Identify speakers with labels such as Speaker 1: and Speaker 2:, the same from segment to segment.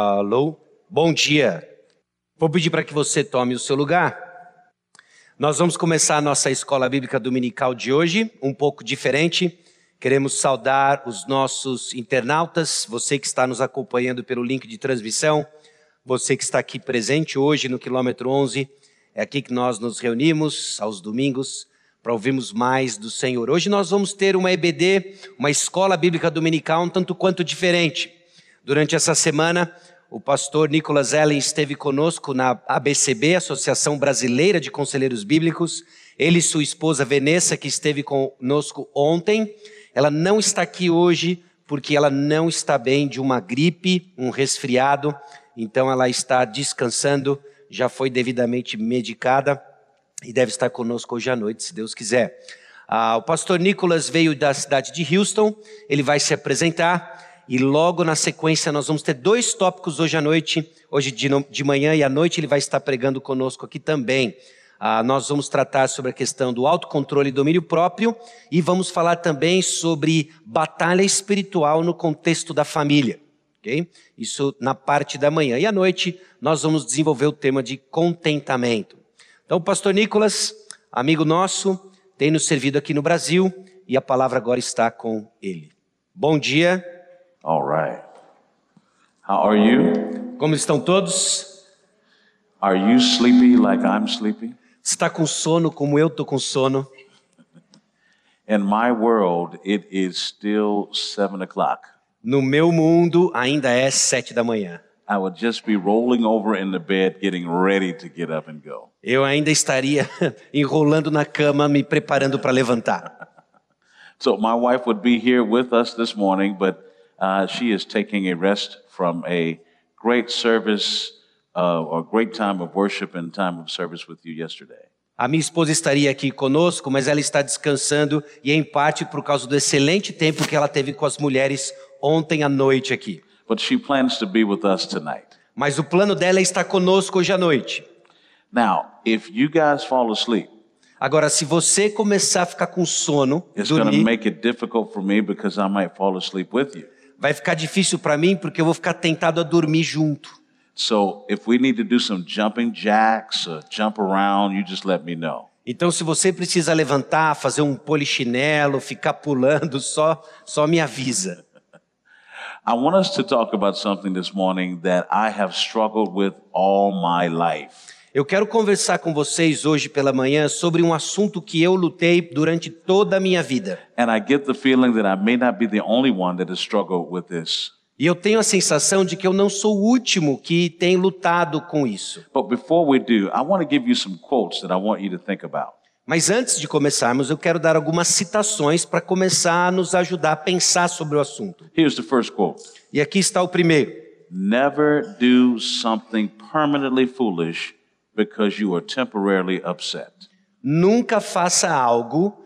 Speaker 1: Alô? Bom dia. Vou pedir para que você tome o seu lugar. Nós vamos começar a nossa escola bíblica dominical de hoje, um pouco diferente. Queremos saudar os nossos internautas, você que está nos acompanhando pelo link de transmissão, você que está aqui presente hoje no quilômetro 11. É aqui que nós nos reunimos aos domingos para ouvirmos mais do Senhor. Hoje nós vamos ter uma EBD, uma escola bíblica dominical, um tanto quanto diferente. Durante essa semana, o pastor Nicolas Ellen esteve conosco na ABCB, Associação Brasileira de Conselheiros Bíblicos. Ele e sua esposa Vanessa, que esteve conosco ontem. Ela não está aqui hoje porque ela não está bem de uma gripe, um resfriado. Então ela está descansando, já foi devidamente medicada e deve estar conosco hoje à noite, se Deus quiser. Ah, o pastor Nicolas veio da cidade de Houston, ele vai se apresentar e logo na sequência nós vamos ter dois tópicos hoje à noite. Hoje de, no- de manhã e à noite ele vai estar pregando conosco aqui também. Ah, nós vamos tratar sobre a questão do autocontrole e domínio próprio e vamos falar também sobre batalha espiritual no contexto da família. ok? Isso na parte da manhã. E à noite nós vamos desenvolver o tema de contentamento. Então, o pastor Nicolas, amigo nosso, tem nos servido aqui no Brasil e a palavra agora está com ele. Bom dia,
Speaker 2: All right. How are you?
Speaker 1: como estão todos?
Speaker 2: Are you sleepy like I'm sleepy?
Speaker 1: Está com sono como eu estou com sono?
Speaker 2: In my world, it is still seven o'clock.
Speaker 1: No meu mundo ainda é sete da manhã.
Speaker 2: I would just be rolling over in the bed, getting ready to get up and go.
Speaker 1: Eu ainda estaria enrolando na cama, me preparando para levantar.
Speaker 2: So my wife would be here with us this morning, but uh, she is taking a rest from a great service uh, or great time of worship and time of service with you yesterday.
Speaker 1: A minha esposa estaria aqui conosco, mas ela está descansando e em parte por causa do excelente tempo que ela teve com as mulheres ontem à noite aqui.
Speaker 2: But she plans to be with us tonight.
Speaker 1: Mas o plano dela é estar conosco hoje à noite.
Speaker 2: Now, if you guys fall asleep,
Speaker 1: Agora, se você começar a ficar com sono,
Speaker 2: It's going to
Speaker 1: dormir,
Speaker 2: make it difficult for me because I might fall asleep with you.
Speaker 1: vai ficar difícil para mim porque eu vou ficar tentado a dormir junto.
Speaker 2: So if we need to do some jumping jacks or jump around, you just let me know.
Speaker 1: Então, se você precisa levantar, fazer um polichinelo, ficar pulando, só, só me avisa.
Speaker 2: I want us to talk about something this morning that I have struggled with all my life.
Speaker 1: Eu quero conversar com vocês hoje pela manhã sobre um assunto que eu lutei durante toda a minha vida.
Speaker 2: And I get the feeling that I may not be the only one that has struggled with this.
Speaker 1: E eu tenho a sensação de que eu não sou o último que tem lutado com isso.
Speaker 2: But before we do, I want to give you some quotes that I want you to think about.
Speaker 1: Mas antes de começarmos, eu quero dar algumas citações para começar a nos ajudar a pensar sobre o assunto.
Speaker 2: Here's the first quote
Speaker 1: E aqui está o primeiro.
Speaker 2: Never do something permanently foolish because you are temporarily upset.
Speaker 1: Nunca faça algo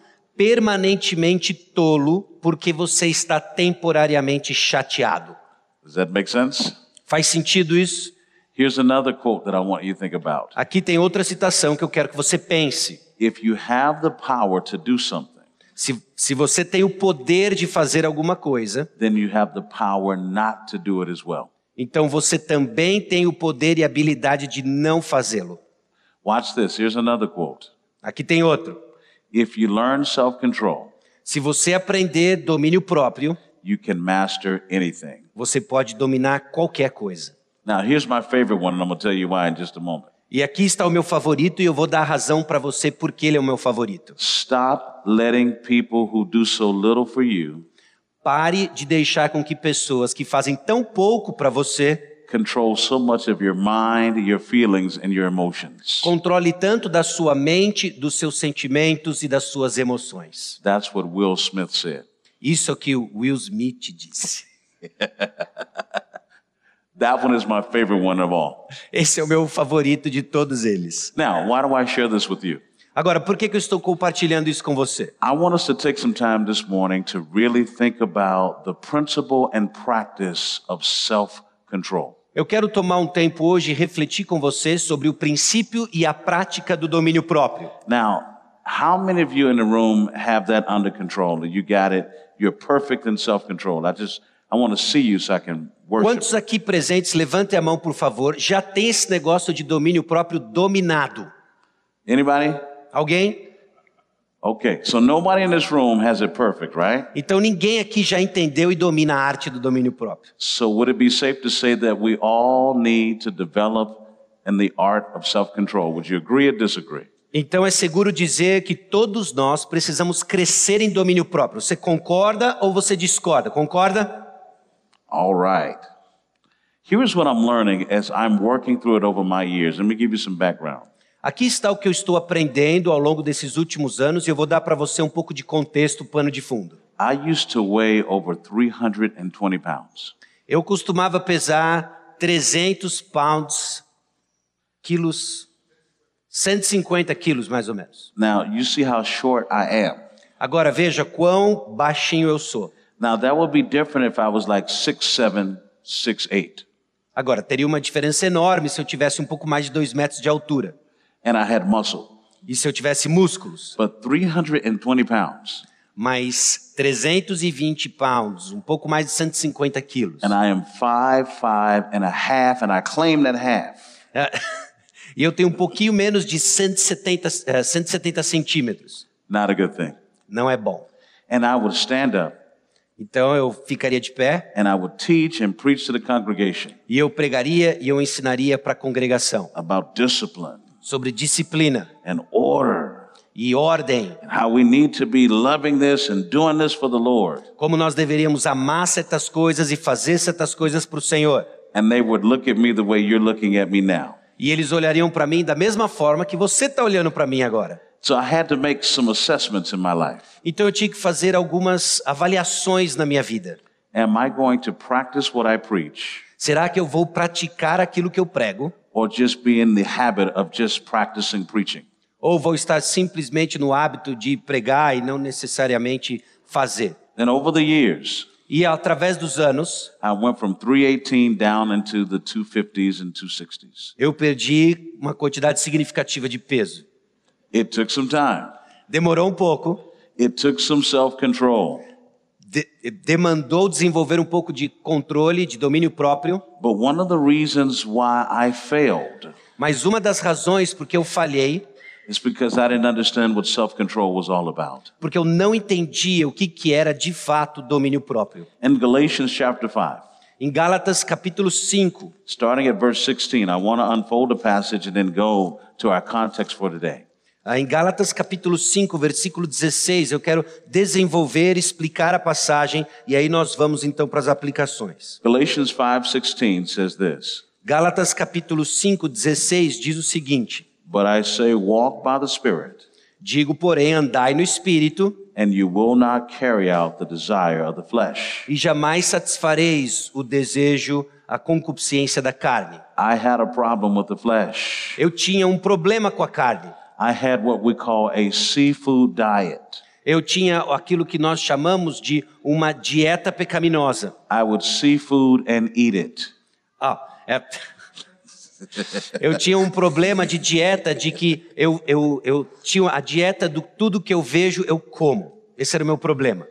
Speaker 1: permanentemente tolo porque você está temporariamente chateado.
Speaker 2: Does that make sense?
Speaker 1: Faz sentido isso?
Speaker 2: Here's another quote that I want you to think about.
Speaker 1: Aqui tem outra citação que eu quero que você pense.
Speaker 2: If you have the power to do something,
Speaker 1: Se, se você tem o poder de fazer alguma coisa,
Speaker 2: then you have the power not to do it as well.
Speaker 1: então você também tem o poder e habilidade de não fazê-lo.
Speaker 2: Watch this. Here's another quote.
Speaker 1: Aqui tem outro.
Speaker 2: If you learn self control,
Speaker 1: Se você aprender domínio próprio,
Speaker 2: you can master anything.
Speaker 1: você pode dominar qualquer coisa.
Speaker 2: Now, here's my favorite one, and I'm going to tell you why in just a moment.
Speaker 1: E aqui está o meu favorito e eu vou dar a razão para você porque ele é o meu favorito.
Speaker 2: Stop letting people who do so little for you
Speaker 1: Pare de deixar com que pessoas que fazem tão pouco para você
Speaker 2: control so much of your mind, your feelings, and your emotions.
Speaker 1: controle tanto da sua mente, dos seus sentimentos e das suas emoções.
Speaker 2: That's what Will Smith said.
Speaker 1: Isso é o que o Will Smith disse.
Speaker 2: That one is my favorite one of all.
Speaker 1: Esse é o meu favorito de todos eles.
Speaker 2: Now, why do I share this with you?
Speaker 1: Agora, por que, que eu estou compartilhando isso com você?
Speaker 2: I want us to take some time this morning to really think about the principle and practice of self control.
Speaker 1: Eu quero tomar um tempo hoje e refletir com você sobre o princípio e a prática do domínio próprio.
Speaker 2: Now, how many of you in the room have that under control? You got it. You're perfect in self control. I just, I want to see you so I can worship.
Speaker 1: Quantos aqui presentes, levante a mão, por favor, já tem esse negócio de domínio próprio dominado?
Speaker 2: Anybody?
Speaker 1: Alguém?
Speaker 2: Okay. So nobody in this room has it perfect, right?
Speaker 1: Então ninguém aqui já entendeu e domina a arte do domínio próprio.
Speaker 2: So would it be safe to say that we all need to develop in the art of self-control? Would you agree or disagree?
Speaker 1: Então é seguro dizer que todos nós precisamos crescer em domínio próprio. Você concorda ou você discorda? Concorda?
Speaker 2: All right. Here's what I'm learning as I'm working through it over my years. Let me give you some background.
Speaker 1: Aqui está o que eu estou aprendendo ao longo desses últimos anos e eu vou dar para você um pouco de contexto, pano de fundo.
Speaker 2: I used to weigh over 320 pounds.
Speaker 1: Eu costumava pesar 300 pounds, quilos, 150 quilos mais ou menos.
Speaker 2: Now, you see how short I am.
Speaker 1: Agora veja quão baixinho eu sou.
Speaker 2: Now, that would be different if I was like six seven, six eight,
Speaker 1: Agora, teria uma diferença enorme se eu tivesse um pouco mais de 2 metros de altura
Speaker 2: and I had muscle.
Speaker 1: e se eu tivesse músculos.
Speaker 2: But 320 pounds,
Speaker 1: Mas 320 pounds, um pouco mais de 150 quilos.
Speaker 2: and I am five, five and a half, and I claim that half.
Speaker 1: É, E eu tenho um pouquinho menos de 170, eh, 170 centímetros.
Speaker 2: Not a good thing.
Speaker 1: Não é bom.
Speaker 2: And I would stand up
Speaker 1: Então eu ficaria de pé
Speaker 2: and I would teach and preach to the congregation
Speaker 1: e eu pregaria e eu ensinaria para a congregação
Speaker 2: about discipline
Speaker 1: sobre disciplina
Speaker 2: and order
Speaker 1: e ordem,
Speaker 2: and how we need to be loving this and doing this for the Lord.
Speaker 1: como nós deveríamos amar certas coisas e fazer certas coisas para o Senhor.
Speaker 2: And they would look at me the way you're looking at me now.
Speaker 1: E eles olhariam para mim da mesma forma que você está olhando para mim agora.
Speaker 2: So I had to make some assessments in my life.
Speaker 1: Então eu tinha que fazer algumas avaliações na minha vida.
Speaker 2: Am I going to practice what I preach
Speaker 1: Será que eu vou praticar aquilo que eu prego?
Speaker 2: or just be in the habit of just practicing preaching?
Speaker 1: Ou vou estar simplesmente no hábito de pregar e não necessariamente fazer?
Speaker 2: And over the years,
Speaker 1: E através dos anos,
Speaker 2: I went from 318 down into the 250s and 260s.
Speaker 1: eu perdi uma quantidade significativa de peso.
Speaker 2: It took some time.
Speaker 1: Demorou um pouco,
Speaker 2: It took some self-control.
Speaker 1: de demandou desenvolver um pouco de controle, de domínio próprio,
Speaker 2: But one of the reasons why I failed
Speaker 1: mas uma das razões por que eu falhei,
Speaker 2: is because I didn't understand what self control was all about.
Speaker 1: porque eu não entendia o que, que era de fato domínio próprio.
Speaker 2: In Galatians chapter 5,
Speaker 1: Em Gálatas capítulo 5,
Speaker 2: starting at verse 16, I want to unfold a passage and then go to our context for today.
Speaker 1: ah, em Gálatas capítulo 5, versículo 16, eu quero desenvolver, explicar a passagem e aí nós vamos então para as aplicações.
Speaker 2: Galatians 5:16 says this,
Speaker 1: Gálatas capítulo 5, 16 diz o seguinte:
Speaker 2: "But I say walk by the spirit,
Speaker 1: Digo, porém, andai no espírito
Speaker 2: and you will not carry out the desire of the flesh."
Speaker 1: e jamais satisfareis o desejo, a concupiscência da carne.
Speaker 2: I had a problem with the flesh.
Speaker 1: Eu tinha um problema com a carne.
Speaker 2: I had what we call a seafood diet.
Speaker 1: Eu tinha aquilo que nós chamamos de uma dieta pecaminosa.
Speaker 2: I would seafood and eat it.
Speaker 1: Ah, é. Eu tinha um problema de dieta de que eu, eu, eu tinha a dieta do tudo que eu vejo, eu como. Esse era o meu problema.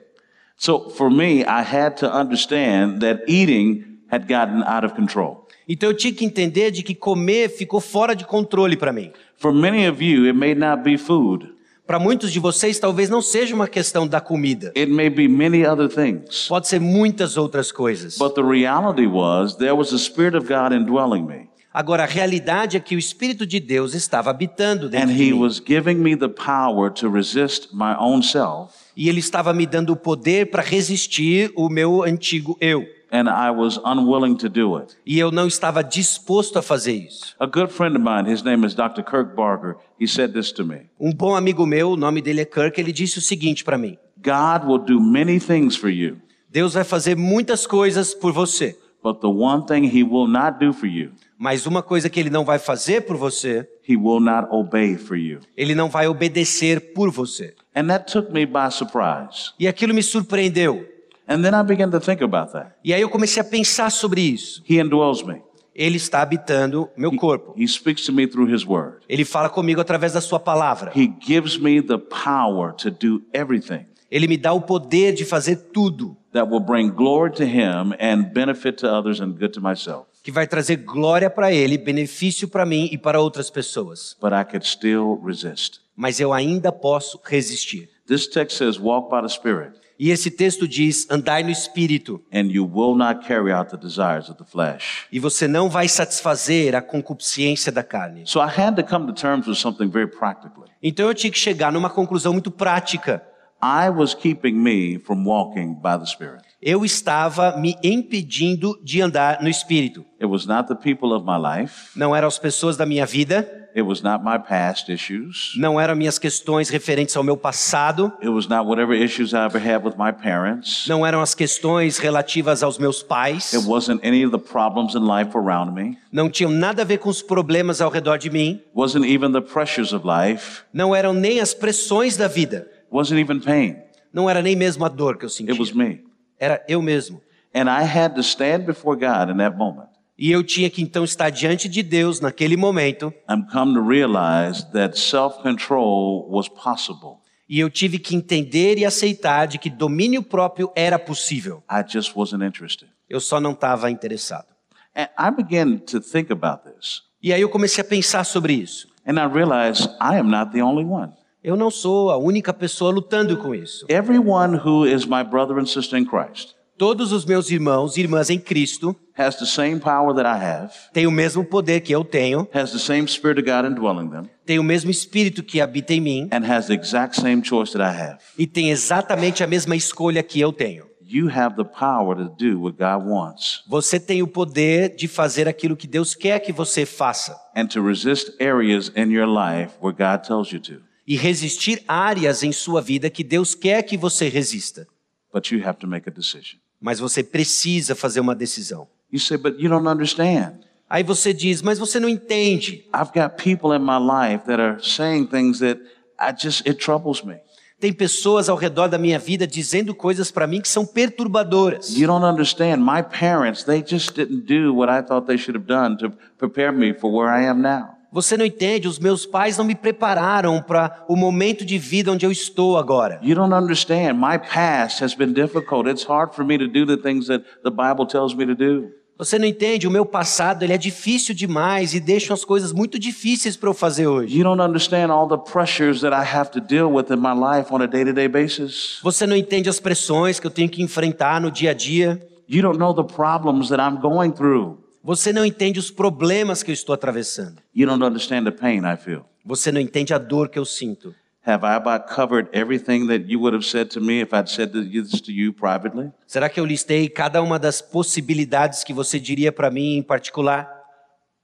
Speaker 2: So for me, I had to understand that eating had gotten out of control.
Speaker 1: Então eu tinha que entender de que comer ficou fora de controle para mim.
Speaker 2: For many of you, it may not be food.
Speaker 1: Para muitos de vocês, talvez não seja uma questão da comida.
Speaker 2: It may be many other things.
Speaker 1: Pode ser muitas outras coisas.
Speaker 2: But the reality was there was the Spirit of God indwelling me.
Speaker 1: Agora, a realidade é que o Espírito de Deus estava habitando dentro
Speaker 2: And
Speaker 1: de
Speaker 2: He
Speaker 1: mim.
Speaker 2: was giving me the power to resist my own self.
Speaker 1: E Ele estava me dando o poder para resistir o meu antigo eu.
Speaker 2: And I was unwilling to do it.
Speaker 1: E eu não estava disposto a fazer isso.
Speaker 2: A good friend of mine, his name is Dr. Kirk Barker, he said this to me
Speaker 1: Um bom amigo meu, o nome dele é Kirk, ele disse o seguinte para mim:
Speaker 2: God will do many things for you,
Speaker 1: Deus vai fazer muitas coisas por você,
Speaker 2: but the one thing He will not do for you,
Speaker 1: mas uma coisa que Ele não vai fazer por você,
Speaker 2: He will not obey for you.
Speaker 1: Ele não vai obedecer por você.
Speaker 2: And that took me by surprise.
Speaker 1: E aquilo me surpreendeu.
Speaker 2: And then I began to think about that.
Speaker 1: E aí eu comecei a pensar sobre isso.
Speaker 2: He indwells me.
Speaker 1: Ele está habitando meu corpo.
Speaker 2: He speaks to me through his word.
Speaker 1: Ele fala comigo através da sua palavra.
Speaker 2: He gives me the power to do everything.
Speaker 1: Ele me dá o poder de fazer tudo,
Speaker 2: that will bring glory to Him and benefit to others and good to myself.
Speaker 1: que vai trazer glória para ele, benefício para mim e para outras pessoas.
Speaker 2: But I could still resist.
Speaker 1: Mas eu ainda posso resistir.
Speaker 2: This text says, Walk by the Spirit,
Speaker 1: E esse texto diz: andai no espírito,
Speaker 2: and you will not carry out the desires of the flesh.
Speaker 1: e você não vai satisfazer a concupiscência da carne.
Speaker 2: So I had to come to terms with something very practically.
Speaker 1: Então eu tinha que chegar numa conclusão muito prática.
Speaker 2: I was keeping me from walking by the Spirit.
Speaker 1: Eu estava me impedindo de andar no espírito.
Speaker 2: It was not the people of my life,
Speaker 1: Não eram as pessoas da minha vida,
Speaker 2: it was not my past issues,
Speaker 1: não eram minhas questões referentes ao meu passado,
Speaker 2: it was not whatever issues I ever had with my parents,
Speaker 1: não eram as questões relativas aos meus pais,
Speaker 2: it wasn't any of the problems in life around me,
Speaker 1: não tinham nada a ver com os problemas ao redor de mim,
Speaker 2: wasn't even the pressures of life,
Speaker 1: não eram nem as pressões da vida,
Speaker 2: wasn't even pain.
Speaker 1: não era nem mesmo a dor que eu
Speaker 2: It was
Speaker 1: sentia.
Speaker 2: me.
Speaker 1: Era eu mesmo.
Speaker 2: And I had to stand before God in that moment.
Speaker 1: E eu tinha que então estar diante de Deus naquele momento,
Speaker 2: I'm come to realize that self control was possible.
Speaker 1: e eu tive que entender e aceitar de que domínio próprio era possível.
Speaker 2: I just wasn't interested.
Speaker 1: Eu só não estava interessado.
Speaker 2: And I began to think about this.
Speaker 1: E aí eu comecei a pensar sobre isso.
Speaker 2: And I realized I am not the only one.
Speaker 1: Eu não sou a única pessoa lutando com isso.
Speaker 2: Everyone who is my brother and sister in Christ
Speaker 1: Todos os meus irmãos e irmãs em Cristo
Speaker 2: has the same power that I have,
Speaker 1: têm o mesmo poder que eu tenho,
Speaker 2: has the same Spirit of God indwelling them,
Speaker 1: têm o mesmo espírito que habita em mim
Speaker 2: and has the exact same choice that I have.
Speaker 1: e têm exatamente a mesma escolha que eu tenho.
Speaker 2: You have the power to do what God wants
Speaker 1: Você tem o poder de fazer aquilo que Deus quer que você faça
Speaker 2: and to resist areas in your life where God tells you to.
Speaker 1: e resistir áreas em sua vida que Deus quer que você resista.
Speaker 2: But you have to make a decision.
Speaker 1: Mas você precisa fazer uma decisão.
Speaker 2: You say, but you don't understand.
Speaker 1: Aí você diz, mas você não entende.
Speaker 2: I've got people in my life that are saying things that I just, it troubles me.
Speaker 1: Tem pessoas ao redor da minha vida dizendo coisas para mim que são perturbadoras.
Speaker 2: You don't understand. My parents, they just didn't do what I thought they should have done to prepare me for where I am now.
Speaker 1: Você não entende, os meus pais não me prepararam para o momento de vida onde eu estou agora.
Speaker 2: You don't understand. My past has been difficult. It's hard for me to do the things that the Bible tells me to do.
Speaker 1: Você não entende, o meu passado ele é difícil demais e deixa as coisas muito difíceis para eu fazer hoje.
Speaker 2: You don't understand all the pressures that I have to deal with in my life on a day to day basis.
Speaker 1: Você não entende as pressões que eu tenho que enfrentar no dia a dia.
Speaker 2: You don't know the problems that I'm going through.
Speaker 1: Você não entende os problemas que eu estou atravessando.
Speaker 2: You don't understand the pain I feel.
Speaker 1: Você não entende a dor que eu sinto.
Speaker 2: Have I about covered everything that you would have said to me if I'd said this to you privately?
Speaker 1: Será que eu listei cada uma das possibilidades que você diria para mim em particular?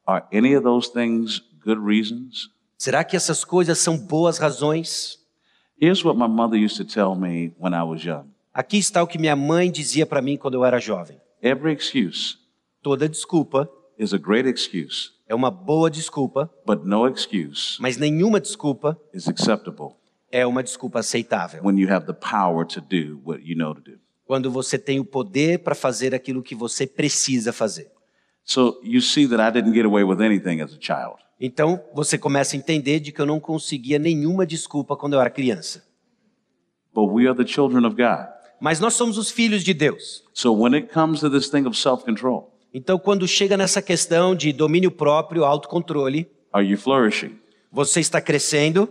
Speaker 2: Are any of those things good reasons?
Speaker 1: Será que essas coisas são boas razões?
Speaker 2: Here's what my mother used to tell me when I was young
Speaker 1: Aqui está o que minha mãe dizia para mim quando eu era jovem.
Speaker 2: every excuse
Speaker 1: Toda desculpa
Speaker 2: is a great excuse,
Speaker 1: é uma boa desculpa,
Speaker 2: but no excuse
Speaker 1: mas nenhuma desculpa
Speaker 2: is acceptable
Speaker 1: é uma desculpa aceitável.
Speaker 2: when you have the power to do what you know to do.
Speaker 1: Quando você tem o poder para fazer aquilo que você precisa fazer.
Speaker 2: So you see that I didn't get away with anything as a child.
Speaker 1: Então, você começa a entender de que eu não conseguia nenhuma desculpa quando eu era criança.
Speaker 2: But we are the children of God.
Speaker 1: Mas nós somos os filhos de Deus.
Speaker 2: So when it comes to this thing of self control,
Speaker 1: Então, quando chega nessa questão de domínio próprio, autocontrole,
Speaker 2: are you flourishing
Speaker 1: você está crescendo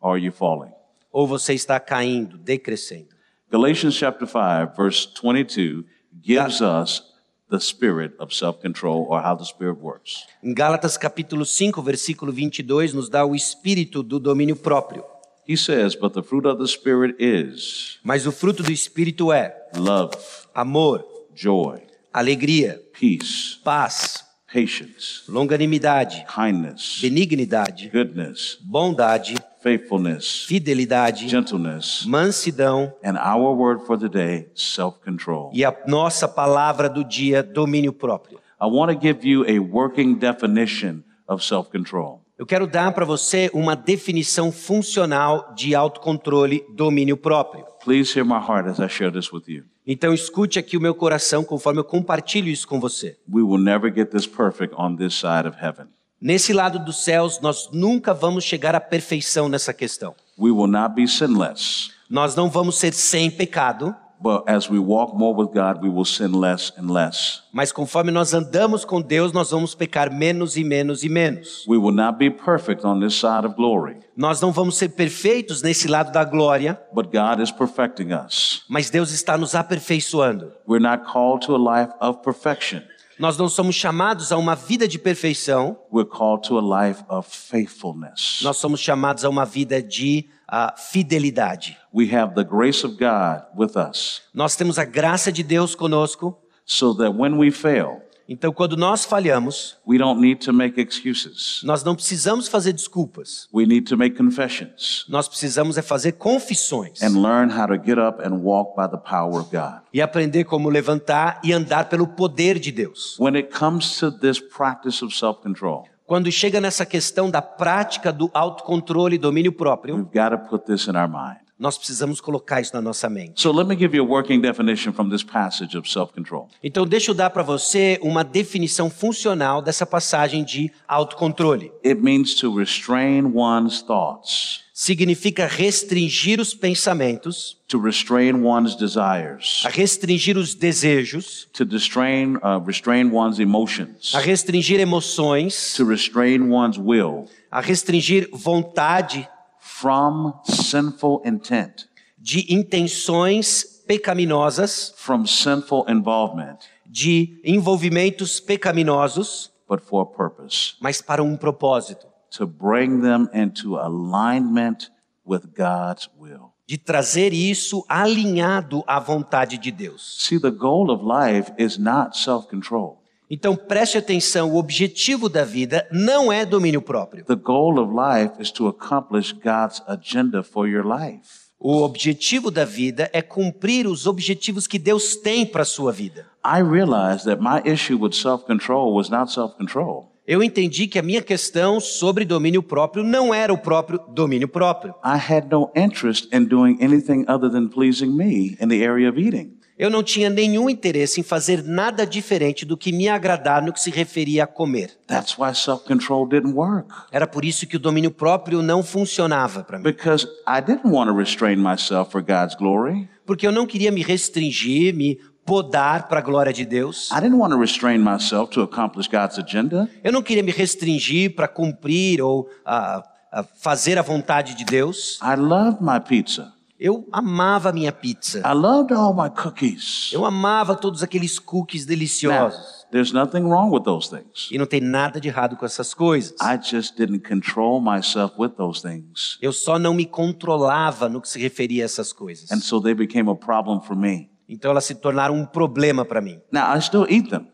Speaker 2: or are you falling?
Speaker 1: ou você está caindo, decrescendo?
Speaker 2: Galatians chapter 5, verse 22 gives us the spirit of self control or how the spirit works.
Speaker 1: Em Gálatas capítulo 5, versículo 22, nos dá o espírito do domínio próprio.
Speaker 2: He says, But the fruit of the spirit is
Speaker 1: Mas o fruto do espírito é
Speaker 2: love,
Speaker 1: amor,
Speaker 2: joy,
Speaker 1: alegria,
Speaker 2: peace,
Speaker 1: paz,
Speaker 2: patience,
Speaker 1: longanimidade,
Speaker 2: kindness,
Speaker 1: benignidade,
Speaker 2: goodness,
Speaker 1: bondade,
Speaker 2: faithfulness,
Speaker 1: fidelidade,
Speaker 2: gentleness,
Speaker 1: mansidão
Speaker 2: and our word for today, self control.
Speaker 1: e a nossa palavra do dia, domínio próprio.
Speaker 2: I want to give you a working definition of self control.
Speaker 1: Eu quero dar para você uma definição funcional de autocontrole, domínio próprio.
Speaker 2: Please hear my heart as I share this with you.
Speaker 1: Então escute aqui o meu coração conforme eu compartilho isso com você.
Speaker 2: We will never get this perfect on this side of heaven.
Speaker 1: Nesse lado dos céus, nós nunca vamos chegar à perfeição nessa questão.
Speaker 2: we will not be sinless.
Speaker 1: Nós não vamos ser sem pecado,
Speaker 2: But as we walk more with God, we will sin less and less.
Speaker 1: mas conforme nós andamos com Deus, nós vamos pecar menos e menos e menos.
Speaker 2: We will not be perfect on this side of glory,
Speaker 1: Nós não vamos ser perfeitos nesse lado da glória,
Speaker 2: but God is perfecting us.
Speaker 1: mas Deus está nos aperfeiçoando.
Speaker 2: We're not called to a life of perfection.
Speaker 1: Nós não somos chamados a uma vida de perfeição,
Speaker 2: We're called to a life of faithfulness.
Speaker 1: nós somos chamados a uma vida de ah, fidelidade.
Speaker 2: We have the grace of God with us
Speaker 1: Nós temos a graça de Deus conosco,
Speaker 2: so that when we fail,
Speaker 1: então quando nós falhamos,
Speaker 2: we don't need to make excuses.
Speaker 1: nós não precisamos fazer desculpas,
Speaker 2: We need to make confessions
Speaker 1: nós precisamos é fazer confissões
Speaker 2: and learn how to get up and walk by the power of God.
Speaker 1: e aprender como levantar e andar pelo poder de Deus.
Speaker 2: When it comes to this practice of self control,
Speaker 1: Quando chega nessa questão da prática do autocontrole e domínio próprio,
Speaker 2: we've got to put this in our mind.
Speaker 1: nós precisamos colocar isso na nossa mente.
Speaker 2: So let me give you a working definition from this passage of self control.
Speaker 1: Então, deixa eu dar para você uma definição funcional dessa passagem de autocontrole.
Speaker 2: It means to restrain one's thoughts,
Speaker 1: Significa restringir os pensamentos,
Speaker 2: to restrain one's desires,
Speaker 1: a restringir os desejos,
Speaker 2: to restrain, uh, restrain one's emotions,
Speaker 1: a restringir emoções,
Speaker 2: to restrain one's will
Speaker 1: a restringir vontade
Speaker 2: from sinful intent,
Speaker 1: de intenções pecaminosas,
Speaker 2: from sinful involvement,
Speaker 1: de envolvimentos pecaminosos,
Speaker 2: but for a purpose,
Speaker 1: mas para um propósito.
Speaker 2: to bring them into alignment with God's will.
Speaker 1: de trazer isso alinhado à vontade de Deus.
Speaker 2: See, the goal of life is not self control.
Speaker 1: Então preste atenção, o objetivo da vida não é domínio próprio.
Speaker 2: The goal of life is to accomplish God's agenda for your life.
Speaker 1: O objetivo da vida é cumprir os objetivos que Deus tem para a sua vida.
Speaker 2: I realized that my issue with self control was not self control.
Speaker 1: Eu entendi que a minha questão sobre domínio próprio não era o próprio domínio próprio.
Speaker 2: I had no interest in doing anything other than pleasing me in the area of eating.
Speaker 1: Eu não tinha nenhum interesse em fazer nada diferente do que me agradar no que se referia a comer.
Speaker 2: That's why self control didn't work
Speaker 1: Era por isso que o domínio próprio não funcionava para mim.
Speaker 2: because I didn't want to restrain myself for God's glory.
Speaker 1: porque eu não queria me restringir, me podar para a glória de Deus.
Speaker 2: I didn't want to restrain myself to accomplish God's agenda.
Speaker 1: Eu não queria me restringir para cumprir ou ah, ah, fazer a vontade de Deus.
Speaker 2: I loved my pizza.
Speaker 1: Eu amava a minha pizza.
Speaker 2: I loved all my cookies.
Speaker 1: Eu amava todos aqueles cookies
Speaker 2: Now,
Speaker 1: deliciosos.
Speaker 2: there's nothing wrong with those things.
Speaker 1: E não tem nada de errado com essas coisas.
Speaker 2: I just didn't control myself with those things.
Speaker 1: Eu só não me controlava no que se referia a essas coisas.
Speaker 2: And so they became a problem for me.
Speaker 1: Então elas se tornaram um problema para mim.
Speaker 2: Now, I still eat them.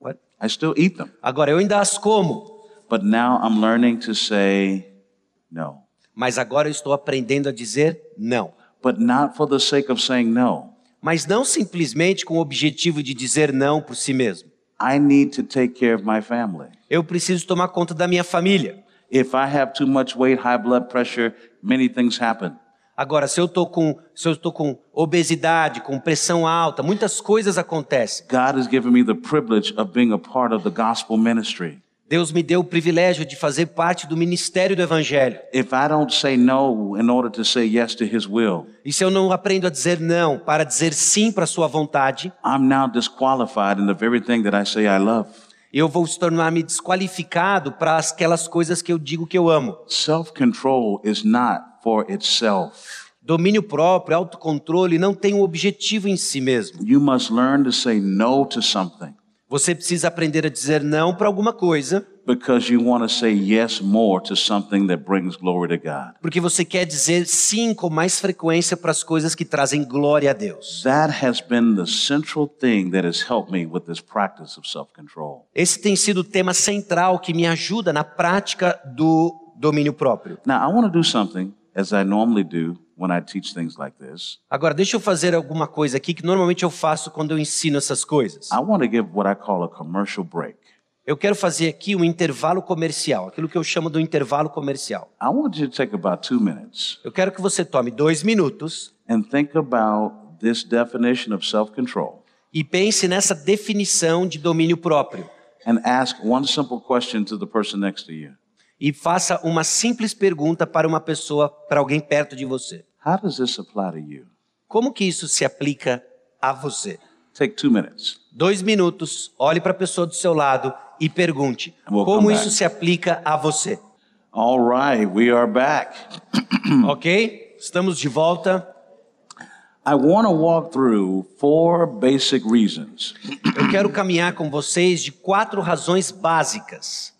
Speaker 1: What?
Speaker 2: I still eat them.
Speaker 1: Agora, eu ainda as como,
Speaker 2: But now I'm learning to say no.
Speaker 1: mas agora eu estou aprendendo a dizer não.
Speaker 2: But not for the sake of saying no.
Speaker 1: mas não simplesmente com o objetivo de dizer não por si mesmo.
Speaker 2: I need to take care of my family.
Speaker 1: Eu preciso tomar conta da minha família.
Speaker 2: If I have too much weight, high blood pressure, many things happen.
Speaker 1: Agora, se eu estou com, se eu tô com obesidade, com pressão alta, muitas coisas acontecem.
Speaker 2: God has given me the privilege of being a part of the gospel ministry.
Speaker 1: Deus me deu o privilégio de fazer parte do ministério do Evangelho.
Speaker 2: If I don't say no in order to say yes to his will,
Speaker 1: E se eu não aprendo a dizer não para dizer sim para a sua vontade,
Speaker 2: I'm now disqualified in the very thing that I say I love.
Speaker 1: eu vou se tornar me desqualificado para aquelas coisas que eu digo que eu amo.
Speaker 2: Self control is not for itself.
Speaker 1: Domínio próprio, autocontrole não tem um objetivo em si mesmo.
Speaker 2: You must learn to say no to something
Speaker 1: Você precisa aprender a dizer não para alguma coisa,
Speaker 2: because you want to say yes more to something that brings glory to God.
Speaker 1: porque você quer dizer sim com mais frequência para as coisas que trazem glória a Deus.
Speaker 2: That has been the central thing that has helped me with this practice of self control.
Speaker 1: Esse tem sido o tema central que me ajuda na prática do domínio próprio.
Speaker 2: Now, I want to do something as I normally do when I teach things like this.
Speaker 1: Agora, deixa eu fazer alguma coisa aqui que normalmente eu faço quando eu ensino essas coisas.
Speaker 2: I want to give what I call a commercial break.
Speaker 1: Eu quero fazer aqui um intervalo comercial, aquilo que eu chamo do intervalo comercial.
Speaker 2: I want you to take about two minutes
Speaker 1: Eu quero que você tome dois minutos
Speaker 2: and think about this definition of self control
Speaker 1: e pense nessa definição de domínio próprio.
Speaker 2: and ask one simple question to the person next to you
Speaker 1: e faça uma simples pergunta para uma pessoa, para alguém perto de você.
Speaker 2: How does this apply to you?
Speaker 1: Como que isso se aplica a você?
Speaker 2: Take two minutes.
Speaker 1: Dois minutos, olhe para a pessoa do seu lado e pergunte:
Speaker 2: Vou
Speaker 1: como
Speaker 2: come
Speaker 1: isso
Speaker 2: back.
Speaker 1: se aplica a você?
Speaker 2: All right, we are back.
Speaker 1: Ok? Estamos de volta.
Speaker 2: I want to walk through four basic reasons
Speaker 1: Eu quero caminhar com vocês de quatro razões básicas.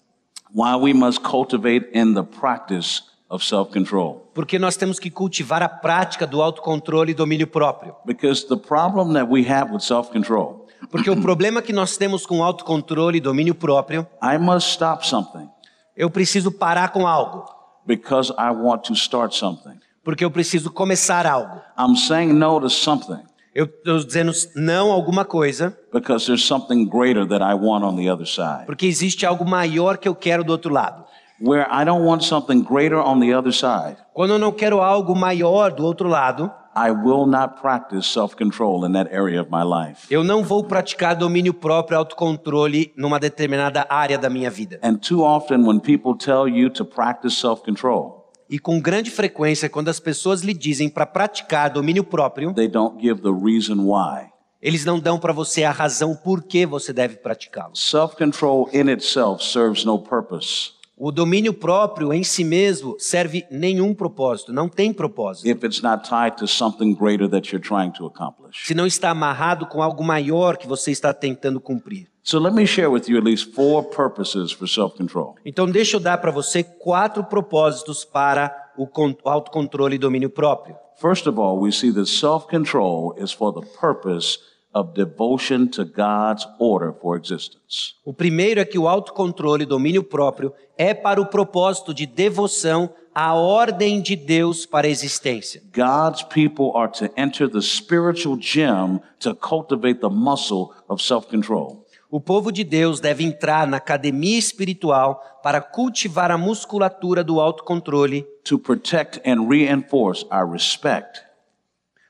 Speaker 2: why we must cultivate in the practice of self control.
Speaker 1: Porque nós temos que cultivar a prática do autocontrole e domínio próprio.
Speaker 2: Because the problem that we have with self control,
Speaker 1: Porque o problema que nós temos com autocontrole e domínio próprio,
Speaker 2: I must stop something
Speaker 1: eu preciso parar com algo.
Speaker 2: because I want to start something.
Speaker 1: Porque eu preciso começar algo.
Speaker 2: I'm saying no to something
Speaker 1: Eu estou dizendo não a alguma coisa,
Speaker 2: because there's something greater that I want on the other side.
Speaker 1: porque existe algo maior que eu quero do outro lado.
Speaker 2: Where I don't want something greater on the other side,
Speaker 1: Quando eu não quero algo maior do outro lado,
Speaker 2: I will not practice self control in that area of my life.
Speaker 1: eu não vou praticar domínio próprio, autocontrole numa determinada área da minha vida.
Speaker 2: And too often, when people tell you to practice self control,
Speaker 1: E com grande frequência, quando as pessoas lhe dizem para praticar domínio próprio,
Speaker 2: they don't give the reason why.
Speaker 1: eles não dão para você a razão por que você deve praticá-lo.
Speaker 2: Self control in itself serves no purpose
Speaker 1: O domínio próprio em si mesmo serve nenhum propósito, não tem propósito.
Speaker 2: if it's not tied to something greater that you're trying to accomplish.
Speaker 1: Se não está amarrado com algo maior que você está tentando cumprir.
Speaker 2: So, let me share with you at least four purposes for self control.
Speaker 1: Então deixa eu dar para você quatro propósitos para o con- o autocontrole e domínio próprio.
Speaker 2: First of all, we see that self control is for the purpose of devotion to God's order for existence.
Speaker 1: O primeiro é que o autocontrole, domínio próprio, é para o propósito de devoção à ordem de Deus para a existência.
Speaker 2: God's people are to enter the spiritual gym to cultivate the muscle of self control.
Speaker 1: O povo de Deus deve entrar na academia espiritual para cultivar a musculatura do autocontrole,
Speaker 2: to protect and reinforce our respect,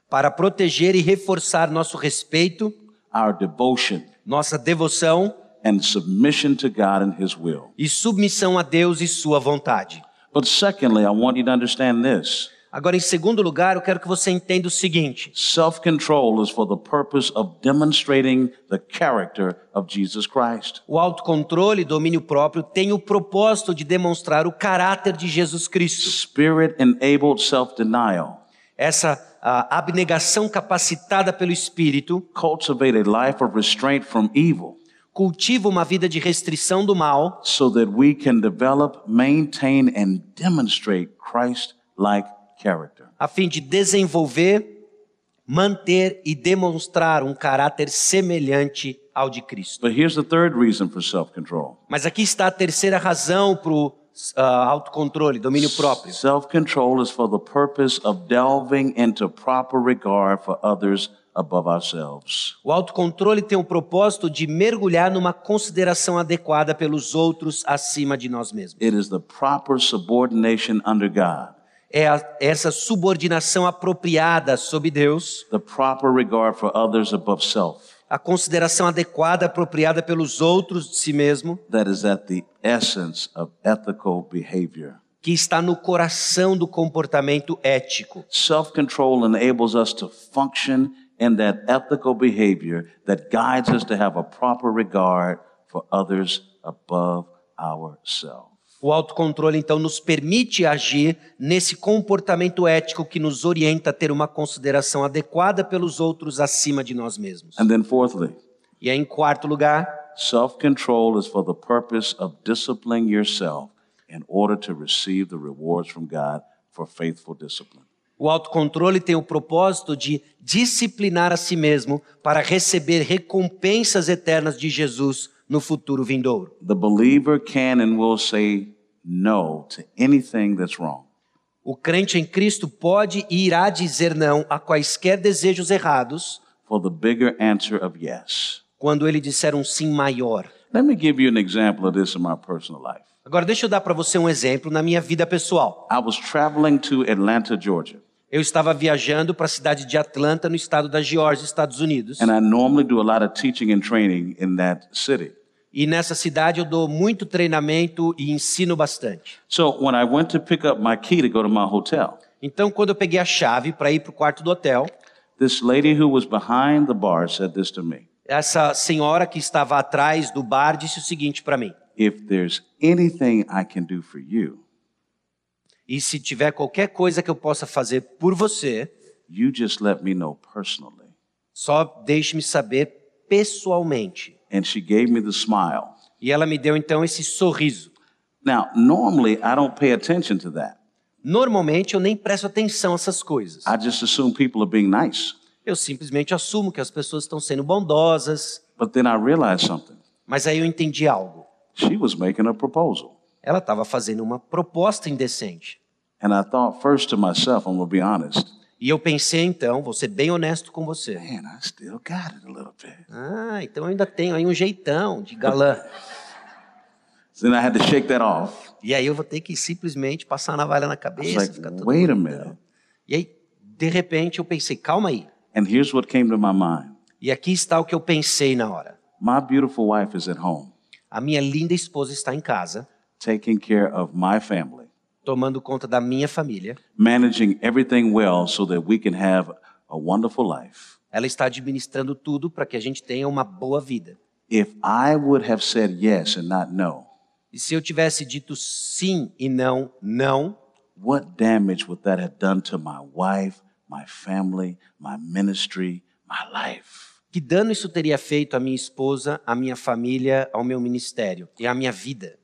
Speaker 1: para proteger e reforçar nosso respeito,
Speaker 2: our devotion,
Speaker 1: nossa devoção
Speaker 2: and submission to God and His will.
Speaker 1: e submissão a Deus e sua vontade.
Speaker 2: But secondly, I want you to understand this
Speaker 1: Agora, em segundo lugar, eu quero que você entenda o seguinte:
Speaker 2: self control is for the purpose of demonstrating the character of Jesus Christ.
Speaker 1: o autocontrole, domínio próprio, tem o propósito de demonstrar o caráter de Jesus Cristo.
Speaker 2: Spirit enabled self denial.
Speaker 1: essa ah, abnegação capacitada pelo Espírito,
Speaker 2: Cultivate a life of restraint from evil
Speaker 1: cultiva uma vida de restrição do mal,
Speaker 2: so that we can develop, maintain, and demonstrate Christ like character.
Speaker 1: a fim de desenvolver, manter e demonstrar um caráter semelhante ao de Cristo.
Speaker 2: But here's the third reason for self control.
Speaker 1: Mas aqui está a terceira razão para o autocontrole, domínio próprio.
Speaker 2: Self control is for the purpose of delving into proper regard for others above ourselves.
Speaker 1: O autocontrole tem o propósito de mergulhar numa consideração adequada pelos outros acima de nós mesmos.
Speaker 2: It is the proper subordination under God,
Speaker 1: É a- essa subordinação apropriada sob Deus
Speaker 2: the proper regard for others above self,
Speaker 1: a consideração adequada, apropriada pelos outros de si mesmo,
Speaker 2: that is at the essence of ethical behavior.
Speaker 1: que está no coração do comportamento ético.
Speaker 2: Self control enables us to function in that ethical behavior that guides us to have a proper regard for others above ourselves.
Speaker 1: O autocontrole, então, nos permite agir nesse comportamento ético que nos orienta a ter uma consideração adequada pelos outros acima de nós mesmos.
Speaker 2: And then, fourthly,
Speaker 1: E aí, em quarto lugar,
Speaker 2: Self control is for the purpose of disciplining yourself in order to receive the rewards from God for faithful discipline.
Speaker 1: o autocontrole tem o propósito de disciplinar a si mesmo para receber recompensas eternas de Jesus no futuro vindouro.
Speaker 2: The believer can and will say no to anything that's wrong.
Speaker 1: O crente em Cristo pode e irá dizer não a quaisquer desejos errados
Speaker 2: for the bigger answer of yes.
Speaker 1: quando ele disser um sim maior.
Speaker 2: Let me give you an example of this in my personal life.
Speaker 1: Agora, deixa eu dar para você um exemplo na minha vida pessoal.
Speaker 2: I was traveling to Atlanta, Georgia,
Speaker 1: Eu estava viajando para a cidade de Atlanta, no estado da Geórgia, Estados Unidos.
Speaker 2: and I normally do a lot of teaching and training in that city.
Speaker 1: E nessa cidade eu dou muito treinamento e ensino bastante.
Speaker 2: So when I went to pick up my key to go to my hotel,
Speaker 1: Então, quando eu peguei a chave para ir para o quarto do hotel,
Speaker 2: this lady who was behind the bar said this to me
Speaker 1: essa senhora que estava atrás do bar disse o seguinte para mim:
Speaker 2: If there's anything I can do for you,
Speaker 1: E se tiver qualquer coisa que eu possa fazer por você,
Speaker 2: you just let me know personally.
Speaker 1: só deixe-me saber pessoalmente.
Speaker 2: And she gave me the smile.
Speaker 1: E ela me deu então esse sorriso.
Speaker 2: Now, normally I don't pay attention to that.
Speaker 1: Normalmente eu nem presto atenção a essas coisas.
Speaker 2: I just assume people are being nice.
Speaker 1: Eu simplesmente assumo que as pessoas estão sendo bondosas,
Speaker 2: But then I realized something.
Speaker 1: mas aí eu entendi algo.
Speaker 2: She was making a proposal.
Speaker 1: Ela estava fazendo uma proposta indecente.
Speaker 2: And I thought first to myself, I'm going to be honest.
Speaker 1: E eu pensei então, vou ser bem honesto com você.
Speaker 2: Man, I still got it a little bit.
Speaker 1: Ah, então eu ainda tenho aí um jeitão de galã.
Speaker 2: So then I had to shake that off.
Speaker 1: E aí eu vou ter que simplesmente passar a navalha na
Speaker 2: I was
Speaker 1: cabeça,
Speaker 2: like,
Speaker 1: ficar tudo.
Speaker 2: wait a minute.
Speaker 1: E aí, de repente, eu pensei, calma aí.
Speaker 2: And here's what came to my mind
Speaker 1: E aqui está o que eu pensei na hora.
Speaker 2: My beautiful wife is at home,
Speaker 1: A minha linda esposa está em casa,
Speaker 2: taking care of my family,
Speaker 1: tomando conta da minha família.
Speaker 2: managing everything well so that we can have a wonderful life.
Speaker 1: Ela está administrando tudo para que a gente tenha uma boa vida.
Speaker 2: If I would have said yes and not no,
Speaker 1: E se eu tivesse dito sim e não, não,
Speaker 2: what damage would that have done to my wife, my family, my ministry, my life?
Speaker 1: que dano isso teria feito à minha esposa, à minha família, ao meu ministério e à minha vida?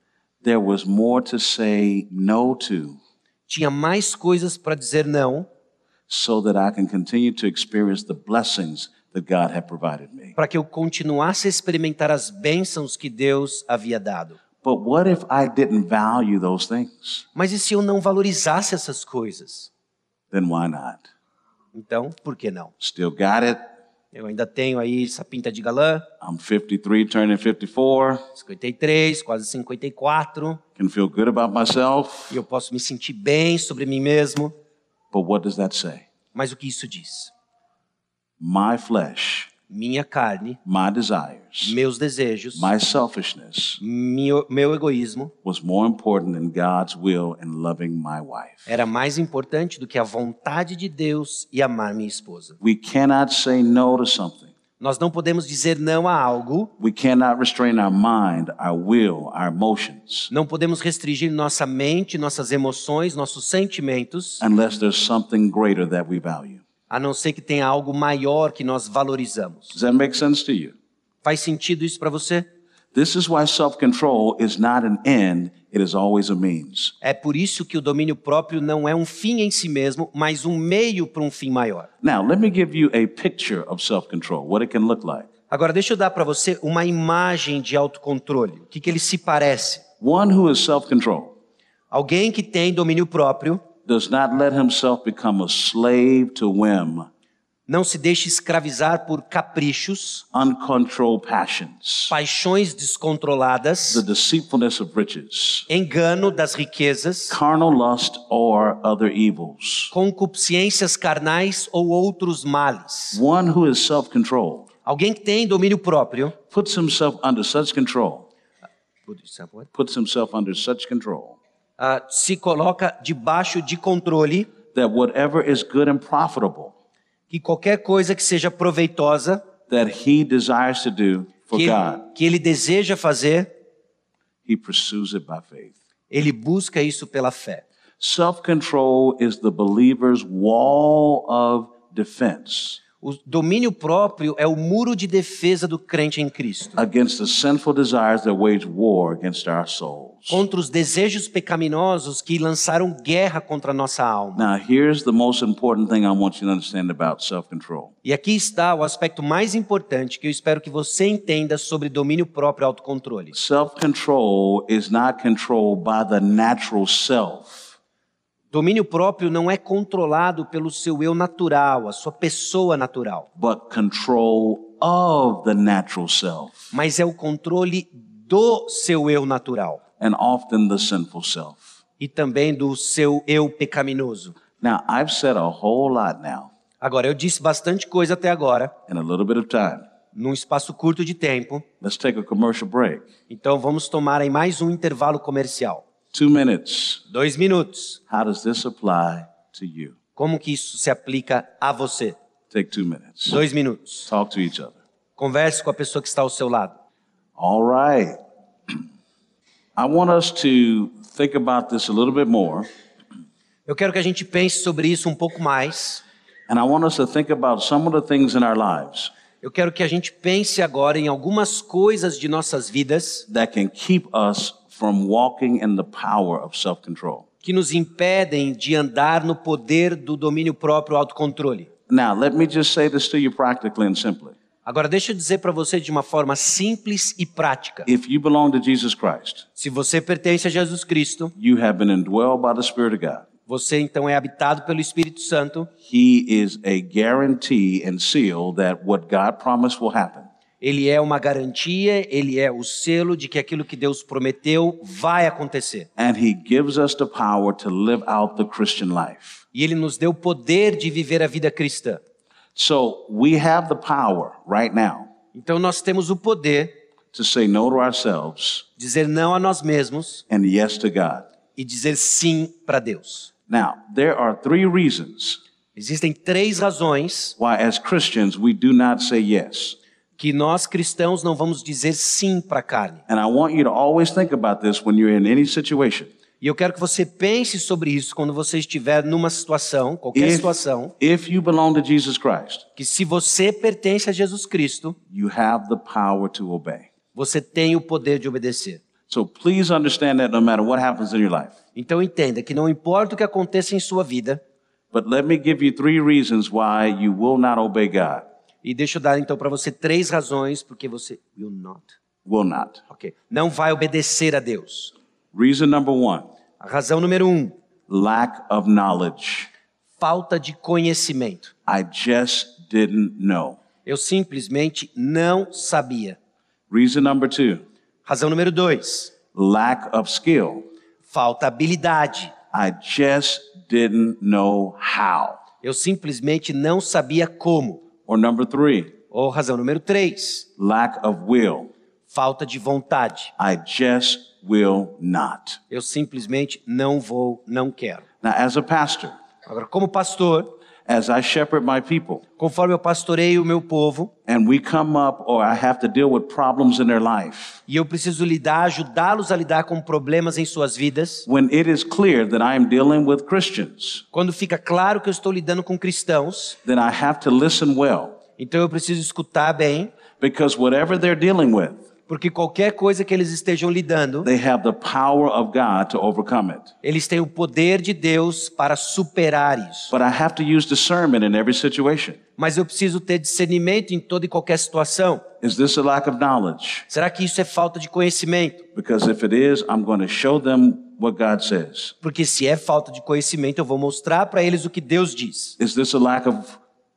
Speaker 2: There was more to say no to
Speaker 1: Tinha mais coisas para dizer não,
Speaker 2: so that I can continue to experience the blessings that God had provided me.
Speaker 1: para que eu continuasse a experimentar as bênçãos que Deus havia dado.
Speaker 2: But what if I didn't value those things?
Speaker 1: Mas e se eu não valorizasse essas coisas?
Speaker 2: Then why not?
Speaker 1: Então, por que não?
Speaker 2: Still got it.
Speaker 1: Eu ainda tenho aí essa pinta de galã,
Speaker 2: I'm 53, turning 54.
Speaker 1: 53, quase 54,
Speaker 2: Can feel good about myself.
Speaker 1: e eu posso me sentir bem sobre mim mesmo.
Speaker 2: But what does that say?
Speaker 1: Mas o que isso diz?
Speaker 2: My flesh,
Speaker 1: Minha carne,
Speaker 2: my desires,
Speaker 1: meus desejos,
Speaker 2: my selfishness
Speaker 1: meu, meu egoísmo
Speaker 2: was more important than God's will in loving my wife.
Speaker 1: era mais importante do que a vontade de Deus e amar minha esposa.
Speaker 2: We cannot say no to something.
Speaker 1: Nós não podemos dizer não a algo,
Speaker 2: We cannot restrain our mind, our will, our emotions
Speaker 1: não podemos restringir nossa mente, nossas emoções, nossos sentimentos,
Speaker 2: unless there's something greater that we value.
Speaker 1: a não ser que tenha algo maior que nós valorizamos.
Speaker 2: Does that make sense to you?
Speaker 1: Faz sentido isso para você?
Speaker 2: This is why self control is not an end, it is always a means.
Speaker 1: É por isso que o domínio próprio não é um fim em si mesmo, mas um meio para um fim maior.
Speaker 2: Now, let me give you a picture of self control, what it can look like.
Speaker 1: Agora, deixa eu dar para você uma imagem de autocontrole. O que, que ele se parece?
Speaker 2: One who is self controlled
Speaker 1: Alguém que tem domínio próprio
Speaker 2: does not let himself become a slave to whim,
Speaker 1: não se deixa escravizar por caprichos,
Speaker 2: uncontrolled passions,
Speaker 1: paixões
Speaker 2: the
Speaker 1: descontroladas,
Speaker 2: deceitfulness of riches,
Speaker 1: engano das riquezas,
Speaker 2: carnal lust, or other evils.
Speaker 1: concupiscências carnais ou outros males.
Speaker 2: One who is self controlled
Speaker 1: Alguém que tem domínio próprio,
Speaker 2: puts himself under such control,
Speaker 1: por exemplo,
Speaker 2: puts himself under such control
Speaker 1: ah, se coloca debaixo de controle
Speaker 2: that whatever is good and profitable
Speaker 1: que qualquer coisa que seja proveitosa
Speaker 2: that he desires to do for
Speaker 1: que
Speaker 2: God,
Speaker 1: ele, que ele deseja fazer,
Speaker 2: he pursues it by faith.
Speaker 1: ele busca isso pela fé.
Speaker 2: Self control is the believer's wall of defense
Speaker 1: O domínio próprio é o muro de defesa do crente em Cristo
Speaker 2: against the sinful desires that wage war against our souls.
Speaker 1: contra os desejos pecaminosos que lançaram guerra contra a nossa alma.
Speaker 2: Now, here's the most important thing I want you to understand about self control
Speaker 1: E aqui está o aspecto mais importante que eu espero que você entenda sobre domínio próprio e autocontrole.
Speaker 2: self control is not controlled by the natural self,
Speaker 1: Domínio próprio não é controlado pelo seu eu natural, a sua pessoa natural,
Speaker 2: but control of the natural self
Speaker 1: mas é o controle do seu eu natural.
Speaker 2: and often the sinful self.
Speaker 1: e também do seu eu pecaminoso.
Speaker 2: Now, I've said a whole lot now
Speaker 1: Agora, eu disse bastante coisa até agora,
Speaker 2: in a little bit of time.
Speaker 1: num espaço curto de tempo.
Speaker 2: Let's take a commercial break.
Speaker 1: Então vamos tomar aí mais um intervalo comercial.
Speaker 2: Two minutes.
Speaker 1: Dois minutos.
Speaker 2: How does this apply to you?
Speaker 1: Como que isso se aplica a você?
Speaker 2: Take two minutes.
Speaker 1: Dois minutos.
Speaker 2: Talk to each other.
Speaker 1: Converse com a pessoa que está ao seu lado.
Speaker 2: All right. I want us to think about this a little bit more,
Speaker 1: Eu quero que a gente pense sobre isso um pouco mais.
Speaker 2: and I want us to think about some of the things in our lives
Speaker 1: Eu quero que a gente pense agora em algumas coisas de nossas vidas
Speaker 2: that can keep us from walking in the power of self control.
Speaker 1: que nos impedem de andar no poder do domínio próprio, autocontrole.
Speaker 2: Now, let me just say this to you practically and simply.
Speaker 1: Agora, deixa eu dizer para você de uma forma simples e prática.
Speaker 2: If you belong to Jesus Christ,
Speaker 1: Se você pertence a Jesus Cristo,
Speaker 2: you have been indwelled by the Spirit of God.
Speaker 1: você então é habitado pelo Espírito Santo.
Speaker 2: He is a guarantee and seal that what God promised will happen.
Speaker 1: Ele é uma garantia, ele é o selo de que aquilo que Deus prometeu vai acontecer.
Speaker 2: And He gives us the power to live out the Christian life.
Speaker 1: E ele nos deu o poder de viver a vida cristã.
Speaker 2: So we have the power right now
Speaker 1: Então nós temos o poder
Speaker 2: to say no to ourselves
Speaker 1: de dizer não a nós mesmos
Speaker 2: and yes to God.
Speaker 1: e dizer sim para Deus.
Speaker 2: Now, there are three reasons
Speaker 1: Existem três razões
Speaker 2: why, as Christians, we do not say yes.
Speaker 1: que nós cristãos não vamos dizer sim para a carne.
Speaker 2: And I want you to always think about this when you're in any situation.
Speaker 1: E eu quero que você pense sobre isso quando você estiver numa situação, qualquer
Speaker 2: If,
Speaker 1: situação,
Speaker 2: if you belong to Jesus Christ,
Speaker 1: que se você pertence a Jesus Cristo,
Speaker 2: you have the power to obey.
Speaker 1: você tem o poder de obedecer.
Speaker 2: So please understand that no matter what happens in your life.
Speaker 1: Então entenda que não importa o que aconteça em sua vida,
Speaker 2: But let me give you three reasons why you will not obey God.
Speaker 1: e deixa eu dar então para você três razões porque você will not.
Speaker 2: Will not.
Speaker 1: OK. Não vai obedecer a Deus.
Speaker 2: Reason number one
Speaker 1: A razão número um,
Speaker 2: lack of knowledge.
Speaker 1: falta de conhecimento.
Speaker 2: I just didn't know.
Speaker 1: Eu simplesmente não sabia.
Speaker 2: Reason number two
Speaker 1: Razão número dois,
Speaker 2: lack of skill.
Speaker 1: falta habilidade.
Speaker 2: I just didn't know how.
Speaker 1: Eu simplesmente não sabia como.
Speaker 2: Or number three
Speaker 1: Ou razão número três,
Speaker 2: lack of will.
Speaker 1: falta de vontade.
Speaker 2: I just will not.
Speaker 1: Eu simplesmente não vou, não quero.
Speaker 2: Now, as a pastor,
Speaker 1: Agora, como pastor,
Speaker 2: as I shepherd my people,
Speaker 1: conforme eu pastoreio o meu povo,
Speaker 2: and we come up or I have to deal with problems in their life,
Speaker 1: e eu preciso lidar, ajudá-los a lidar com problemas em suas vidas,
Speaker 2: when it is clear that I am dealing with Christians,
Speaker 1: quando fica claro que eu estou lidando com cristãos,
Speaker 2: then I have to listen well
Speaker 1: então eu preciso escutar bem,
Speaker 2: because whatever they're dealing with,
Speaker 1: porque qualquer coisa que eles estejam lidando,
Speaker 2: they have the power of God to overcome it.
Speaker 1: eles têm o poder de Deus para superar isso.
Speaker 2: But I have to use discernment in every situation.
Speaker 1: Mas eu preciso ter discernimento em toda e qualquer situação.
Speaker 2: Is this a lack of knowledge?
Speaker 1: Será que isso é falta de conhecimento?
Speaker 2: Because if it is, I'm going to show them what God says.
Speaker 1: Porque se é falta de conhecimento, eu vou mostrar para eles o que Deus diz.
Speaker 2: Is this a lack of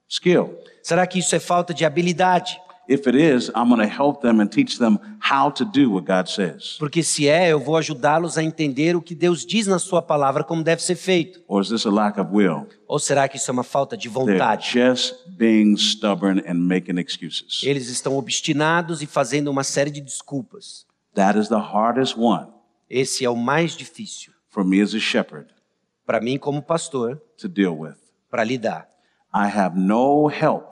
Speaker 2: skill?
Speaker 1: Será que isso é falta de habilidade?
Speaker 2: If it is, I'm going to help them and teach them how to do what God says.
Speaker 1: Porque se é, eu vou ajudá-los a entender o que Deus diz na sua palavra como deve ser feito.
Speaker 2: Or is this a lack of will?
Speaker 1: Ou será que isso é uma falta de
Speaker 2: They're
Speaker 1: vontade?
Speaker 2: just being stubborn and making excuses.
Speaker 1: Eles estão obstinados e fazendo uma série de desculpas.
Speaker 2: That is the hardest one
Speaker 1: Esse é o mais difícil
Speaker 2: for me as a shepherd
Speaker 1: para mim como pastor
Speaker 2: to deal with.
Speaker 1: para lidar.
Speaker 2: I have no help,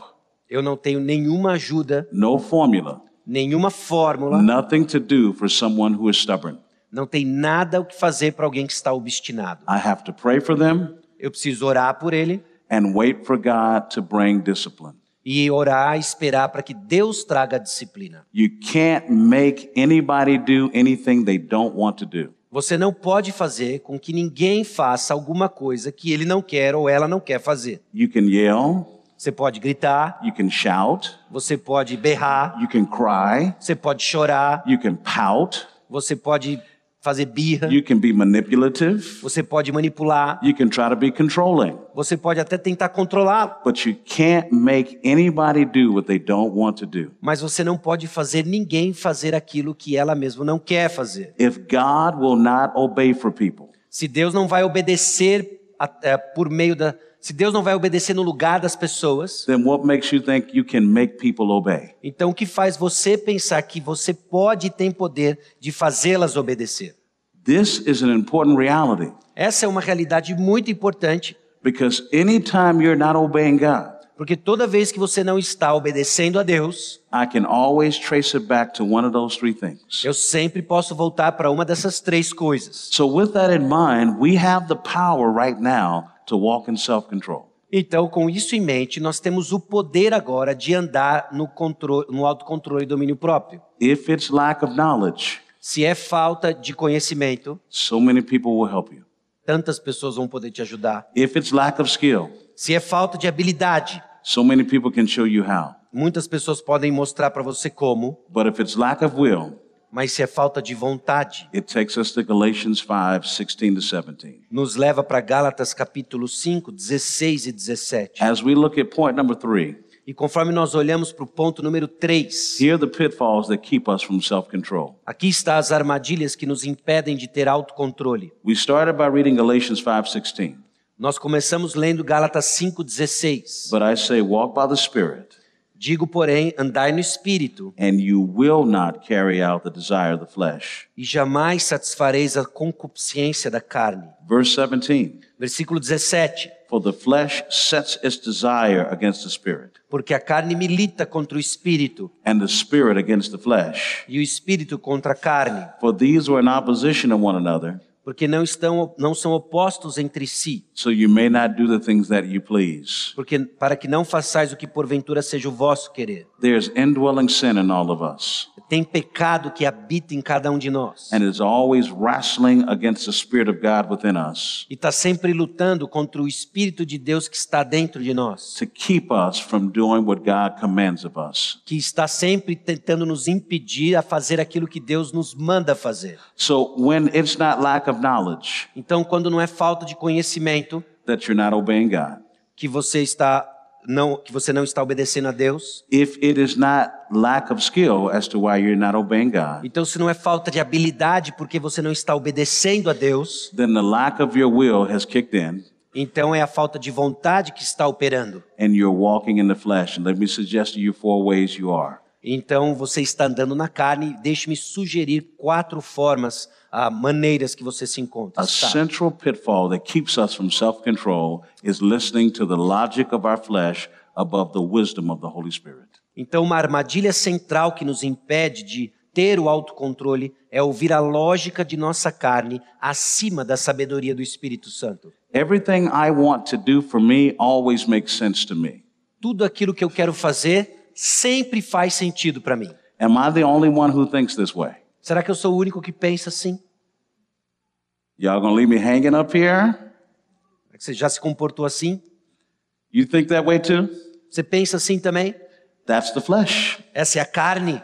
Speaker 1: Eu não tenho nenhuma ajuda,
Speaker 2: no formula,
Speaker 1: nenhuma fórmula,
Speaker 2: nothing to do for someone who is stubborn.
Speaker 1: não tem nada o que fazer para alguém que está obstinado.
Speaker 2: I have to pray for them
Speaker 1: Eu preciso orar por ele
Speaker 2: and wait for God to bring discipline.
Speaker 1: e orar e esperar para que Deus traga a disciplina.
Speaker 2: You can't make anybody do anything they don't want to do.
Speaker 1: Você não pode fazer com que ninguém faça alguma coisa que ele não quer ou ela não quer fazer.
Speaker 2: You can yell,
Speaker 1: Você pode gritar,
Speaker 2: you can shout,
Speaker 1: você pode berrar,
Speaker 2: you can cry,
Speaker 1: você pode chorar,
Speaker 2: you can pout,
Speaker 1: você pode fazer birra,
Speaker 2: you can be manipulative,
Speaker 1: você pode manipular,
Speaker 2: you can try to be controlling,
Speaker 1: você pode até tentar controlá-lo,
Speaker 2: but you can't make anybody do what they don't want to do.
Speaker 1: mas você não pode fazer ninguém fazer aquilo que ela mesma não quer fazer.
Speaker 2: If God will not obey for people,
Speaker 1: Se Deus não vai obedecer a- é, por meio da. Se Deus não vai obedecer no lugar das pessoas,
Speaker 2: then what makes you think you can make people obey?
Speaker 1: então o que faz você pensar que você pode e tem poder de fazê-las obedecer?
Speaker 2: This is an important reality
Speaker 1: Essa é uma realidade muito importante,
Speaker 2: because anytime you're not obeying God,
Speaker 1: porque toda vez que você não está obedecendo a Deus,
Speaker 2: I can always trace it back to one of those three things.
Speaker 1: eu sempre posso voltar para uma dessas três coisas.
Speaker 2: So, with that in mind, we have the power right now to walk in self control.
Speaker 1: Então, com isso em mente, nós temos o poder agora de andar no, contro- no autocontrole e domínio próprio.
Speaker 2: If it's lack of knowledge,
Speaker 1: Se é falta de conhecimento,
Speaker 2: so many people will help you.
Speaker 1: tantas pessoas vão poder te ajudar.
Speaker 2: If it's lack of skill,
Speaker 1: Se é falta de habilidade,
Speaker 2: so many people can show you how.
Speaker 1: muitas pessoas podem mostrar para você como,
Speaker 2: But if it's lack of will,
Speaker 1: mas se é falta de vontade,
Speaker 2: it takes us to Galatians 5 16 to 17.
Speaker 1: nos leva para Gálatas capítulo 5, 16 e 17.
Speaker 2: As we look at point number three,
Speaker 1: E conforme nós olhamos para o ponto número 3,
Speaker 2: here are the pitfalls that keep us from self control.
Speaker 1: aqui está as armadilhas que nos impedem de ter autocontrole.
Speaker 2: We started by reading Galatians 5 16.
Speaker 1: Nós começamos lendo Gálatas 5:16.
Speaker 2: But I say, walk by the Spirit,
Speaker 1: Digo, porém, andai no espírito,
Speaker 2: and you will not carry out the desire of the flesh.
Speaker 1: e jamais satisfareis a concupiscência da carne.
Speaker 2: Verse 17
Speaker 1: Versículo 17.
Speaker 2: For the flesh sets its desire against the Spirit,
Speaker 1: Porque a carne milita contra o espírito,
Speaker 2: and the Spirit against the flesh.
Speaker 1: e o espírito contra a carne,
Speaker 2: For these were in opposition to one another,
Speaker 1: porque não estão não são opostos entre si,
Speaker 2: so you may not do the things that you please.
Speaker 1: porque para que não façais o que porventura seja o vosso querer.
Speaker 2: There's indwelling sin in all of us,
Speaker 1: Tem pecado que habita em cada um de nós.
Speaker 2: and it's always wrestling against the Spirit of God within us
Speaker 1: e está sempre lutando contra o Espírito de Deus que está dentro de nós,
Speaker 2: to keep us from doing what God commands of us.
Speaker 1: que está sempre tentando nos impedir a fazer aquilo que Deus nos manda fazer.
Speaker 2: So when it's not lack of knowledge
Speaker 1: Então, quando não é falta de conhecimento
Speaker 2: that you're not obeying God,
Speaker 1: que você está não que você não está obedecendo a Deus,
Speaker 2: if it is not lack of skill as to why you're not obeying God,
Speaker 1: então se não é falta de habilidade porque você não está obedecendo a Deus,
Speaker 2: then the lack of your will has kicked in
Speaker 1: então é a falta de vontade que está operando.
Speaker 2: and you're walking in the flesh. And let me suggest to you four ways you are.
Speaker 1: Então você está andando na carne. Deixe-me sugerir quatro formas, ah, maneiras que você se encontra. tá?
Speaker 2: A
Speaker 1: está.
Speaker 2: central pitfall that keeps us from self control is listening to the logic of our flesh above the wisdom of the Holy Spirit.
Speaker 1: Então, uma armadilha central que nos impede de ter o autocontrole é ouvir a lógica de nossa carne acima da sabedoria do Espírito Santo.
Speaker 2: Everything I want to do for me always makes sense to me.
Speaker 1: Tudo aquilo que eu quero fazer sempre faz sentido para mim.
Speaker 2: Am I the only one who thinks this way?
Speaker 1: Será que eu sou o único que pensa assim?
Speaker 2: Y'all gonna leave me hanging up here?
Speaker 1: Será É que Você já se comportou assim?
Speaker 2: You think that way too?
Speaker 1: Você pensa assim também?
Speaker 2: That's the flesh.
Speaker 1: Essa é a carne.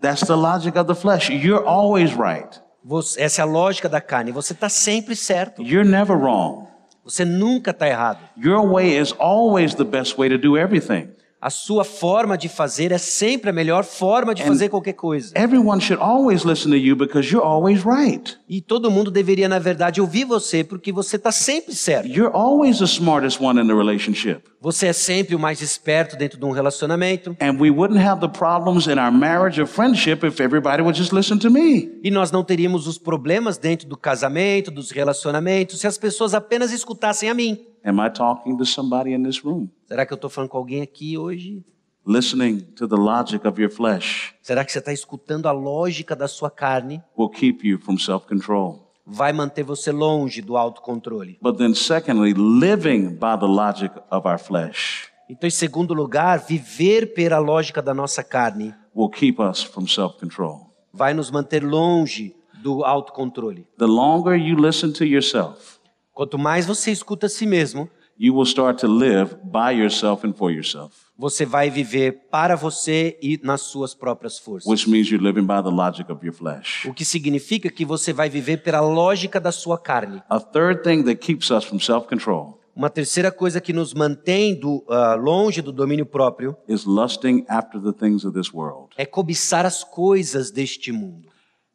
Speaker 2: That's the logic of the flesh. You're always right.
Speaker 1: Você- essa é a lógica da carne. Você está sempre certo.
Speaker 2: You're never wrong.
Speaker 1: Você nunca está errado.
Speaker 2: Your way is always the best way to do everything.
Speaker 1: A sua forma de fazer é sempre a melhor forma de fazer qualquer coisa.
Speaker 2: Everyone should always listen to you because you're always right.
Speaker 1: E todo mundo deveria, na verdade, ouvir você, porque você está sempre certo.
Speaker 2: You're always the smartest one in the relationship.
Speaker 1: Você é sempre o mais esperto dentro de um relacionamento.
Speaker 2: And we wouldn't have the problems in our marriage or friendship if everybody would just listen to me.
Speaker 1: E nós não teríamos os problemas dentro do casamento, dos relacionamentos, se as pessoas apenas escutassem a mim.
Speaker 2: Am I talking to somebody in this room?
Speaker 1: Será que eu estou falando com alguém aqui hoje?
Speaker 2: Listening to the logic of your flesh
Speaker 1: Será que você está escutando a lógica da sua carne?
Speaker 2: will keep you from self control.
Speaker 1: Vai manter você longe do autocontrole.
Speaker 2: But then, secondly, living by the logic of our flesh
Speaker 1: Então, em segundo lugar, viver pela lógica da nossa carne
Speaker 2: will keep us from self control.
Speaker 1: vai nos manter longe do autocontrole.
Speaker 2: The longer you listen to yourself,
Speaker 1: Quanto mais você escuta a si mesmo,
Speaker 2: you will start to live by yourself and for yourself,
Speaker 1: você vai viver para você e nas suas próprias forças.
Speaker 2: which means you're living by the logic of your flesh.
Speaker 1: O que significa que você vai viver pela lógica da sua carne.
Speaker 2: A third thing that keeps us from self control
Speaker 1: Uma terceira coisa que nos mantém do, ah, longe do domínio próprio
Speaker 2: is lusting after the things of this world.
Speaker 1: é cobiçar as coisas deste mundo.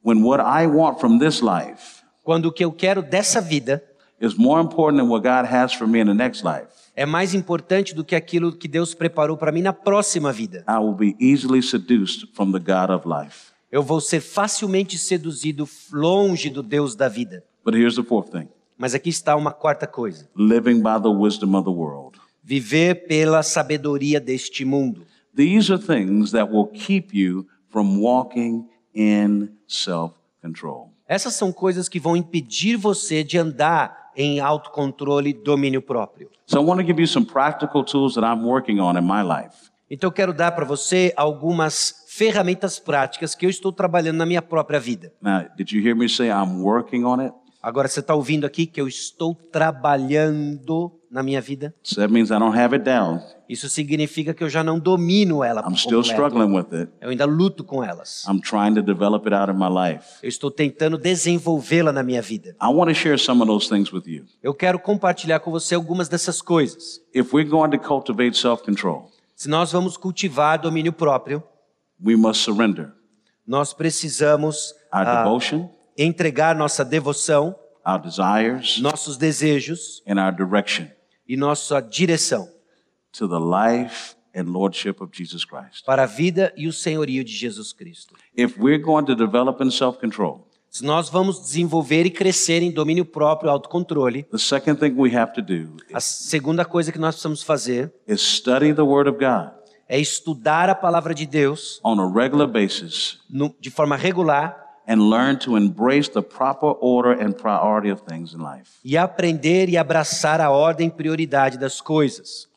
Speaker 2: When what I want from this life
Speaker 1: Quando o que eu quero dessa vida
Speaker 2: is more important than what God has for me in the next life,
Speaker 1: é mais importante do que aquilo que Deus preparou para mim na próxima vida.
Speaker 2: I will be easily seduced from the God of life.
Speaker 1: Eu vou ser facilmente seduzido longe do Deus da vida.
Speaker 2: But here's the fourth thing
Speaker 1: Mas aqui está uma quarta coisa:
Speaker 2: living by the wisdom of the world.
Speaker 1: viver pela sabedoria deste mundo.
Speaker 2: These are things that will keep you from walking in self control.
Speaker 1: Essas são coisas que vão impedir você de andar em autocontrole e domínio próprio.
Speaker 2: So I want to give you some practical tools that I'm working on in my life.
Speaker 1: Então eu quero dar para você algumas ferramentas práticas que eu estou trabalhando na minha própria vida.
Speaker 2: Now, did you hear me say I'm working on it?
Speaker 1: Agora você está ouvindo aqui que eu estou trabalhando na minha vida.
Speaker 2: So that means I don't have it down.
Speaker 1: Isso significa que eu já não domino ela. por
Speaker 2: I'm still
Speaker 1: completo.
Speaker 2: struggling with it.
Speaker 1: Eu ainda luto com elas.
Speaker 2: I'm trying to develop it out of my life.
Speaker 1: Eu estou tentando desenvolvê-la na minha vida.
Speaker 2: I want to share some of those things with you.
Speaker 1: Eu quero compartilhar com você algumas dessas coisas.
Speaker 2: If we're going to cultivate self control,
Speaker 1: Se nós vamos cultivar domínio próprio,
Speaker 2: we must surrender
Speaker 1: nós precisamos
Speaker 2: our
Speaker 1: ah,
Speaker 2: devotion,
Speaker 1: entregar nossa devoção,
Speaker 2: our desires,
Speaker 1: nossos desejos
Speaker 2: and our direction
Speaker 1: e nossa direção
Speaker 2: to the life and lordship of Jesus Christ.
Speaker 1: para a vida e o senhorio de Jesus Cristo.
Speaker 2: If we're going to develop in self control,
Speaker 1: Se nós vamos desenvolver e crescer em domínio próprio, autocontrole,
Speaker 2: the second thing we have to do
Speaker 1: a segunda coisa que nós precisamos fazer
Speaker 2: is study the Word of God
Speaker 1: é estudar a palavra de Deus
Speaker 2: on a regular basis
Speaker 1: no- de forma regular
Speaker 2: and learn to embrace the proper order and priority of things in life.
Speaker 1: e aprender e abraçar a ordem e prioridade das coisas.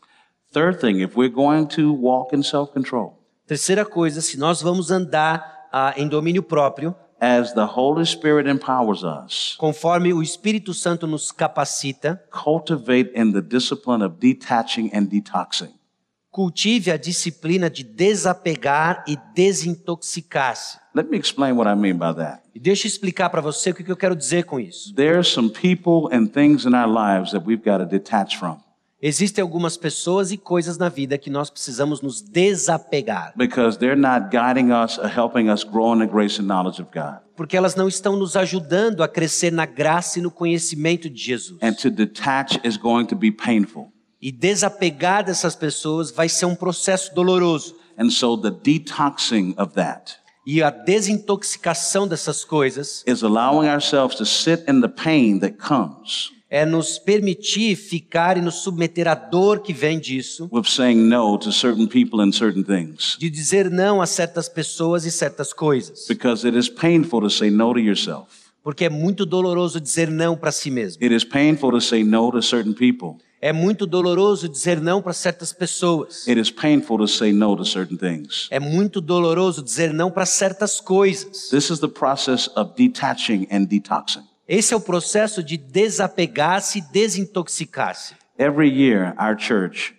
Speaker 2: Third thing, if we're going to walk in self control,
Speaker 1: Terceira coisa, se nós vamos andar ah, em domínio próprio,
Speaker 2: as the Holy Spirit empowers us,
Speaker 1: conforme o Espírito Santo nos capacita,
Speaker 2: cultivate in the discipline of detaching and detoxing.
Speaker 1: cultive a disciplina de desapegar e desintoxicar-se.
Speaker 2: Let me explain what I mean by that.
Speaker 1: E deixa eu explicar para você o que que eu quero dizer com isso.
Speaker 2: There are some people and things in our lives that we've got to detach from
Speaker 1: Existem algumas pessoas e coisas na vida que nós precisamos nos desapegar,
Speaker 2: because they're not guiding us or helping us grow in the grace and knowledge of God.
Speaker 1: porque elas não estão nos ajudando a crescer na graça e no conhecimento de Jesus.
Speaker 2: And to detach is going to be painful.
Speaker 1: E desapegar dessas pessoas vai ser um processo doloroso.
Speaker 2: And so the detoxing of that
Speaker 1: E a desintoxicação dessas coisas
Speaker 2: is allowing ourselves to sit in the pain that comes
Speaker 1: é nos permitir ficar e nos submeter à dor que vem disso,
Speaker 2: with saying no to certain people and certain things
Speaker 1: de dizer não a certas pessoas e certas coisas.
Speaker 2: because it is painful to say no to yourself.
Speaker 1: Porque é muito doloroso dizer não para si mesmo.
Speaker 2: It is painful to say no to certain people.
Speaker 1: É muito doloroso dizer não para certas pessoas.
Speaker 2: It is painful to say no to certain things.
Speaker 1: É muito doloroso dizer não para certas coisas.
Speaker 2: This is the process of detaching and detoxing.
Speaker 1: Esse é o processo de desapegar-se e desintoxicar-se.
Speaker 2: Every year, our church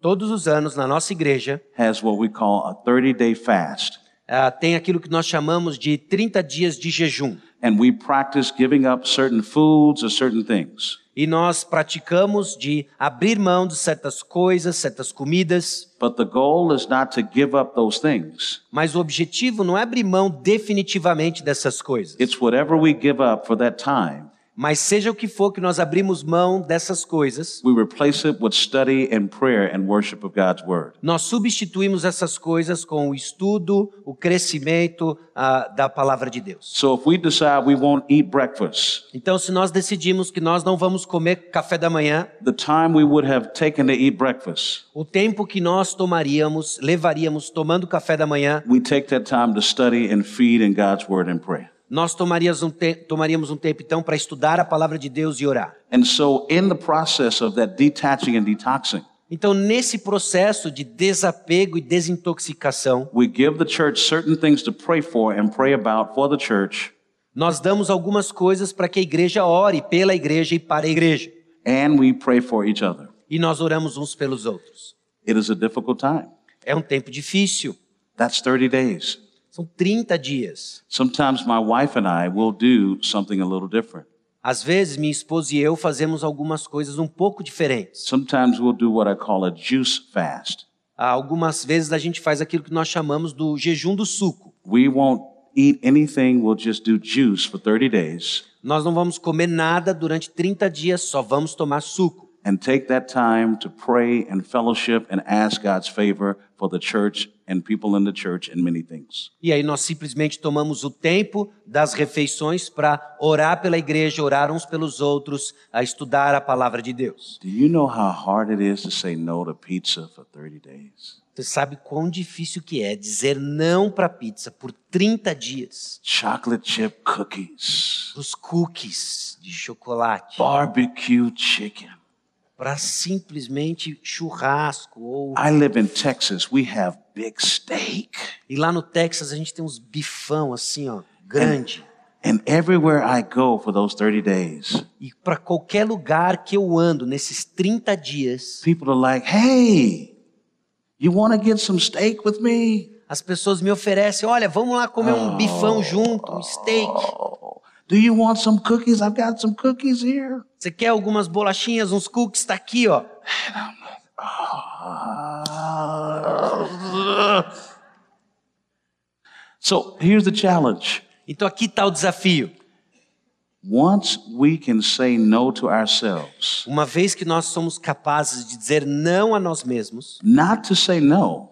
Speaker 1: Todos os anos, na nossa igreja,
Speaker 2: has what we call a 30 day fast,
Speaker 1: ah, tem aquilo que nós chamamos de 30 dias de jejum.
Speaker 2: and we practice giving up certain foods or certain things.
Speaker 1: E nós praticamos de abrir mão de certas coisas, certas comidas,
Speaker 2: But the goal is not to give up those things.
Speaker 1: mas o objetivo não é abrir mão definitivamente dessas coisas.
Speaker 2: It's whatever we give up for that time,
Speaker 1: Mas seja o que for que nós abrimos mão dessas coisas,
Speaker 2: we replace it with study and prayer and worship of God's Word.
Speaker 1: nós substituímos essas coisas com o estudo, o crescimento ah, da palavra de Deus.
Speaker 2: So if we decide we won't eat breakfast,
Speaker 1: Então, se nós decidimos que nós não vamos comer café da manhã,
Speaker 2: the time we would have taken to eat breakfast,
Speaker 1: o tempo que nós tomaríamos, levaríamos tomando café da manhã,
Speaker 2: we take that time to study and feed in God's Word and pray.
Speaker 1: nós tomaríamos um, te- tomaríamos um tempo então para estudar a palavra de Deus e orar.
Speaker 2: And so, in the process of that detaching and detoxing,
Speaker 1: Então, nesse processo de desapego e desintoxicação,
Speaker 2: we give the church certain things to pray for and pray about for the church,
Speaker 1: nós damos algumas coisas para que a igreja ore pela igreja e para a igreja.
Speaker 2: and we pray for each other.
Speaker 1: E nós oramos uns pelos outros.
Speaker 2: It is a difficult time.
Speaker 1: É um tempo difícil.
Speaker 2: That's 30 days.
Speaker 1: São 30 dias.
Speaker 2: Sometimes my wife and I will do something a little different.
Speaker 1: Às vezes, minha esposa e eu fazemos algumas coisas um pouco diferentes.
Speaker 2: Sometimes we'll do what I call a juice fast.
Speaker 1: Ah, Algumas vezes a gente faz aquilo que nós chamamos do jejum do suco.
Speaker 2: We won't eat anything, we'll just do juice for 30 days,
Speaker 1: Nós não vamos comer nada durante 30 dias, só vamos tomar suco.
Speaker 2: and take that time to pray and fellowship and ask God's favor for the church and people in the church in many things.
Speaker 1: E aí nós simplesmente tomamos o tempo das refeições para orar pela igreja, orar uns pelos outros, a estudar a palavra de Deus.
Speaker 2: Do you know how hard it is to say no to pizza for 30 days?
Speaker 1: Você sabe quão difícil que é dizer não para pizza por 30 dias.
Speaker 2: Chocolate chip cookies,
Speaker 1: Os cookies de chocolate
Speaker 2: barbecue chicken.
Speaker 1: para simplesmente churrasco ou
Speaker 2: I live in Texas. We have big steak.
Speaker 1: e lá no Texas a gente tem uns bifão assim, ó, grande.
Speaker 2: And everywhere I go for those 30 days,
Speaker 1: E para qualquer lugar que eu ando nesses 30 dias,
Speaker 2: people are like, hey, you want to get some steak with me?
Speaker 1: as pessoas me oferecem, olha, vamos lá comer um bifão junto, um steak.
Speaker 2: Oh, do you want some cookies? I've got some cookies here.
Speaker 1: Você quer algumas bolachinhas, uns cookies? Tá aqui, ó.
Speaker 2: So here's the challenge.
Speaker 1: Então aqui tá o desafio.
Speaker 2: Once we can say no to ourselves,
Speaker 1: Uma vez que nós somos capazes de dizer não a nós mesmos,
Speaker 2: not to say no,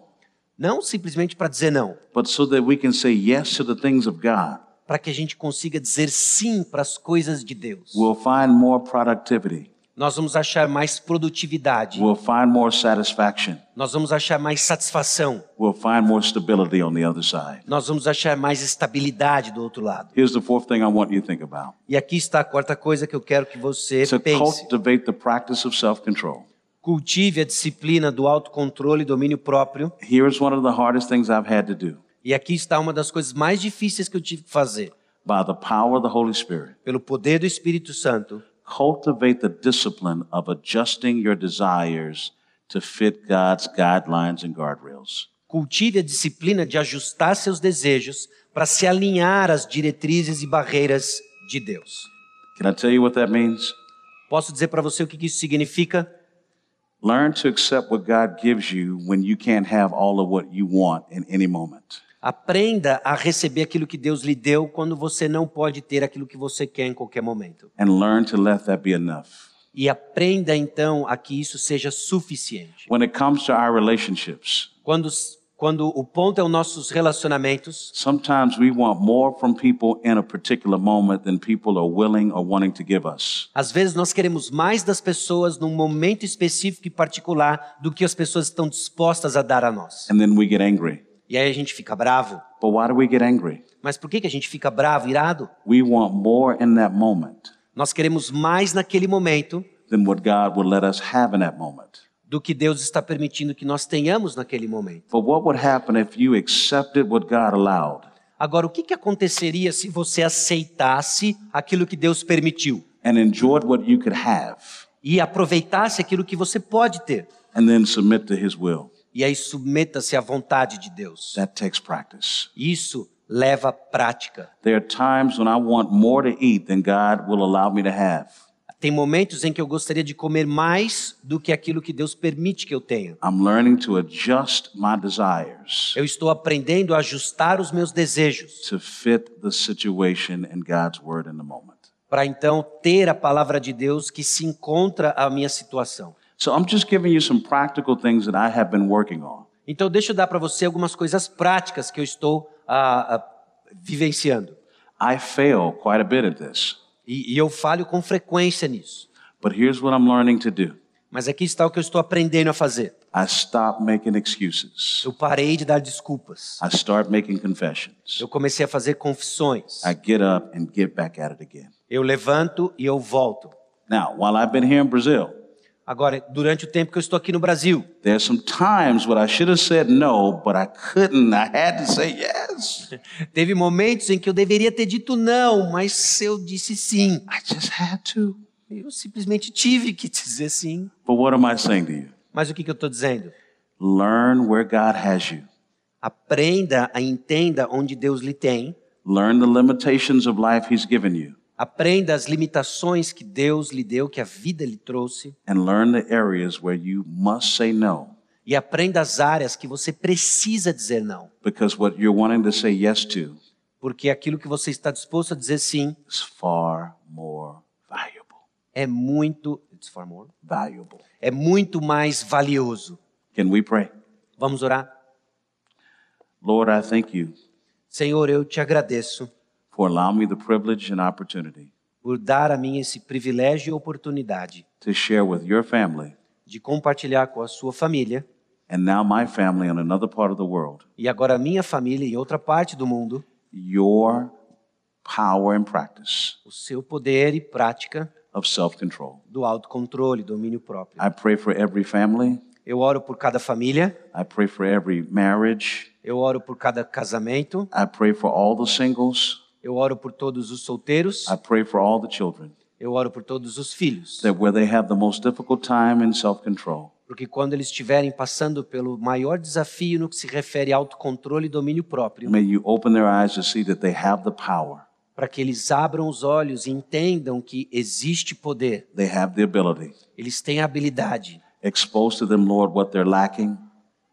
Speaker 1: não simplesmente para dizer não,
Speaker 2: but so that we can say yes to the things of God,
Speaker 1: para que a gente consiga dizer sim para as coisas de Deus,
Speaker 2: we'll find more productivity,
Speaker 1: nós vamos achar mais produtividade,
Speaker 2: we'll find more satisfaction,
Speaker 1: nós vamos achar mais satisfação,
Speaker 2: we'll find more stability on the other side.
Speaker 1: nós vamos achar mais estabilidade do outro lado.
Speaker 2: Here's the fourth thing I want you to think about
Speaker 1: E aqui está a quarta coisa que eu quero que você
Speaker 2: to
Speaker 1: pense.
Speaker 2: cultivate the practice of self control.
Speaker 1: Cultive a disciplina do autocontrole e domínio próprio.
Speaker 2: Here is one of the hardest things I've had to do
Speaker 1: E aqui está uma das coisas mais difíceis que eu tive que fazer.
Speaker 2: by the power of the Holy Spirit.
Speaker 1: Pelo poder do Espírito Santo,
Speaker 2: Cultivate the discipline of adjusting your desires to fit God's guidelines and guardrails.
Speaker 1: cultive a disciplina de ajustar seus desejos para se alinhar às diretrizes e barreiras de Deus.
Speaker 2: Can I tell you what that means?
Speaker 1: Posso dizer para você o que que isso significa?
Speaker 2: Learn to accept what God gives you when you can't have all of what you want in any moment.
Speaker 1: Aprenda a receber aquilo que Deus lhe deu quando você não pode ter aquilo que você quer em qualquer momento.
Speaker 2: And learn to let that be enough.
Speaker 1: E aprenda então a que isso seja suficiente.
Speaker 2: When it comes to our relationships,
Speaker 1: Quando, quando o ponto é os nossos relacionamentos,
Speaker 2: Sometimes we want more from people in a particular moment than people are willing or wanting to give us.
Speaker 1: Às vezes nós queremos mais das pessoas num momento específico e particular do que as pessoas estão dispostas a dar a nós.
Speaker 2: And then we get angry.
Speaker 1: E aí a gente fica bravo.
Speaker 2: But why do we get angry?
Speaker 1: Mas por que, que a gente fica bravo, irado?
Speaker 2: We want more in that moment
Speaker 1: Nós queremos mais naquele momento
Speaker 2: than what God would let us have in that moment.
Speaker 1: do que Deus está permitindo que nós tenhamos naquele momento.
Speaker 2: But what would happen if you accepted what God allowed
Speaker 1: Agora, o que, que aconteceria se você aceitasse aquilo que Deus permitiu
Speaker 2: and enjoyed what you could have
Speaker 1: e aproveitasse aquilo que você pode ter?
Speaker 2: and then submit to His will?
Speaker 1: E aí submeta-se à vontade de Deus.
Speaker 2: That takes practice.
Speaker 1: Isso leva à prática.
Speaker 2: There are times when I want more to eat than God will allow me to have.
Speaker 1: Tem momentos em que eu gostaria de comer mais do que aquilo que Deus permite que eu tenha.
Speaker 2: I'm learning to adjust my desires.
Speaker 1: Eu estou aprendendo a ajustar os meus desejos
Speaker 2: to fit the situation and God's word in the moment.
Speaker 1: para então ter a palavra de Deus que se encontra à minha situação.
Speaker 2: So I'm just giving you some practical things that I have been working on.
Speaker 1: Então, deixa eu dar para você algumas coisas práticas que eu estou ah, ah, vivenciando.
Speaker 2: I fail quite a bit at this,
Speaker 1: E, e eu falho com frequência nisso.
Speaker 2: but here's what I'm learning to do
Speaker 1: Mas aqui está o que eu estou aprendendo a fazer.
Speaker 2: I stop making excuses,
Speaker 1: Eu parei de dar desculpas.
Speaker 2: I start making confessions.
Speaker 1: Eu comecei a fazer confissões.
Speaker 2: I get up and get back at it again.
Speaker 1: Eu levanto e eu volto.
Speaker 2: Now, while I've been here in Brazil,
Speaker 1: Agora, durante o tempo que eu estou aqui no Brasil,
Speaker 2: there's some times when I should have said no, but I couldn't. I had to say yes.
Speaker 1: Teve momentos em que eu deveria ter dito não, mas eu disse sim.
Speaker 2: I just had to.
Speaker 1: Eu simplesmente tive que dizer sim.
Speaker 2: But what am I saying to you?
Speaker 1: Mas o que, que eu estou dizendo?
Speaker 2: Learn where God has you.
Speaker 1: Aprenda a entenda onde Deus lhe tem.
Speaker 2: Learn the limitations of life He's given you
Speaker 1: Aprenda as limitações que Deus lhe deu, que a vida lhe trouxe.
Speaker 2: and learn the areas where you must say no
Speaker 1: E aprenda as áreas que você precisa dizer não.
Speaker 2: because what you're wanting to say yes to
Speaker 1: Porque aquilo que você está disposto a dizer sim
Speaker 2: is far more valuable.
Speaker 1: é muito, it's far more,
Speaker 2: valuable.
Speaker 1: é muito mais valioso.
Speaker 2: Can we pray?
Speaker 1: Vamos orar?
Speaker 2: Lord, I thank you
Speaker 1: Senhor, eu te agradeço
Speaker 2: for allowing me the privilege and opportunity
Speaker 1: por dar a mim esse privilégio e oportunidade
Speaker 2: to share with your family
Speaker 1: de compartilhar com a sua família
Speaker 2: and now my family in another part of the world
Speaker 1: e agora a minha família em outra parte do mundo
Speaker 2: your power and practice
Speaker 1: o seu poder e prática
Speaker 2: of self control.
Speaker 1: do autocontrole, domínio próprio.
Speaker 2: I pray for every family.
Speaker 1: Eu oro por cada família,
Speaker 2: I pray for every marriage.
Speaker 1: eu oro por cada casamento,
Speaker 2: I pray for all the singles.
Speaker 1: eu oro por todos os solteiros,
Speaker 2: I pray for all the children
Speaker 1: eu oro por todos os filhos.
Speaker 2: that where they have the most difficult time in self control,
Speaker 1: Porque quando eles estiverem passando pelo maior desafio no que se refere a autocontrole e domínio próprio,
Speaker 2: may you open their eyes to see that they have the power,
Speaker 1: para que eles abram os olhos e entendam que existe poder,
Speaker 2: they have the ability.
Speaker 1: eles têm a habilidade,
Speaker 2: Expose to them, Lord, what they're lacking,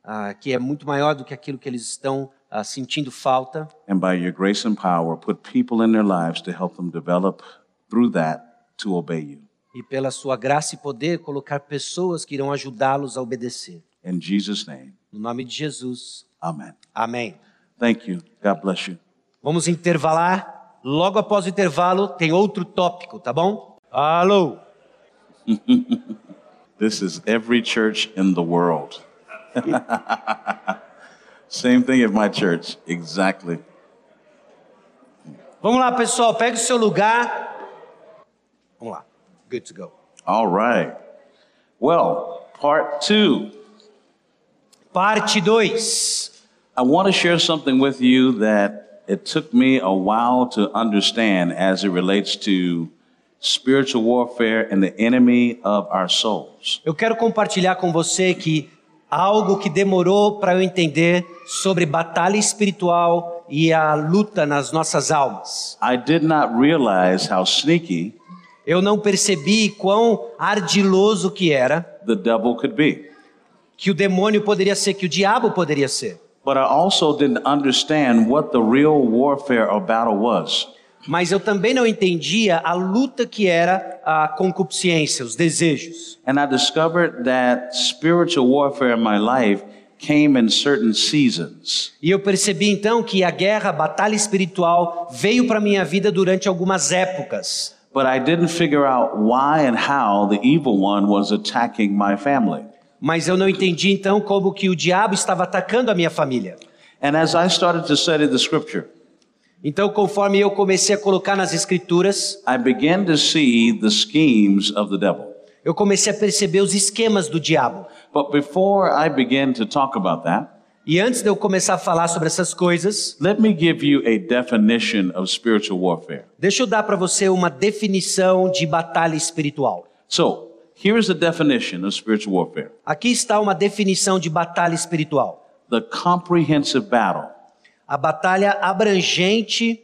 Speaker 1: ah, que é muito maior do que aquilo que eles estão ah, sentindo falta,
Speaker 2: and by your grace and power, put people in their lives to help them develop through that to obey you.
Speaker 1: e pela sua graça e poder colocar pessoas que irão ajudá-los a obedecer.
Speaker 2: In Jesus' name,
Speaker 1: No nome de Jesus.
Speaker 2: amen.
Speaker 1: Amém.
Speaker 2: Thank you. God bless you.
Speaker 1: Vamos intervalar. Logo após o intervalo, tem outro tópico, tá bom? Alô?
Speaker 2: This is every church in the world. Same thing at my church, exactly.
Speaker 1: Vamos lá, pessoal, pega o seu lugar. Vamos lá. Good to go.
Speaker 2: All right. Well, part two.
Speaker 1: Parte 2.
Speaker 2: I want to share something with you that it took me a while to understand as it relates to spiritual warfare and the enemy of our souls.
Speaker 1: Eu quero compartilhar com você que algo que demorou para eu entender sobre batalha espiritual e a luta nas nossas almas.
Speaker 2: I did not realize how sneaky
Speaker 1: Eu não percebi quão ardiloso que era,
Speaker 2: the devil could be,
Speaker 1: que o demônio poderia ser, que o diabo poderia ser.
Speaker 2: but I also didn't understand what the real warfare or battle was.
Speaker 1: Mas eu também não entendia a luta que era a concupiscência, os desejos.
Speaker 2: And I discovered that spiritual warfare in my life came in certain seasons.
Speaker 1: E eu percebi então que a guerra, a batalha espiritual veio para minha vida durante algumas épocas,
Speaker 2: But I didn't figure out why and how the evil one was attacking my family.
Speaker 1: mas eu não entendi então como que o diabo estava atacando a minha família.
Speaker 2: And as I started to study the scripture,
Speaker 1: Então, conforme eu comecei a colocar nas escrituras,
Speaker 2: I began to see the schemes of the devil.
Speaker 1: eu comecei a perceber os esquemas do diabo.
Speaker 2: But before I begin to talk about that,
Speaker 1: E antes de eu começar a falar sobre essas coisas,
Speaker 2: let me give you a definition of spiritual warfare.
Speaker 1: deixa eu dar para você uma definição de batalha espiritual.
Speaker 2: So, here's the definition of spiritual warfare
Speaker 1: Aqui está uma definição de batalha espiritual.
Speaker 2: the comprehensive battle
Speaker 1: A batalha abrangente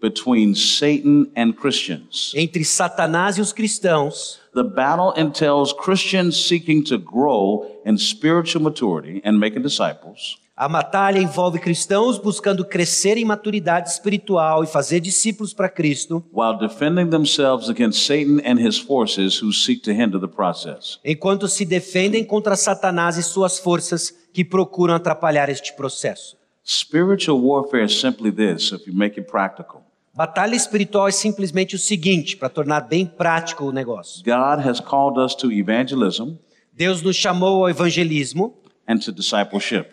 Speaker 2: between Satan and Christians.
Speaker 1: entre Satanás e os cristãos.
Speaker 2: The battle entails Christians seeking to grow in spiritual maturity and making disciples,
Speaker 1: A batalha envolve cristãos buscando crescer em maturidade espiritual e fazer discípulos para Cristo,
Speaker 2: while defending themselves against Satan and his forces who seek to hinder the process.
Speaker 1: enquanto se defendem contra Satanás e suas forças que procuram atrapalhar este processo.
Speaker 2: Spiritual warfare is simply this, if you make it practical.
Speaker 1: Batalha espiritual é simplesmente o seguinte, para tornar bem prático o negócio.
Speaker 2: God has called us to evangelism
Speaker 1: Deus nos chamou ao evangelismo
Speaker 2: and to discipleship,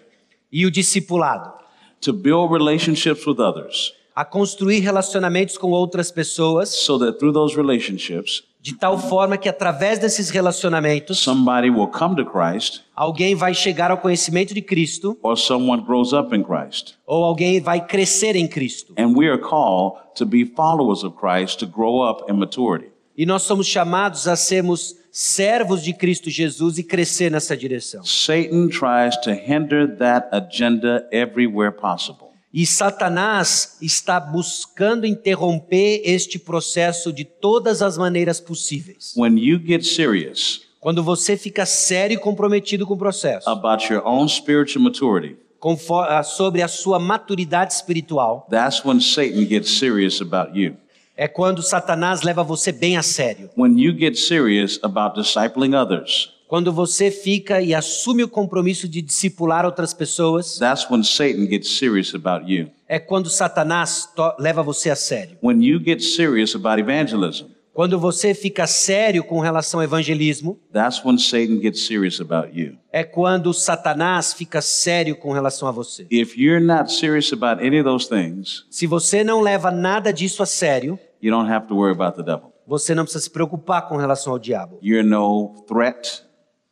Speaker 1: e o discipulado,
Speaker 2: to build relationships with others,
Speaker 1: a construir relacionamentos com outras pessoas,
Speaker 2: so that through those relationships,
Speaker 1: de tal forma que através desses relacionamentos
Speaker 2: somebody will come to Christ
Speaker 1: alguém vai chegar ao conhecimento de Cristo
Speaker 2: or someone grows up in Christ.
Speaker 1: ou alguém vai crescer em Cristo.
Speaker 2: And we are called to be followers of Christ to grow up in maturity.
Speaker 1: E nós somos chamados a sermos servos de Cristo Jesus e crescer nessa direção.
Speaker 2: Satan tries to hinder that agenda everywhere possible.
Speaker 1: E Satanás está buscando interromper este processo de todas as maneiras possíveis.
Speaker 2: When you get serious
Speaker 1: Quando você fica sério e comprometido com o processo,
Speaker 2: about your own spiritual maturity,
Speaker 1: confo- ah, sobre a sua maturidade espiritual,
Speaker 2: that's when Satan gets serious about you.
Speaker 1: é quando Satanás leva você bem a sério.
Speaker 2: When you get serious about discipling others,
Speaker 1: Quando você fica e assume o compromisso de discipular outras pessoas,
Speaker 2: that's when Satan gets serious about you.
Speaker 1: é quando Satanás to- leva você a sério.
Speaker 2: When you get serious about evangelism,
Speaker 1: Quando você fica sério com relação ao evangelismo,
Speaker 2: that's when Satan gets serious about you.
Speaker 1: é quando Satanás fica sério com relação a você.
Speaker 2: If you're not serious about any of those things,
Speaker 1: Se você não leva nada disso a sério,
Speaker 2: you don't have to worry about the devil.
Speaker 1: você não precisa se preocupar com relação ao diabo.
Speaker 2: You're no threat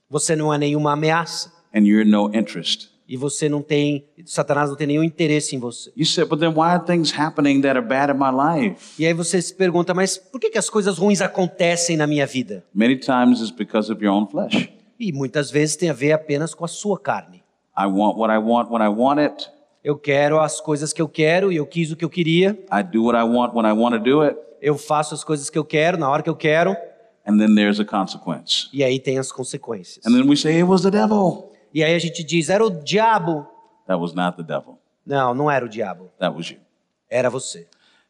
Speaker 1: Você não há nenhuma ameaça
Speaker 2: and you're no interest.
Speaker 1: e você não tem, Satanás não tem nenhum interesse em você.
Speaker 2: You said, but then why are things happening that are bad in my life?
Speaker 1: E aí você se pergunta, mas por que, que as coisas ruins acontecem na minha vida?
Speaker 2: Many times it's because of your own flesh.
Speaker 1: E muitas vezes tem a ver apenas com a sua carne.
Speaker 2: I want what I want when I want it.
Speaker 1: Eu quero as coisas que eu quero e eu quis o que eu queria.
Speaker 2: I do what I want when I want to do it.
Speaker 1: Eu faço as coisas que eu quero na hora que eu quero
Speaker 2: And then there's a consequence.
Speaker 1: e aí tem as consequências.
Speaker 2: And then we say, it was the devil.
Speaker 1: E aí a gente diz, era o diabo.
Speaker 2: That was not the devil.
Speaker 1: Não, não era o diabo,
Speaker 2: That was you.
Speaker 1: era você.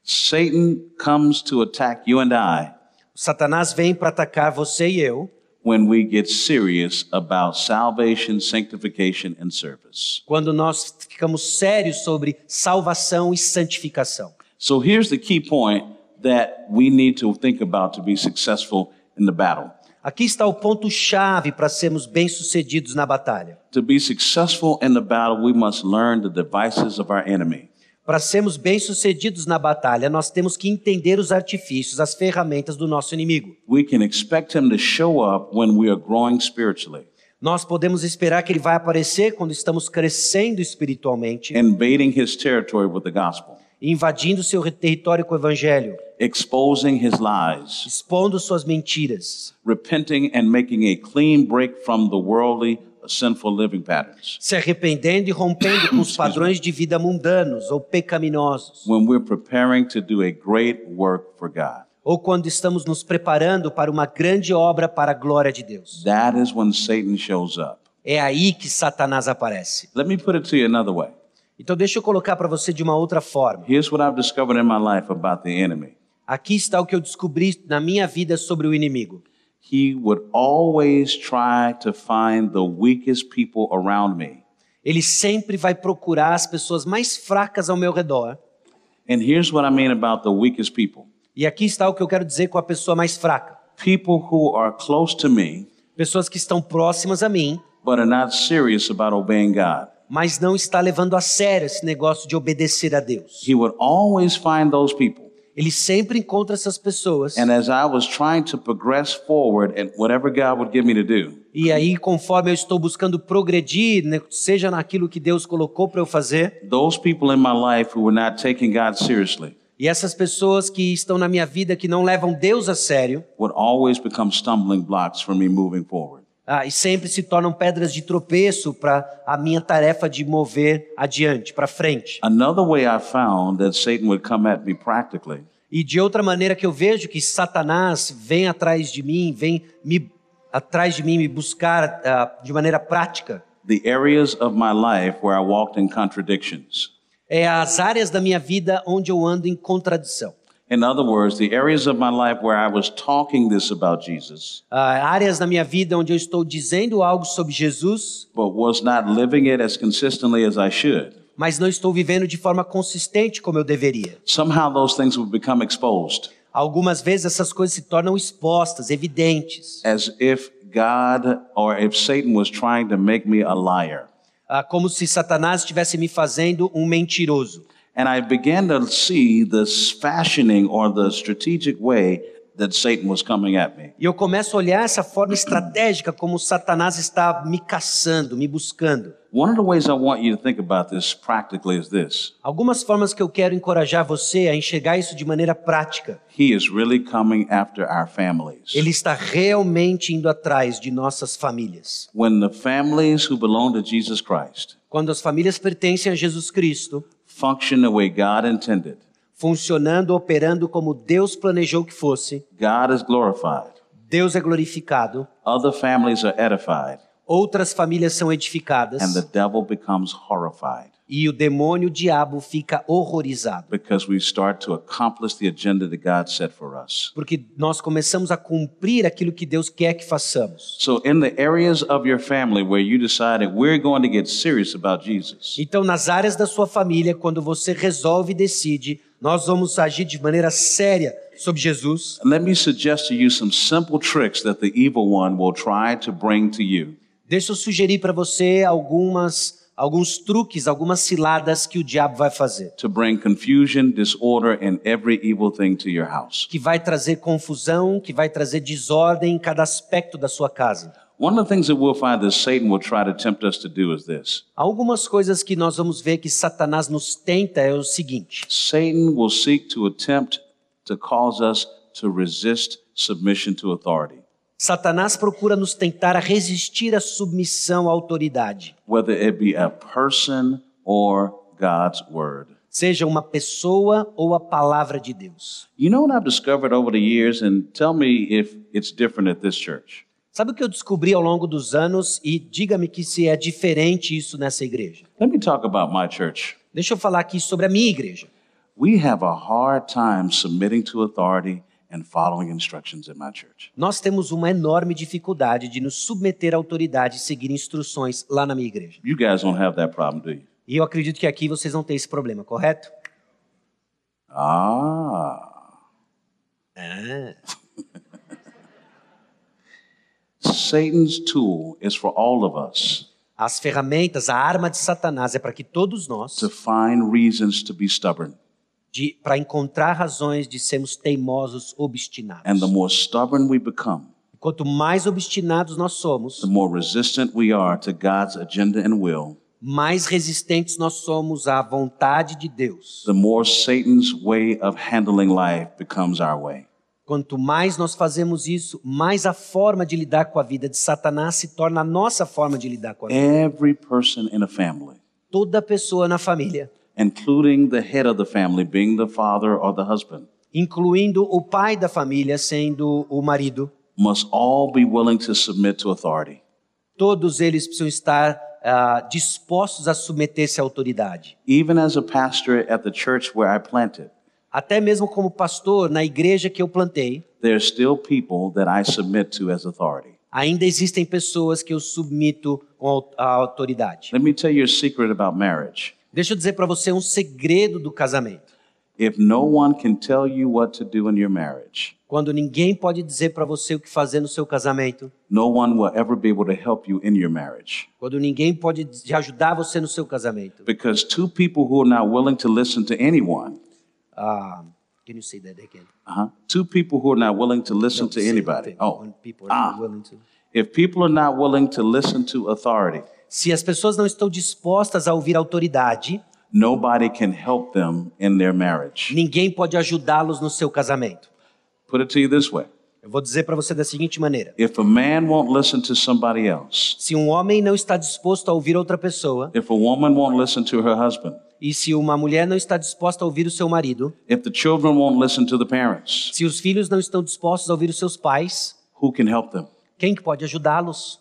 Speaker 2: Satan comes to attack you and I
Speaker 1: Satanás vem para atacar você e eu
Speaker 2: when we get serious about salvation, sanctification, and service.
Speaker 1: quando nós ficamos sérios sobre salvação e santificação.
Speaker 2: So here's the key point that we need to think about to be successful in the battle.
Speaker 1: Aqui está o ponto chave para sermos bem-sucedidos na batalha.
Speaker 2: To be successful in the battle, we must learn the devices of our enemy.
Speaker 1: Para sermos bem-sucedidos na batalha, nós temos que entender os artifícios, as ferramentas do nosso inimigo.
Speaker 2: We can expect him to show up when we are growing spiritually,
Speaker 1: Nós podemos esperar que ele vai aparecer quando estamos crescendo espiritualmente,
Speaker 2: invading his territory with the gospel,
Speaker 1: invadindo seu re- território com o evangelho,
Speaker 2: exposing his lies,
Speaker 1: expondo suas mentiras,
Speaker 2: repenting and making a clean break from the worldly, sinful living patterns.
Speaker 1: se arrependendo e rompendo com os padrões de vida mundanos ou pecaminosos,
Speaker 2: When we're preparing to do a great work for God,
Speaker 1: ou quando estamos nos preparando para uma grande obra para a glória de Deus.
Speaker 2: that is when Satan shows up.
Speaker 1: É aí que Satanás aparece.
Speaker 2: Let me put it to you another way.
Speaker 1: Então deixa eu colocar para você de uma outra forma.
Speaker 2: Here's what I've discovered in my life about the enemy.
Speaker 1: Aqui está o que eu descobri na minha vida sobre o inimigo.
Speaker 2: He would always try to find the weakest people around me.
Speaker 1: Ele sempre vai procurar as pessoas mais fracas ao meu redor.
Speaker 2: And here's what I mean about the weakest people
Speaker 1: E aqui está o que eu quero dizer com a pessoa mais fraca.
Speaker 2: people who are close to me,
Speaker 1: Pessoas que estão próximas a mim,
Speaker 2: but are not serious about obeying God.
Speaker 1: mas não está levando a sério esse negócio de obedecer a Deus.
Speaker 2: He would always find those people.
Speaker 1: Ele sempre encontra essas pessoas.
Speaker 2: And as I was trying to progress forward and whatever God would give me to do,
Speaker 1: E aí, conforme eu estou buscando progredir, né, seja naquilo que Deus colocou para eu fazer,
Speaker 2: those people in my life who were not taking God seriously
Speaker 1: e essas pessoas que estão na minha vida que não levam Deus a sério,
Speaker 2: would always become stumbling blocks for me moving forward.
Speaker 1: ah, e sempre se tornam pedras de tropeço para a minha tarefa de mover adiante, para frente.
Speaker 2: Another way I found that Satan would come at me practically
Speaker 1: E de outra maneira que eu vejo que Satanás vem atrás de mim, vem me atrás de mim me buscar ah, de maneira prática,
Speaker 2: the areas of my life where I walked in contradictions.
Speaker 1: é as áreas da minha vida onde eu ando em contradição.
Speaker 2: In other words, the areas of my life where I was talking this about Jesus,
Speaker 1: Ah, áreas da minha vida onde eu estou dizendo algo sobre Jesus,
Speaker 2: but was not living it as consistently as I should.
Speaker 1: mas não estou vivendo de forma consistente como eu deveria.
Speaker 2: Somehow those things would become exposed
Speaker 1: Algumas vezes essas coisas se tornam expostas, evidentes,
Speaker 2: as if God or if Satan was trying to make me a liar.
Speaker 1: ah, como se Satanás estivesse me fazendo um mentiroso.
Speaker 2: And I began to see this fashioning or the strategic way that Satan was coming at me.
Speaker 1: E eu começo a olhar essa forma estratégica como Satanás está me caçando, me buscando.
Speaker 2: One of the ways I want you to think about this practically is this
Speaker 1: Algumas formas que eu quero encorajar você a enxergar isso de maneira prática.
Speaker 2: He is really coming after our families.
Speaker 1: Ele está realmente indo atrás de nossas famílias.
Speaker 2: when the families who belong to Jesus Christ
Speaker 1: Quando as famílias pertencem a Jesus Cristo,
Speaker 2: function the way God intended,
Speaker 1: funcionando, operando como Deus planejou que fosse,
Speaker 2: God is glorified.
Speaker 1: Deus é glorificado,
Speaker 2: Other families are edified,
Speaker 1: outras famílias são
Speaker 2: and
Speaker 1: edificadas
Speaker 2: the devil becomes horrified.
Speaker 1: E o demônio, o diabo, fica horrorizado.
Speaker 2: because we start to accomplish the agenda that God set for us.
Speaker 1: Porque nós começamos a cumprir aquilo que Deus quer que façamos.
Speaker 2: So, in the areas of your family where you decided we're going to get serious about Jesus,
Speaker 1: Então, nas áreas da sua família, quando você resolve e decide, nós vamos agir de maneira séria sobre Jesus.
Speaker 2: let me suggest to you some simple tricks that the evil one will try to bring to you.
Speaker 1: Deixa eu sugerir para você algumas, alguns truques, algumas ciladas que o diabo vai fazer.
Speaker 2: to bring confusion, disorder, and every evil thing to your house.
Speaker 1: Que vai trazer confusão, que vai trazer desordem em cada aspecto da sua casa.
Speaker 2: One of the things that we'll find that Satan will try to tempt us to do is this
Speaker 1: Algumas coisas que nós vamos ver que Satanás nos tenta é o seguinte:
Speaker 2: Satan will seek to attempt to cause us to resist submission to authority,
Speaker 1: Satanás procura nos tentar a resistir à submissão à autoridade,
Speaker 2: whether it be a person or God's word.
Speaker 1: seja uma pessoa ou a palavra de Deus.
Speaker 2: You know what I've discovered over the years, and tell me if it's different at this church.
Speaker 1: Sabe o que eu descobri ao longo dos anos e diga-me que se é diferente isso nessa igreja.
Speaker 2: Let me talk about my church.
Speaker 1: Deixa eu falar aqui sobre a minha igreja.
Speaker 2: We have a hard time submitting to authority and following instructions in my church.
Speaker 1: Nós temos uma enorme dificuldade de nos submeter à autoridade e seguir instruções lá na minha igreja.
Speaker 2: You guys don't have that problem, do you?
Speaker 1: E eu acredito que aqui vocês não têm esse problema, correto?
Speaker 2: Ah. Satan's tool is for all of us
Speaker 1: As ferramentas, a arma de Satanás é para que todos nós,
Speaker 2: to find reasons to be stubborn.
Speaker 1: para encontrar razões de sermos teimosos,
Speaker 2: And the
Speaker 1: obstinados.
Speaker 2: more stubborn we become,
Speaker 1: Quanto mais obstinados nós somos,
Speaker 2: the more resistant we are to God's agenda and will,
Speaker 1: mais resistentes nós somos à vontade de Deus.
Speaker 2: the more Satan's way of handling life becomes our way.
Speaker 1: Quanto mais nós fazemos isso, mais a forma de lidar com a vida de Satanás se torna a nossa forma de lidar com a vida.
Speaker 2: Every person in a family,
Speaker 1: Toda pessoa na família
Speaker 2: including the head of the family being the father or the husband,
Speaker 1: incluindo o pai da família sendo o marido.
Speaker 2: must all be willing to submit to authority.
Speaker 1: Todos eles precisam estar ah, dispostos a submeter-se à autoridade.
Speaker 2: even as a pastor at the church where I planted,
Speaker 1: Até mesmo como pastor na igreja que eu plantei,
Speaker 2: there are still people that I submit to as authority.
Speaker 1: ainda existem pessoas que eu submito com au- à autoridade.
Speaker 2: Let me tell you a secret about marriage.
Speaker 1: Deixa eu dizer para você um segredo do casamento.
Speaker 2: If no one can tell you what to do in your marriage,
Speaker 1: Quando ninguém pode dizer para você o que fazer no seu casamento,
Speaker 2: no one will ever be able to help you in your marriage.
Speaker 1: quando ninguém pode te ajudar você no seu casamento.
Speaker 2: Because two people who are not willing to listen to anyone,
Speaker 1: Ah, can you say that again?
Speaker 2: uh-huh, two people who are not willing to listen to
Speaker 1: Say
Speaker 2: anybody.
Speaker 1: that when
Speaker 2: Oh,
Speaker 1: people are not willing to-
Speaker 2: if people are not willing to listen to authority,
Speaker 1: Se as pessoas não estão dispostas a ouvir a autoridade,
Speaker 2: nobody can help them in their marriage.
Speaker 1: ninguém pode ajudá-los no seu casamento.
Speaker 2: Put it to you this way
Speaker 1: Eu vou dizer para você da seguinte maneira:
Speaker 2: If a man won't listen to somebody else,
Speaker 1: se um homem não está disposto a ouvir outra pessoa,
Speaker 2: if a woman won't listen to her husband,
Speaker 1: e se uma mulher não está disposta a ouvir o seu marido,
Speaker 2: if the children won't listen to the parents,
Speaker 1: se os filhos não estão dispostos a ouvir os seus pais,
Speaker 2: who can help them?
Speaker 1: quem que pode ajudá-los?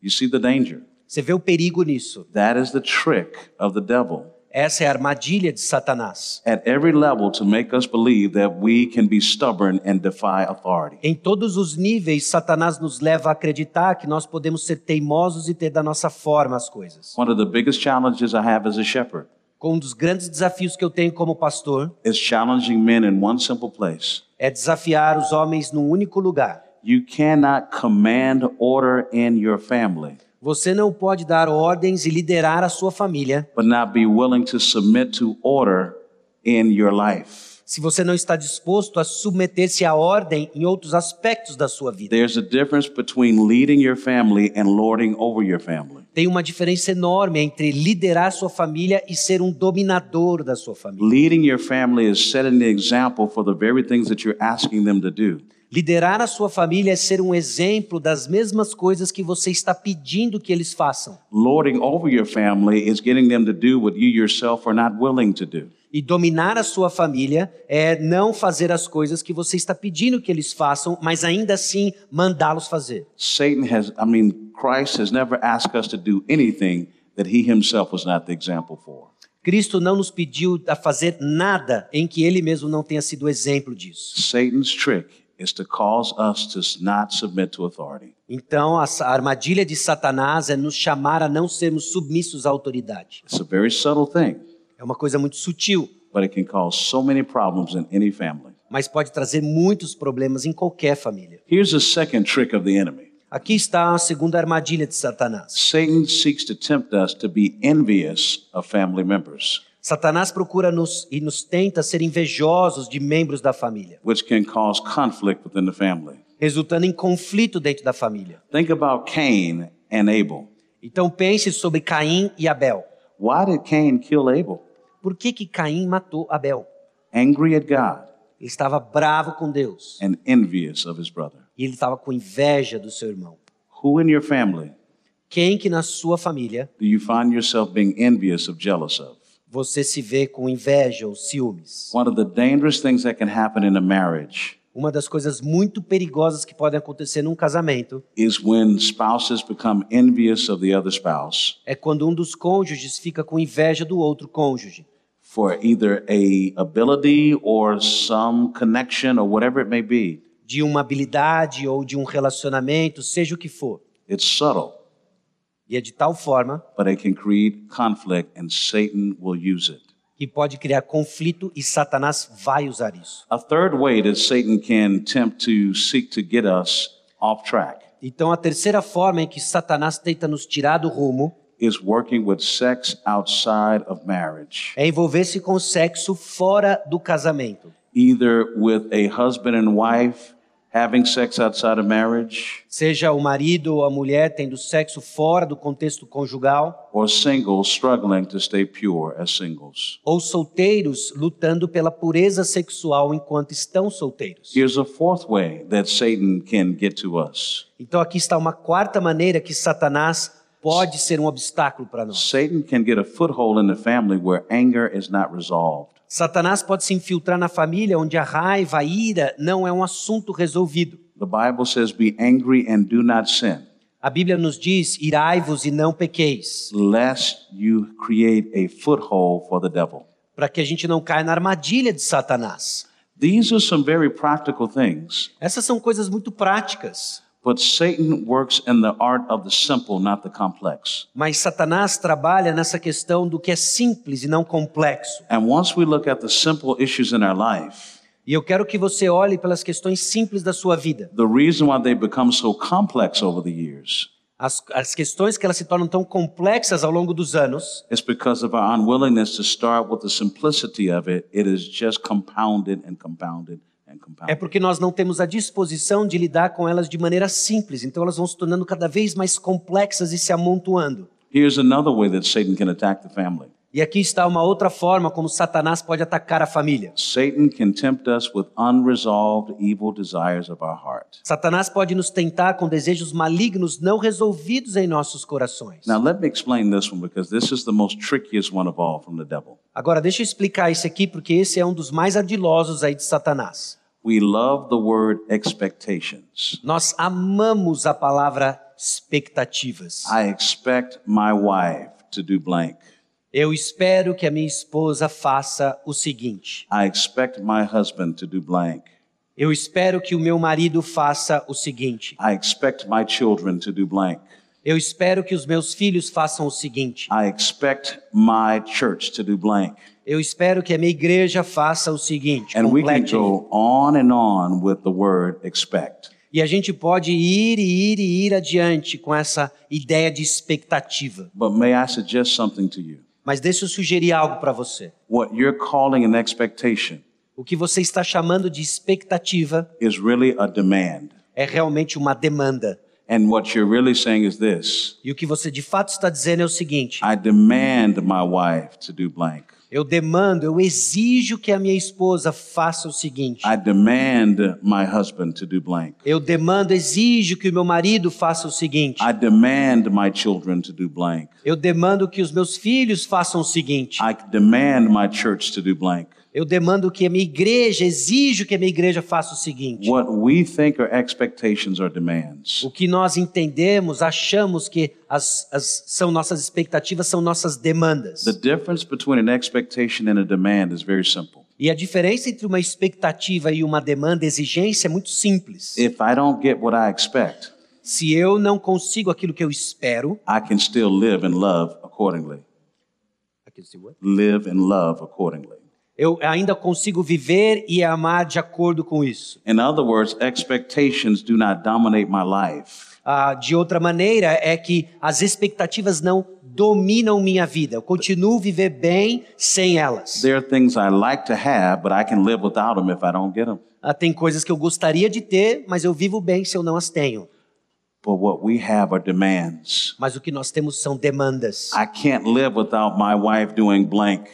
Speaker 2: You see the danger.
Speaker 1: Você vê o perigo nisso.
Speaker 2: That is the trick of the devil
Speaker 1: Essa é a armadilha de Satanás.
Speaker 2: at every level to make us believe that we can be stubborn and defy authority.
Speaker 1: Em todos os níveis, Satanás nos leva a acreditar que nós podemos ser teimosos e ter da nossa forma as coisas.
Speaker 2: One of the biggest challenges I have as a shepherd
Speaker 1: Um dos grandes desafios que eu tenho como pastor
Speaker 2: is challenging men in one simple place.
Speaker 1: é desafiar os homens num único lugar.
Speaker 2: You cannot command order in your family,
Speaker 1: Você não pode dar ordens e liderar a sua família
Speaker 2: but not be willing to submit to order in your life.
Speaker 1: se você não está disposto a submeter-se à ordem em outros aspectos da sua vida.
Speaker 2: There's a difference between leading your family and lording over your family.
Speaker 1: Tem uma diferença enorme entre liderar sua família e ser um dominador da sua família.
Speaker 2: Leading your family is setting the example for the very things that you're asking them to do.
Speaker 1: Liderar a sua família é ser um exemplo das mesmas coisas que você está pedindo que eles façam.
Speaker 2: Lording over your family is getting them to do what you yourself are not willing to do.
Speaker 1: E dominar a sua família é não fazer as coisas que você está pedindo que eles façam, mas ainda assim mandá-los fazer.
Speaker 2: Satan has, I mean, Christ has never asked us to do anything that he himself was not the example for.
Speaker 1: Cristo não nos pediu a fazer nada em que ele mesmo não tenha sido exemplo disso.
Speaker 2: Satan's trick is to cause us to s- not submit to authority.
Speaker 1: Então, a sa- a armadilha de Satanás é nos chamar a não sermos submissos à autoridade.
Speaker 2: It's a very subtle thing,
Speaker 1: É uma coisa muito sutil,
Speaker 2: but it can cause so many problems in any family.
Speaker 1: mas pode trazer muitos problemas em qualquer família.
Speaker 2: Here's a second trick of the enemy
Speaker 1: Aqui está a segunda armadilha de Satanás.
Speaker 2: Satan seeks to tempt us to be envious of family members,
Speaker 1: Satanás procura nos e nos tenta ser invejosos de membros da família,
Speaker 2: which can cause conflict within the family.
Speaker 1: resultando em conflito dentro da família.
Speaker 2: Think about Cain and Abel.
Speaker 1: Então pense sobre Caim e Abel.
Speaker 2: Why did Cain kill Abel?
Speaker 1: Por que que Caim matou Abel?
Speaker 2: Angry at God
Speaker 1: Ele estava bravo com Deus
Speaker 2: and envious of his brother.
Speaker 1: e ele estava com inveja do seu irmão.
Speaker 2: Who in your family
Speaker 1: Quem que na sua família
Speaker 2: do you find yourself being envious of, jealous of?
Speaker 1: você se vê com inveja ou ciúmes?
Speaker 2: One of the dangerous things that can happen in a marriage
Speaker 1: Uma das coisas muito perigosas que podem acontecer num casamento
Speaker 2: is when spouses become envious of the other spouse
Speaker 1: é quando um dos cônjuges fica com inveja do outro cônjuge,
Speaker 2: for either a ability or some connection or whatever it may be.
Speaker 1: de uma habilidade ou de um relacionamento, seja o que for.
Speaker 2: It's subtle,
Speaker 1: E é de tal forma
Speaker 2: but it can create conflict and Satan will use it.
Speaker 1: que pode criar conflito e Satanás vai usar isso.
Speaker 2: A third way that Satan can tempt to seek to get us off track
Speaker 1: Então a terceira forma em que Satanás tenta nos tirar do rumo
Speaker 2: is working with sex outside of marriage,
Speaker 1: é envolver-se com o sexo fora do casamento,
Speaker 2: either with a husband and wife having sex outside of marriage
Speaker 1: seja o marido ou a mulher tendo sexo fora do contexto conjugal.
Speaker 2: or singles struggling to stay pure as singles.
Speaker 1: ou solteiros lutando pela pureza sexual enquanto estão solteiros.
Speaker 2: Here's a fourth way that Satan can get to us.
Speaker 1: Então aqui está uma quarta maneira que Satanás pode ser um obstáculo para nós.
Speaker 2: Satan can get a foothold in the family where anger is not resolved.
Speaker 1: Satanás pode se infiltrar na família onde a raiva, a ira não é um assunto resolvido.
Speaker 2: The Bible says, Be angry and do not sin,
Speaker 1: A Bíblia nos diz: irai-vos e não pequeis,
Speaker 2: lest you create a foothold for the devil.
Speaker 1: para que a gente não caia na armadilha de Satanás.
Speaker 2: These are some very practical things,
Speaker 1: Essas são coisas muito práticas,
Speaker 2: but Satan works in the art of the simple, not the complex.
Speaker 1: mas Satanás trabalha nessa questão do que é simples e não complexo.
Speaker 2: And once we look at the simple issues in our life,
Speaker 1: E eu quero que você olhe pelas questões simples da sua vida.
Speaker 2: the reason why they become so complex over the years
Speaker 1: As, as questões que elas se tornam tão complexas ao longo dos anos
Speaker 2: is because of our unwillingness to start with the simplicity of it. It is just compounded and compounded and
Speaker 1: é
Speaker 2: compounded.
Speaker 1: porque nós não temos a disposição de lidar com elas de maneira simples, então elas vão se tornando cada vez mais complexas e se amontoando.
Speaker 2: Here's another way that Satan can attack the family
Speaker 1: E aqui está uma outra forma como Satanás pode atacar a família.
Speaker 2: Satan can tempt us with unresolved evil desires of our heart.
Speaker 1: Satanás pode nos tentar com desejos malignos não resolvidos em nossos corações.
Speaker 2: Now, let me explain this one because this is the most trickiest one of all from the devil.
Speaker 1: Agora, deixa eu explicar isso aqui, porque esse é um dos mais ardilosos aí de Satanás.
Speaker 2: We love the word expectations.
Speaker 1: Nós amamos a palavra expectativas.
Speaker 2: I expect my wife to do blank.
Speaker 1: Eu espero que a minha esposa faça o seguinte.
Speaker 2: I expect my husband to do blank.
Speaker 1: Eu espero que o meu marido faça o seguinte.
Speaker 2: I expect my children to do blank.
Speaker 1: Eu espero que os meus filhos façam o seguinte.
Speaker 2: I expect my church to do blank.
Speaker 1: Eu espero que a minha igreja faça o seguinte.
Speaker 2: And we can
Speaker 1: complete.
Speaker 2: go on and on with the word expect.
Speaker 1: E a gente pode ir e ir e ir adiante com essa ideia de expectativa.
Speaker 2: But may I suggest something to you?
Speaker 1: Mas deixa eu sugerir algo para você.
Speaker 2: What you're calling an expectation
Speaker 1: O que você está chamando de expectativa
Speaker 2: is really a demand.
Speaker 1: é realmente uma demanda.
Speaker 2: And what you're really saying is this
Speaker 1: E o que você de fato está dizendo é o seguinte:
Speaker 2: I demand my wife to do blank.
Speaker 1: eu demando, eu exijo que a minha esposa faça o seguinte.
Speaker 2: I demand my husband to do blank.
Speaker 1: Eu demando, exijo que o meu marido faça o seguinte.
Speaker 2: I demand my children to do blank.
Speaker 1: Eu demando que os meus filhos façam o seguinte.
Speaker 2: I demand my church to do blank.
Speaker 1: Eu demando que a minha igreja, exijo que a minha igreja faça o seguinte.
Speaker 2: What we think are expectations or demands.
Speaker 1: O que nós entendemos, achamos que as, as- são nossas expectativas, são nossas demandas.
Speaker 2: The difference between an expectation and a demand is very simple.
Speaker 1: E a diferença entre uma expectativa e uma demanda, exigência, é muito simples.
Speaker 2: If I don't get what I expect,
Speaker 1: Se eu não consigo aquilo que eu espero,
Speaker 2: I can still live and love accordingly. Live and love accordingly.
Speaker 1: eu ainda consigo viver e amar de acordo com isso.
Speaker 2: In other words, expectations do not dominate my life.
Speaker 1: Ah, de outra maneira, é que as expectativas não dominam minha vida. Eu continuo a viver bem sem elas.
Speaker 2: There are things I like to have, but I can live without them if I don't get them.
Speaker 1: Ah, tem coisas que eu gostaria de ter, mas eu vivo bem se eu não as tenho.
Speaker 2: But what we have are demands.
Speaker 1: Mas o que nós temos são demandas.
Speaker 2: I can't live without my wife doing blank.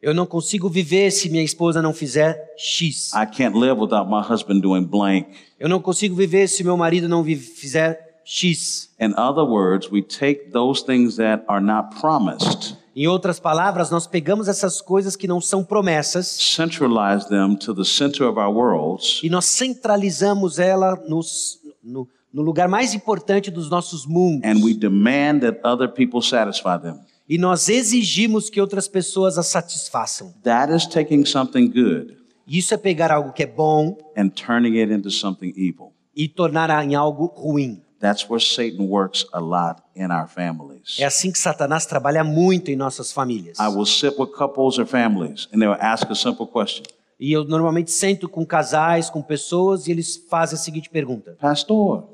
Speaker 1: Eu não consigo viver se minha esposa não fizer X.
Speaker 2: I can't live without my husband doing blank.
Speaker 1: Eu não consigo viver se meu marido não vi- fizer X.
Speaker 2: In other words, we take those things that are not promised,
Speaker 1: Em outras palavras, nós pegamos essas coisas que não são promessas
Speaker 2: centralize them to the center of our worlds,
Speaker 1: e nós centralizamos ela nos- no, no lugar mais importante dos nossos mundos.
Speaker 2: and we demand that other people satisfy them.
Speaker 1: E nós exigimos que outras pessoas as satisfaçam.
Speaker 2: That is taking something good
Speaker 1: Isso é pegar algo que é bom
Speaker 2: and turning it into something evil.
Speaker 1: e tornar em algo ruim.
Speaker 2: That's where Satan works a lot in our families.
Speaker 1: É assim que Satanás trabalha muito em nossas famílias.
Speaker 2: I will sit with couples or families, and they will ask a simple question
Speaker 1: E eu normalmente sento com casais, com pessoas, e eles fazem a seguinte pergunta:
Speaker 2: Pastor,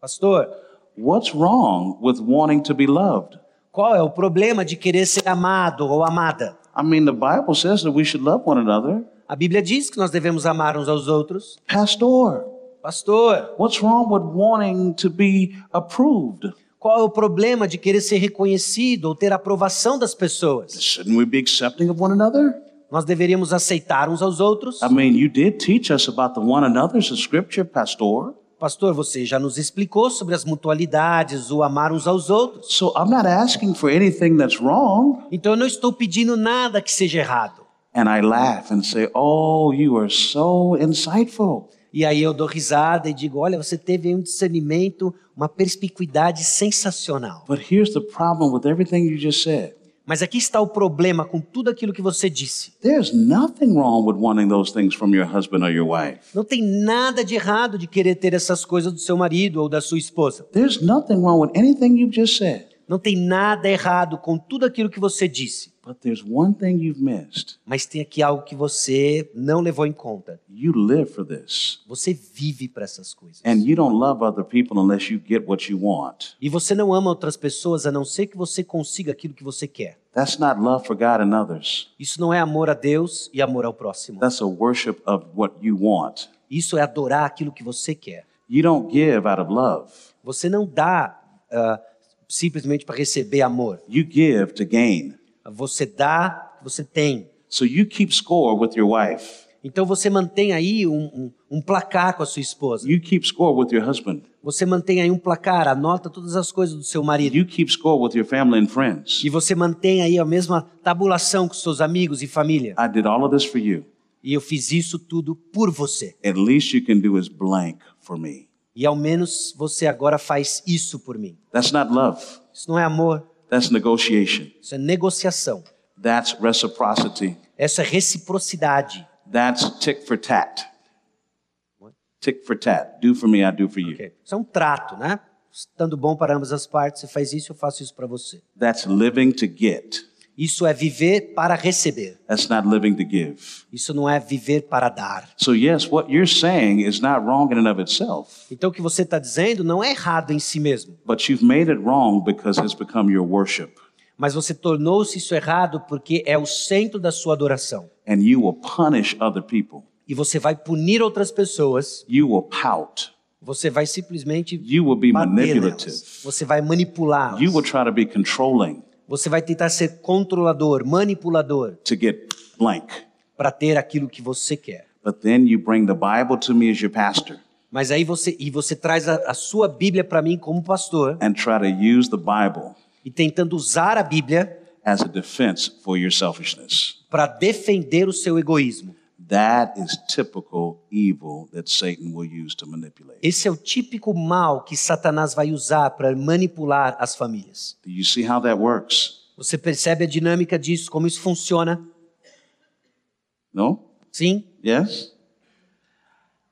Speaker 1: Pastor,
Speaker 2: what's wrong with wanting to be loved?
Speaker 1: qual é o problema de querer ser amado ou amada?
Speaker 2: I mean, the Bible says that we should love one another.
Speaker 1: A Bíblia diz que nós devemos amar uns aos outros.
Speaker 2: Pastor,
Speaker 1: Pastor,
Speaker 2: what's wrong with wanting to be approved?
Speaker 1: qual é o problema de querer ser reconhecido ou ter aprovação das pessoas?
Speaker 2: Shouldn't we be accepting of one another?
Speaker 1: Nós deveríamos aceitar uns aos outros.
Speaker 2: I mean, you did teach us about the one another's in Scripture, Pastor.
Speaker 1: Pastor, você já nos explicou sobre as mutualidades, o amar uns aos outros.
Speaker 2: So I'm not asking for anything that's wrong.
Speaker 1: Então eu não estou pedindo nada que seja errado.
Speaker 2: And I laugh and say, Oh, you are so insightful.
Speaker 1: E aí eu dou risada e digo: olha, você teve aí um discernimento, uma perspicuidade sensacional.
Speaker 2: But here's the problem with everything you just said
Speaker 1: Mas aqui está o problema com tudo aquilo que você disse.
Speaker 2: there's nothing wrong with wanting those things from your husband or your wife.
Speaker 1: Não tem nada de errado de querer ter essas coisas do seu marido ou da sua esposa.
Speaker 2: There's nothing wrong with anything you've just said.
Speaker 1: Não tem nada errado com tudo aquilo que você disse.
Speaker 2: But there's one thing you've missed.
Speaker 1: Mas tem aqui algo que você não levou em conta.
Speaker 2: You live for this.
Speaker 1: Você vive para essas coisas.
Speaker 2: And you don't love other people unless you get what you want.
Speaker 1: E você não ama outras pessoas a não ser que você consiga aquilo que você quer.
Speaker 2: That's not love for God and others.
Speaker 1: Isso não é amor a Deus e amor ao próximo.
Speaker 2: That's a worship of what you want.
Speaker 1: Isso é adorar aquilo que você quer.
Speaker 2: You don't give out of love,
Speaker 1: Você não dá ah, simplesmente para receber amor.
Speaker 2: you give to gain.
Speaker 1: Você dá, você tem.
Speaker 2: So you keep score with your wife,
Speaker 1: Então você mantém aí um, um- um placar com a sua esposa.
Speaker 2: you keep score with your husband,
Speaker 1: Você mantém aí um placar, anota todas as coisas do seu marido.
Speaker 2: you keep score with your family and friends.
Speaker 1: E você mantém aí a mesma tabulação com seus amigos e família.
Speaker 2: I did all of this for you.
Speaker 1: E eu fiz isso tudo por você.
Speaker 2: At least you can do is blank for me.
Speaker 1: E ao menos você agora faz isso por mim.
Speaker 2: That's not love.
Speaker 1: Isso não é amor,
Speaker 2: That's negotiation.
Speaker 1: isso é negociação.
Speaker 2: That's reciprocity.
Speaker 1: Essa é reciprocidade.
Speaker 2: That's tick for tat. Tick for tat. Do for me, I do for you.
Speaker 1: Isso é um trato, né? Estando bom para ambas as partes, você faz isso, eu faço isso para você.
Speaker 2: That's living to get.
Speaker 1: Isso é viver para receber.
Speaker 2: That's not living to give.
Speaker 1: Isso não é viver para dar.
Speaker 2: So, yes, what you're saying is not wrong in and of itself,
Speaker 1: Então o que você está dizendo não é errado em si mesmo,
Speaker 2: but you've made it wrong because it's become your worship.
Speaker 1: mas você tornou-se isso errado porque é o centro da sua adoração.
Speaker 2: And you will punish other people.
Speaker 1: E você vai punir outras pessoas,
Speaker 2: You will pout.
Speaker 1: você vai simplesmente
Speaker 2: You will be
Speaker 1: bater
Speaker 2: manipulative.
Speaker 1: nelas. Você vai manipular.
Speaker 2: You will try to be controlling
Speaker 1: Você vai tentar ser controlador, manipulador
Speaker 2: to get blank.
Speaker 1: para ter aquilo que você quer.
Speaker 2: But then you bring the Bible to me as your pastor
Speaker 1: Mas aí você e você traz a, a sua Bíblia para mim como pastor
Speaker 2: and try to use the Bible
Speaker 1: e tentando usar a Bíblia
Speaker 2: as a defense for your selfishness.
Speaker 1: para defender o seu egoísmo.
Speaker 2: That is typical evil that Satan will use to manipulate.
Speaker 1: Esse é o típico mal que Satanás vai usar para manipular as famílias.
Speaker 2: Do you see how that works?
Speaker 1: Você percebe a dinâmica disso, como isso funciona?
Speaker 2: No?
Speaker 1: Sim?
Speaker 2: Yes?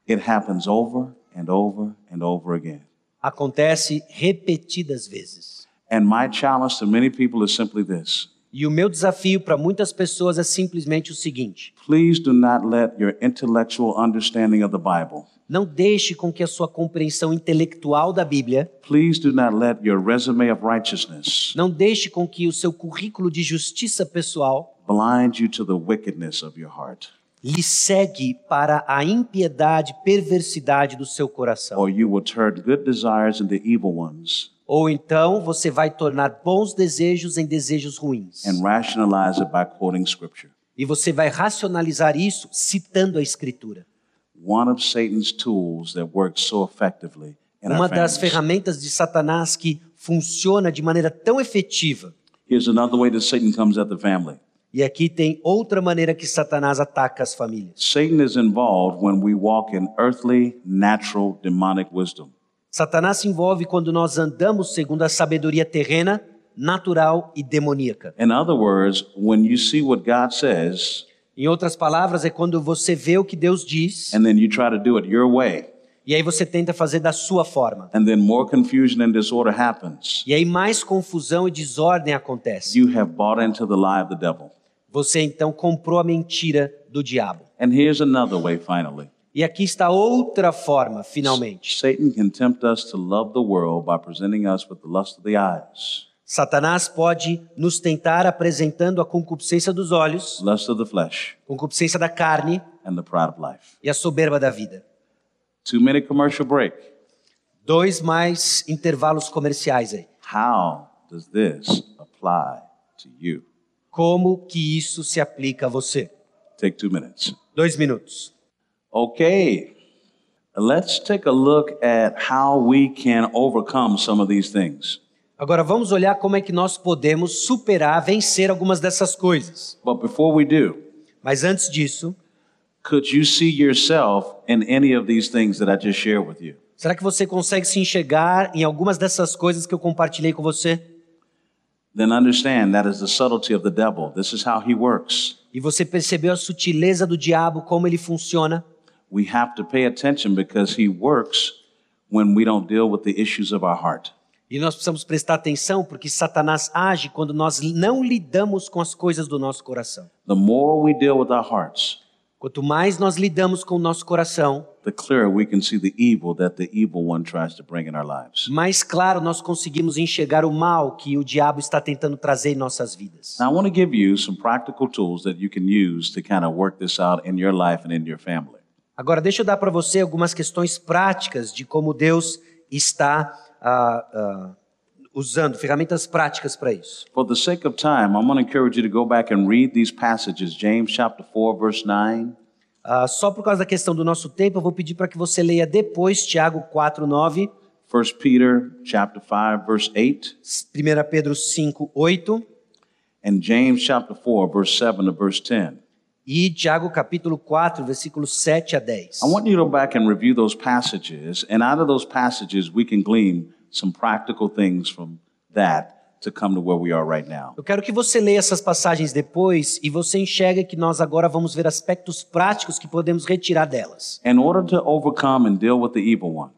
Speaker 2: It happens over and over and over again.
Speaker 1: Acontece repetidas vezes.
Speaker 2: And my challenge to many people is simply this
Speaker 1: E o meu desafio para muitas pessoas é simplesmente o seguinte:
Speaker 2: please do not let your intellectual understanding of the Bible,
Speaker 1: não deixe com que a sua compreensão intelectual da Bíblia,
Speaker 2: please do not let your resume of righteousness
Speaker 1: não deixe com que o seu currículo de justiça pessoal
Speaker 2: blind you to the wickedness of your heart,
Speaker 1: lhe segue para a impiedade, perversidade do seu coração.
Speaker 2: or you will turn good desires into evil ones
Speaker 1: Ou então você vai tornar bons desejos em desejos ruins.
Speaker 2: and rationalize it by quoting scripture.
Speaker 1: E você vai racionalizar isso citando a Escritura.
Speaker 2: One of Satan's tools that works so effectively in
Speaker 1: Uma
Speaker 2: our
Speaker 1: das
Speaker 2: families.
Speaker 1: ferramentas de Satanás que funciona de maneira tão efetiva.
Speaker 2: Here's another way that Satan comes at the family.
Speaker 1: E aqui tem outra maneira que Satanás ataca as famílias.
Speaker 2: Satan is involved when we walk in earthly, natural, demonic wisdom.
Speaker 1: Satanás se envolve quando nós andamos segundo a sabedoria terrena, natural e demoníaca.
Speaker 2: In other words, when you see what God says
Speaker 1: Em outras palavras, é quando você vê o que Deus diz
Speaker 2: and then you try to do it your way,
Speaker 1: e aí você tenta fazer da sua forma.
Speaker 2: and then more confusion and disorder happens,
Speaker 1: E aí mais confusão e desordem acontece.
Speaker 2: you have bought into the lie of the devil.
Speaker 1: Você então comprou a mentira do diabo.
Speaker 2: And here's another way, finally.
Speaker 1: E aqui está outra forma, finalmente.
Speaker 2: Satan can tempt us to love the world by presenting us with the lust of the eyes,
Speaker 1: Satanás pode nos tentar apresentando a concupiscência dos olhos,
Speaker 2: lust of the flesh,
Speaker 1: concupiscência da carne
Speaker 2: and the pride of life.
Speaker 1: e a soberba da vida.
Speaker 2: Two minute commercial break.
Speaker 1: Dois mais intervalos comerciais aí.
Speaker 2: How does this apply to you?
Speaker 1: Como que isso se aplica a você?
Speaker 2: Take two minutes.
Speaker 1: Dois minutos.
Speaker 2: Okay, let's take a look at how we can overcome some of these things.
Speaker 1: Agora vamos olhar como é que nós podemos superar, vencer algumas dessas coisas.
Speaker 2: But before we do,
Speaker 1: Mas antes disso,
Speaker 2: could you see yourself in any of these things that I just shared with you?
Speaker 1: será que você consegue se enxergar em algumas dessas coisas que eu compartilhei com você?
Speaker 2: Then understand that is the subtlety of the devil. This is how he works.
Speaker 1: E você percebeu a sutileza do diabo, como ele funciona?
Speaker 2: We have to pay attention because he works when we don't deal with the issues of our heart.
Speaker 1: E nós precisamos prestar atenção porque Satanás age quando nós não lidamos com as coisas do nosso coração.
Speaker 2: The more we deal with our hearts,
Speaker 1: Quanto mais nós lidamos com o nosso coração,
Speaker 2: the clearer we can see the evil that the evil one tries to bring in our lives.
Speaker 1: mais claro nós conseguimos enxergar o mal que o diabo está tentando trazer em nossas vidas.
Speaker 2: Now, I want to give you some practical tools that you can use to kind of work this out in your life and in your family.
Speaker 1: Agora, deixa eu dar para você algumas questões práticas de como Deus está ah, ah, usando ferramentas práticas para isso.
Speaker 2: For the sake of time, I'm going to encourage you to go back and read these passages James chapter 4, verse 9,
Speaker 1: Ah, só por causa da questão do nosso tempo, eu vou pedir para que você leia depois Tiago 4:9,
Speaker 2: 1 Peter chapter 5, verse 8,
Speaker 1: 1 Pedro 5:8
Speaker 2: and James chapter 4, verse 7 to verse 10.
Speaker 1: e Tiago capítulo 4, versículos 7 a 10.
Speaker 2: I want you to go back and review those passages, and out of those passages, we can glean some practical things from that to come to where we are right now.
Speaker 1: Eu quero que você leia essas passagens depois e você enxerga que nós agora vamos ver aspectos práticos que podemos retirar delas,
Speaker 2: In order to overcome and deal with the evil one,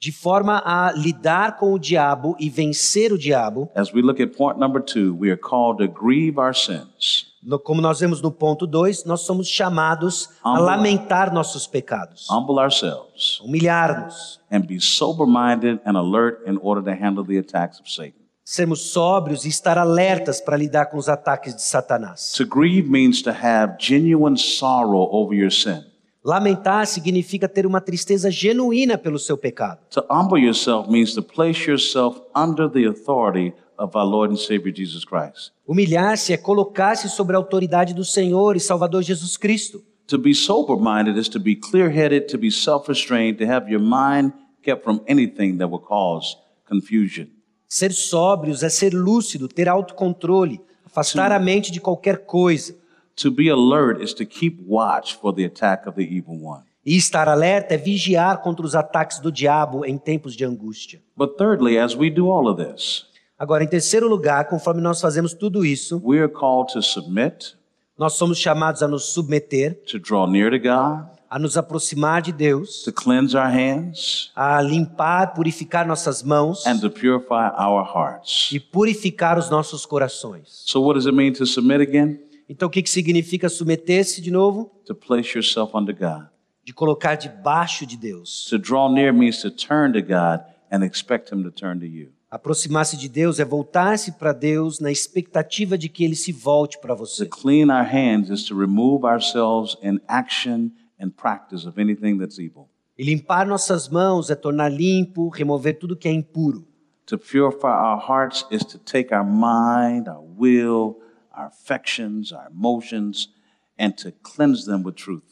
Speaker 1: de forma a lidar com o diabo e vencer o diabo.
Speaker 2: As we look at point number two, we are called to grieve our sins.
Speaker 1: no- Como nós vemos no ponto 2, nós somos chamados a
Speaker 2: Humble.
Speaker 1: lamentar nossos pecados,
Speaker 2: Humble ourselves
Speaker 1: humilhar-nos,
Speaker 2: and be sober minded and alert in order to handle the attacks of Satan.
Speaker 1: sermos sóbrios e estar alertas para lidar com os ataques de Satanás.
Speaker 2: To grieve means to have genuine sorrow over your sin.
Speaker 1: Lamentar significa ter uma tristeza genuína pelo seu pecado.
Speaker 2: To humble yourself means to place yourself under the authority of our Lord and Savior Jesus Christ.
Speaker 1: Humilhar-se é colocar-se sobre a autoridade do Senhor e Salvador Jesus Cristo.
Speaker 2: To be sober minded is to be clear headed, to be self restrained, to have your mind kept from anything that will cause confusion.
Speaker 1: Ser sóbrios é ser lúcido, ter autocontrole, afastar a mente de qualquer coisa.
Speaker 2: To be alert is to keep watch for the attack of the evil one.
Speaker 1: E estar alerta é vigiar contra os ataques do diabo em tempos de angústia.
Speaker 2: But thirdly, as we do all of this,
Speaker 1: Agora, em terceiro lugar, conforme nós fazemos tudo isso,
Speaker 2: we are called to submit,
Speaker 1: nós somos chamados a nos submeter,
Speaker 2: to draw near to God,
Speaker 1: a nos aproximar de Deus,
Speaker 2: to cleanse our hands,
Speaker 1: a limpar, purificar nossas mãos
Speaker 2: and to purify our hearts.
Speaker 1: e purificar os nossos corações.
Speaker 2: So, what does it mean to submit again?
Speaker 1: Então, o que, que significa submeter-se de novo?
Speaker 2: To place yourself under God.
Speaker 1: De colocar debaixo de Deus.
Speaker 2: To draw near means to turn to God and expect Him to turn to you.
Speaker 1: Aproximar-se de Deus é voltar-se para Deus na expectativa de que Ele se volte para
Speaker 2: To
Speaker 1: você.
Speaker 2: clean our hands is to remove ourselves in action and practice of anything that's evil.
Speaker 1: E limpar nossas mãos é tornar limpo, remover tudo que é impuro.
Speaker 2: To purify our hearts is to take our mind, our will, our affections, our emotions, and to cleanse them with truth.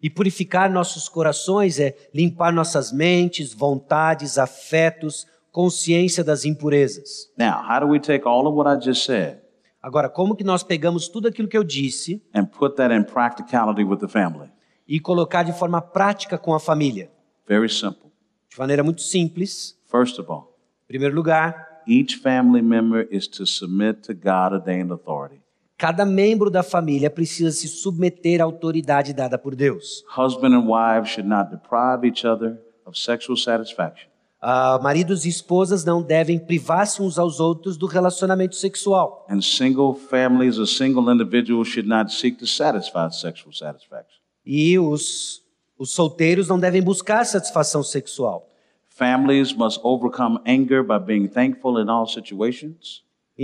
Speaker 1: E purificar nossos corações é limpar nossas mentes, vontades, afetos, consciência das impurezas.
Speaker 2: Now, how do we take all of what I just said
Speaker 1: Agora, como que nós pegamos tudo aquilo que eu disse
Speaker 2: and put that in practicality with the family?
Speaker 1: e colocar de forma prática com a família?
Speaker 2: Very simple.
Speaker 1: De maneira muito simples.
Speaker 2: First of all,
Speaker 1: Em primeiro lugar,
Speaker 2: each family member is to submit to God ordained authority.
Speaker 1: cada membro da família precisa se submeter à autoridade dada por Deus.
Speaker 2: Husband and wife should not deprive each other of sexual satisfaction.
Speaker 1: Ah, maridos e esposas não devem privar-se uns aos outros do relacionamento sexual.
Speaker 2: And single families or single individuals should not seek to satisfy sexual satisfaction.
Speaker 1: E os, os solteiros não devem buscar satisfação sexual.
Speaker 2: Families must overcome anger by being thankful in all situations.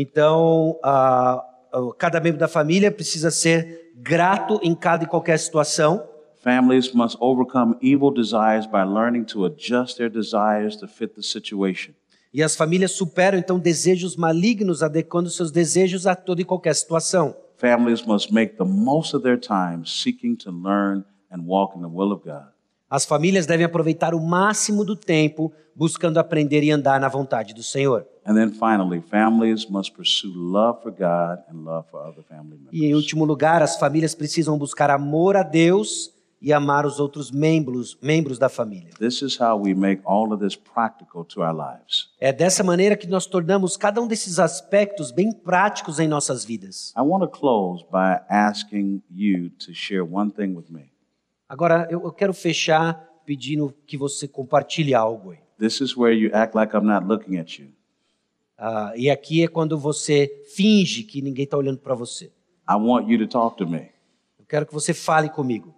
Speaker 1: Então, ah, ah, cada membro da família precisa ser grato em cada e qualquer situação.
Speaker 2: Families must overcome evil desires by learning to adjust their desires to fit the situation.
Speaker 1: E as famílias superam então desejos malignos, adequando seus desejos a toda e qualquer situação.
Speaker 2: Families must make the most of their time seeking to learn and walk in the will of God.
Speaker 1: As famílias devem aproveitar o máximo do tempo buscando aprender e andar na vontade do Senhor.
Speaker 2: And then finally, families must pursue love for God and love for other family members.
Speaker 1: E em último lugar, as famílias precisam buscar amor a Deus e amar os outros membros, membros da família.
Speaker 2: This is how we make all of this practical to our lives.
Speaker 1: É dessa maneira que nós tornamos cada um desses aspectos bem práticos em nossas vidas.
Speaker 2: I want to close by asking you to share one thing with me.
Speaker 1: Agora, eu, eu quero fechar pedindo que você compartilhe algo aí.
Speaker 2: This is where you act like I'm not looking at you.
Speaker 1: Ah, e aqui é quando você finge que ninguém está olhando para você.
Speaker 2: I want you to talk to me.
Speaker 1: Eu quero que você fale comigo.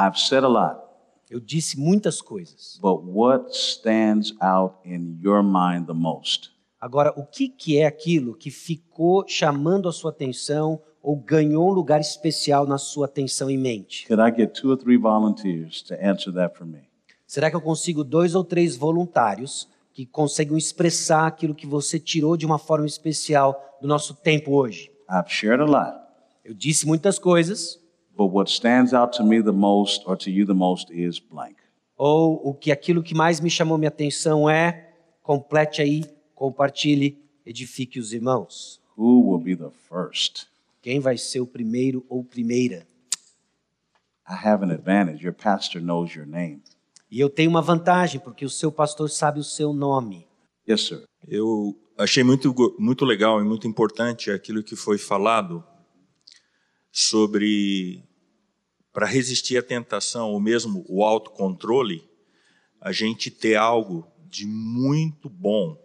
Speaker 2: I've said a lot,
Speaker 1: Eu disse muitas coisas.
Speaker 2: but what stands out in your mind the most?
Speaker 1: Agora, o que, que é aquilo que ficou chamando a sua atenção ou ganhou um lugar especial na sua atenção e mente?
Speaker 2: Could I get two or three volunteers to answer that for me?
Speaker 1: Será que eu consigo dois ou três voluntários que conseguem expressar aquilo que você tirou de uma forma especial do nosso tempo hoje?
Speaker 2: I've shared a lot,
Speaker 1: Eu disse muitas coisas,
Speaker 2: but what stands out to me the most or to you the most is blank.
Speaker 1: ou o que aquilo que mais me chamou minha atenção é complete aí, compartilhe, edifique os irmãos.
Speaker 2: Who will be the first?
Speaker 1: Quem vai ser o primeiro ou primeira?
Speaker 2: I have an advantage. Your pastor knows your name.
Speaker 1: E eu tenho uma vantagem, porque o seu pastor sabe o seu nome.
Speaker 2: Yes, sir.
Speaker 3: Eu achei muito, go- muito legal e muito importante aquilo que foi falado sobre para resistir à tentação ou mesmo o autocontrole, a gente ter algo de muito bom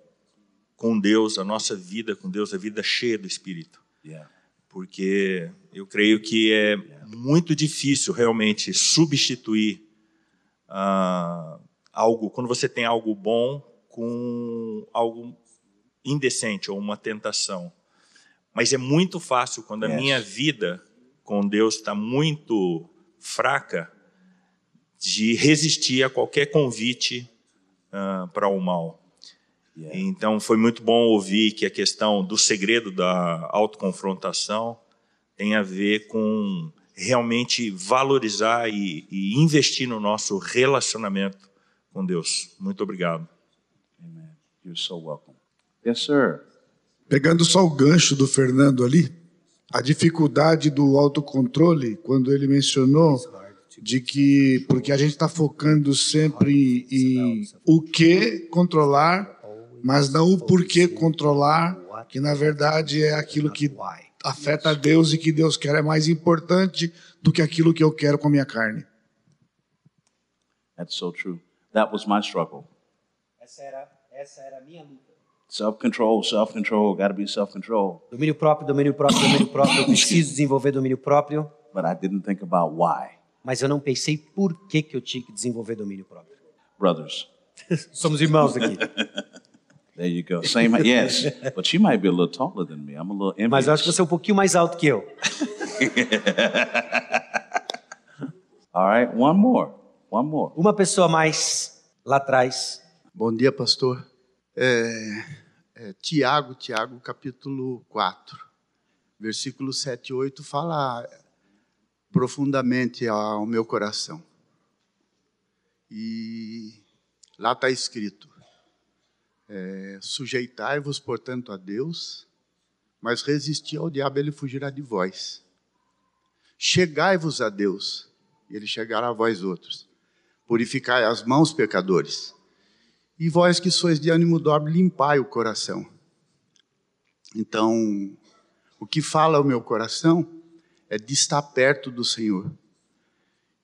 Speaker 3: com Deus, a nossa vida com Deus, a vida cheia do Espírito.
Speaker 2: Yeah.
Speaker 3: Porque eu creio que é muito difícil realmente substituir ah, algo, quando você tem algo bom com algo indecente ou uma tentação. Mas é muito fácil quando a
Speaker 2: Yes.
Speaker 3: minha vida com Deus está muito fraca de resistir a qualquer convite ah, para o mal.
Speaker 2: Yeah.
Speaker 3: Então foi muito bom ouvir que a questão do segredo da autoconfrontação tem a ver com realmente valorizar e, e investir no nosso relacionamento com Deus. Muito obrigado.
Speaker 2: You're so welcome. Yes, sir.
Speaker 4: Pegando só o gancho do Fernando ali, a dificuldade do autocontrole, quando ele mencionou de que, porque a gente está focando sempre em o que controlar, mas não o porquê controlar, que na verdade é aquilo que afeta a Deus e que Deus quer é mais importante do que aquilo que eu quero com a minha carne.
Speaker 2: That's so true. That was my struggle.
Speaker 1: Essa era, essa era a minha luta.
Speaker 2: Self control, self control, got to be self control.
Speaker 1: Domínio próprio, domínio próprio, domínio próprio. Eu preciso desenvolver domínio próprio,
Speaker 2: But I didn't think about why.
Speaker 1: mas eu não pensei por que, que eu tinha que desenvolver domínio próprio.
Speaker 2: Brothers,
Speaker 1: Somos irmãos aqui.
Speaker 2: there you go. Same, height. yes, but you might be a little taller than me. I'm a little
Speaker 1: Mas eu acho que
Speaker 2: envious.
Speaker 1: você é um pouquinho mais alto que eu.
Speaker 2: All right, one more, one more.
Speaker 1: Uma pessoa a mais lá atrás.
Speaker 5: Bom dia, pastor. É, é, Tiago, Tiago, capítulo 4, versículo 7 e 8 fala profundamente ao meu coração. E lá está escrito: é, Sujeitai-vos, portanto, a Deus, mas resisti ao diabo, ele fugirá de vós. Chegai-vos a Deus, e ele chegará a vós outros. Purificai as mãos, pecadores. E vós que sois de ânimo dobre, limpai o coração. Então, o que fala o meu coração é de estar perto do Senhor.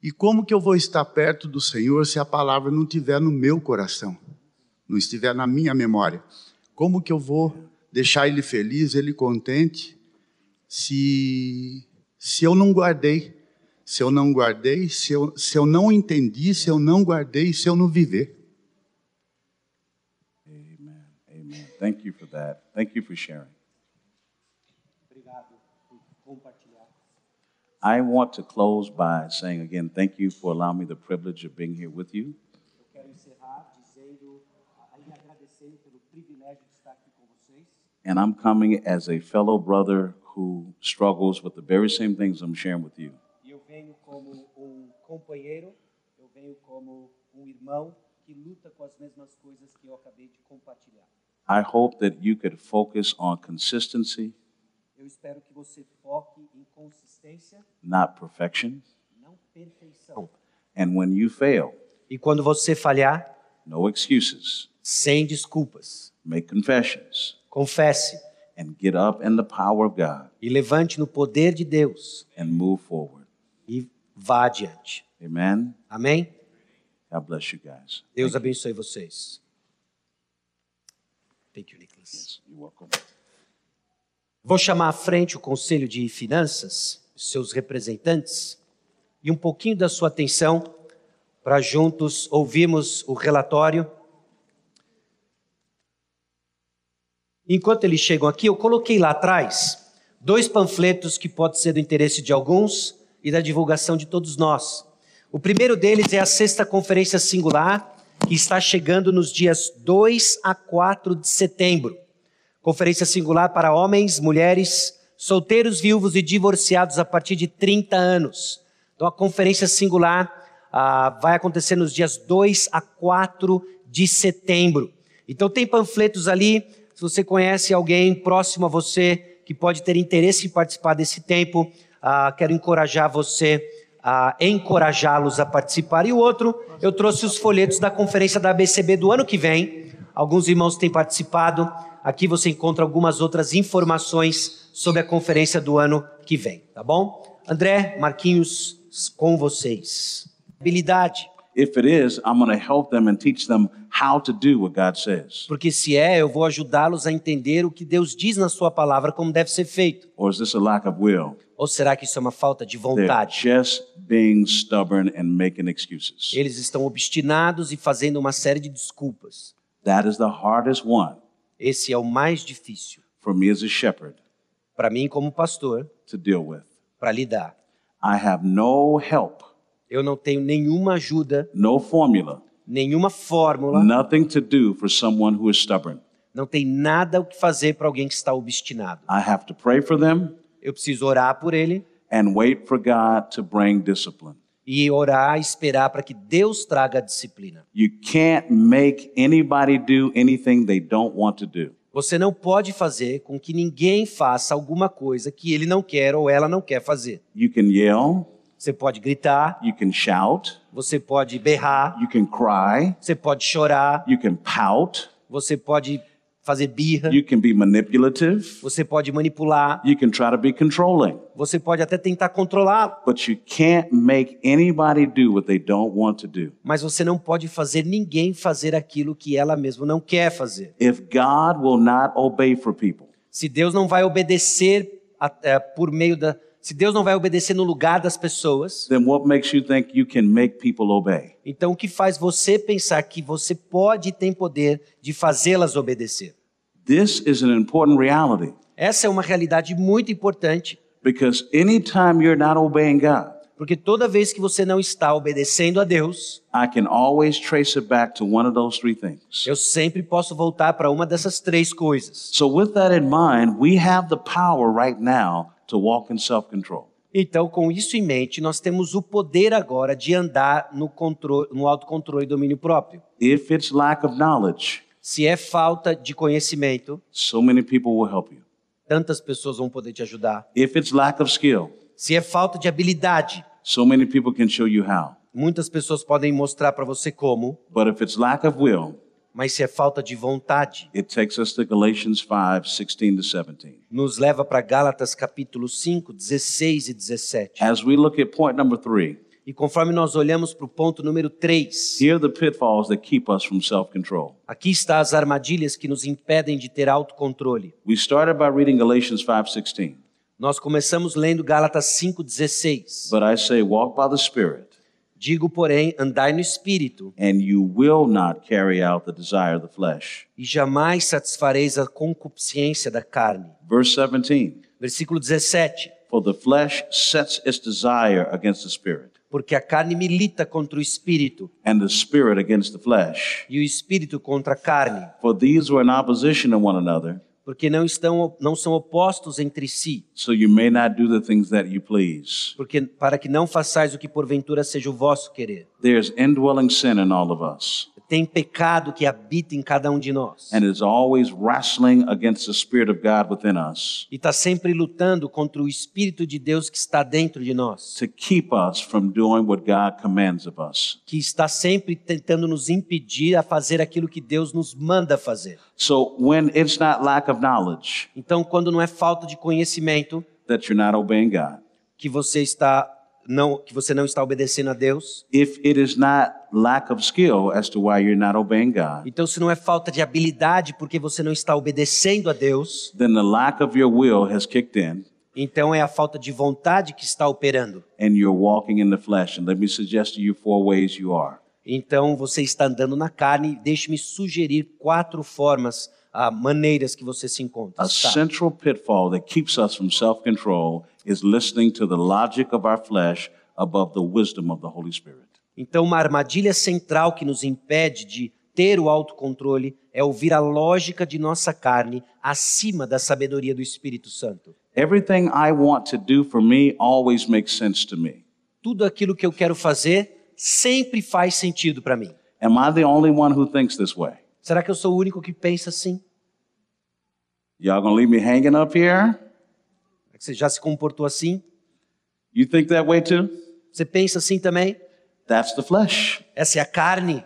Speaker 5: E como que eu vou estar perto do Senhor se a palavra não estiver no meu coração? Não estiver na minha memória? Como que eu vou deixar ele feliz, ele contente, se, se eu não guardei? Se eu não guardei, se eu, se eu não entendi, se eu não guardei, se eu não viver?
Speaker 2: Amen. Thank you for that. Thank you for sharing. I want to close by saying again, thank you for allowing me the privilege of being here with you.
Speaker 1: Eu quero encerrar dizendo, ainda agradecendo pelo privilégio de estar aqui com vocês.
Speaker 2: And I'm coming as a fellow brother who struggles with the very same things I'm sharing with you.
Speaker 1: E eu venho como um companheiro, eu venho como um irmão que luta com as mesmas coisas que eu acabei de compartilhar.
Speaker 2: I hope that you could focus on consistency,
Speaker 1: Eu espero que você foque em consistência,
Speaker 2: not perfection.
Speaker 1: não perfeição.
Speaker 2: And when you fail,
Speaker 1: E quando você falhar,
Speaker 2: no excuses,
Speaker 1: sem desculpas,
Speaker 2: make confessions,
Speaker 1: confesse
Speaker 2: and get up in the power of God
Speaker 1: e levante no poder de Deus
Speaker 2: and move forward.
Speaker 1: e vá adiante.
Speaker 2: Amen.
Speaker 1: Amém?
Speaker 2: God bless you guys.
Speaker 1: Deus abençoe vocês. Thank you, Nicholas.
Speaker 2: You're welcome.
Speaker 1: Vou chamar à frente o Conselho de Finanças, seus representantes, e um pouquinho da sua atenção para juntos ouvirmos o relatório. Enquanto eles chegam aqui, eu coloquei lá atrás dois panfletos que pode ser do interesse de alguns e da divulgação de todos nós. O primeiro deles é a sexta conferência singular, que está chegando nos dias 2 a 4 de setembro. Conferência singular para homens, mulheres, solteiros, viúvos e divorciados a partir de 30 anos. Então, a conferência singular ah, vai acontecer nos dias 2 a 4 de setembro. Então, tem panfletos ali. Se você conhece alguém próximo a você que pode ter interesse em participar desse tempo, ah, quero encorajar você a encorajá-los a participar. E o outro, eu trouxe os folhetos da conferência da ABCB do ano que vem. Alguns irmãos têm participado. Aqui você encontra algumas outras informações sobre a conferência do ano que vem, tá bom? André, Marquinhos, com vocês. Habilidade,
Speaker 2: If it is, I'm going to help them and teach them how to do what God says.
Speaker 1: porque se é, eu vou ajudá-los a entender o que Deus diz na sua palavra, como deve ser feito.
Speaker 2: Or is this a lack of will?
Speaker 1: Ou será que isso é uma falta de
Speaker 2: They're
Speaker 1: vontade?
Speaker 2: just being stubborn and making excuses.
Speaker 1: Eles estão obstinados e fazendo uma série de desculpas.
Speaker 2: That is the hardest one
Speaker 1: Esse é o mais difícil
Speaker 2: for me as a shepherd
Speaker 1: para mim como pastor
Speaker 2: to deal with.
Speaker 1: para lidar.
Speaker 2: I have no help,
Speaker 1: Eu não tenho nenhuma ajuda,
Speaker 2: no formula,
Speaker 1: nenhuma fórmula,
Speaker 2: nothing to do for someone who is stubborn.
Speaker 1: não tem nada o que fazer para alguém que está obstinado.
Speaker 2: I have to pray for them
Speaker 1: Eu preciso orar por ele
Speaker 2: and wait for God to bring discipline.
Speaker 1: e orar e esperar para que Deus traga a disciplina.
Speaker 2: You can't make anybody do anything they don't want to do.
Speaker 1: Você não pode fazer com que ninguém faça alguma coisa que ele não quer ou ela não quer fazer.
Speaker 2: You can yell,
Speaker 1: Você pode gritar,
Speaker 2: you can shout,
Speaker 1: você pode berrar,
Speaker 2: you can cry,
Speaker 1: você pode chorar,
Speaker 2: you can pout,
Speaker 1: você pode fazer birra,
Speaker 2: you can be manipulative,
Speaker 1: você pode manipular,
Speaker 2: you can try to be controlling,
Speaker 1: você pode até tentar controlá-lo,
Speaker 2: but you can't make anybody do what they don't want to do.
Speaker 1: mas você não pode fazer ninguém fazer aquilo que ela mesma não quer fazer.
Speaker 2: If God will not obey for people,
Speaker 1: Se Deus não vai obedecer a- é, por meio da, se Deus não vai obedecer no lugar das pessoas,
Speaker 2: then what makes you think you can make people obey?
Speaker 1: então o que faz você pensar que você pode e tem poder de fazê-las obedecer?
Speaker 2: This is an important reality
Speaker 1: Essa é uma realidade muito importante,
Speaker 2: because anytime you're not obeying God,
Speaker 1: porque toda vez que você não está obedecendo a Deus,
Speaker 2: I can always trace it back to one of those three things.
Speaker 1: eu sempre posso voltar para uma dessas três coisas.
Speaker 2: So, with that in mind, we have the power right now to walk in self control.
Speaker 1: Então, com isso em mente, nós temos o poder agora de andar no, contro- no autocontrole e domínio próprio.
Speaker 2: If it's lack of knowledge,
Speaker 1: Se é falta de conhecimento,
Speaker 2: so many people will help you.
Speaker 1: tantas pessoas vão poder te ajudar.
Speaker 2: If it's lack of skill,
Speaker 1: Se é falta de habilidade,
Speaker 2: so many people can show you how.
Speaker 1: muitas pessoas podem mostrar para você como,
Speaker 2: But if it's lack of will,
Speaker 1: mas se é falta de vontade,
Speaker 2: it takes us to Galatians 5 16 to 17.
Speaker 1: nos leva para Gálatas capítulo 5, 16 e 17.
Speaker 2: As we look at point number three,
Speaker 1: E conforme nós olhamos para o ponto número 3,
Speaker 2: here are the pitfalls that keep us from self control.
Speaker 1: aqui está as armadilhas que nos impedem de ter autocontrole.
Speaker 2: We started by reading Galatians 5 16.
Speaker 1: Nós começamos lendo Gálatas 5:16.
Speaker 2: But I say, walk by the Spirit,
Speaker 1: Digo, porém, andai no espírito
Speaker 2: and you will not carry out the desire of the flesh.
Speaker 1: e jamais satisfareis a concupiscência da carne.
Speaker 2: Verse 17
Speaker 1: Versículo 17.
Speaker 2: For the flesh sets its desire against the Spirit,
Speaker 1: Porque a carne milita contra o espírito
Speaker 2: and the Spirit against the flesh.
Speaker 1: e o espírito contra a carne,
Speaker 2: For these are in opposition to one another,
Speaker 1: porque não estão não são opostos entre si,
Speaker 2: so you may not do the things that you please.
Speaker 1: porque para que não façais o que porventura seja o vosso querer.
Speaker 2: There's indwelling sin in all of us,
Speaker 1: Tem pecado que habita em cada um de nós.
Speaker 2: and it's always wrestling against the Spirit of God within us
Speaker 1: e está sempre lutando contra o Espírito de Deus que está dentro de nós,
Speaker 2: to keep us from doing what God commands of us.
Speaker 1: que está sempre tentando nos impedir a fazer aquilo que Deus nos manda fazer.
Speaker 2: So when it's not lack of knowledge
Speaker 1: Então, quando não é falta de conhecimento
Speaker 2: that you're not obeying God,
Speaker 1: que você está não que você não está obedecendo a Deus,
Speaker 2: if it is not lack of skill as to why you're not obeying God,
Speaker 1: então se não é falta de habilidade porque você não está obedecendo a Deus,
Speaker 2: then the lack of your will has kicked in
Speaker 1: então é a falta de vontade que está operando.
Speaker 2: and you're walking in the flesh. And let me suggest to you four ways you are.
Speaker 1: Então você está andando na carne. Deixe-me sugerir quatro formas, ah, maneiras que você se encontra. tá?
Speaker 2: A
Speaker 1: está.
Speaker 2: central pitfall that keeps us from self control is listening to the logic of our flesh above the wisdom of the Holy Spirit.
Speaker 1: Então, uma armadilha central que nos impede de ter o autocontrole é ouvir a lógica de nossa carne acima da sabedoria do Espírito Santo.
Speaker 2: Everything I want to do for me always makes sense to me.
Speaker 1: Tudo aquilo que eu quero fazer sempre faz sentido para mim.
Speaker 2: Am I the only one who thinks this way?
Speaker 1: Será que eu sou o único que pensa assim?
Speaker 2: Y'all gonna leave me hanging up here?
Speaker 1: É que Você já se comportou assim?
Speaker 2: You think that way too?
Speaker 1: Você pensa assim também?
Speaker 2: That's the flesh.
Speaker 1: Essa é a carne?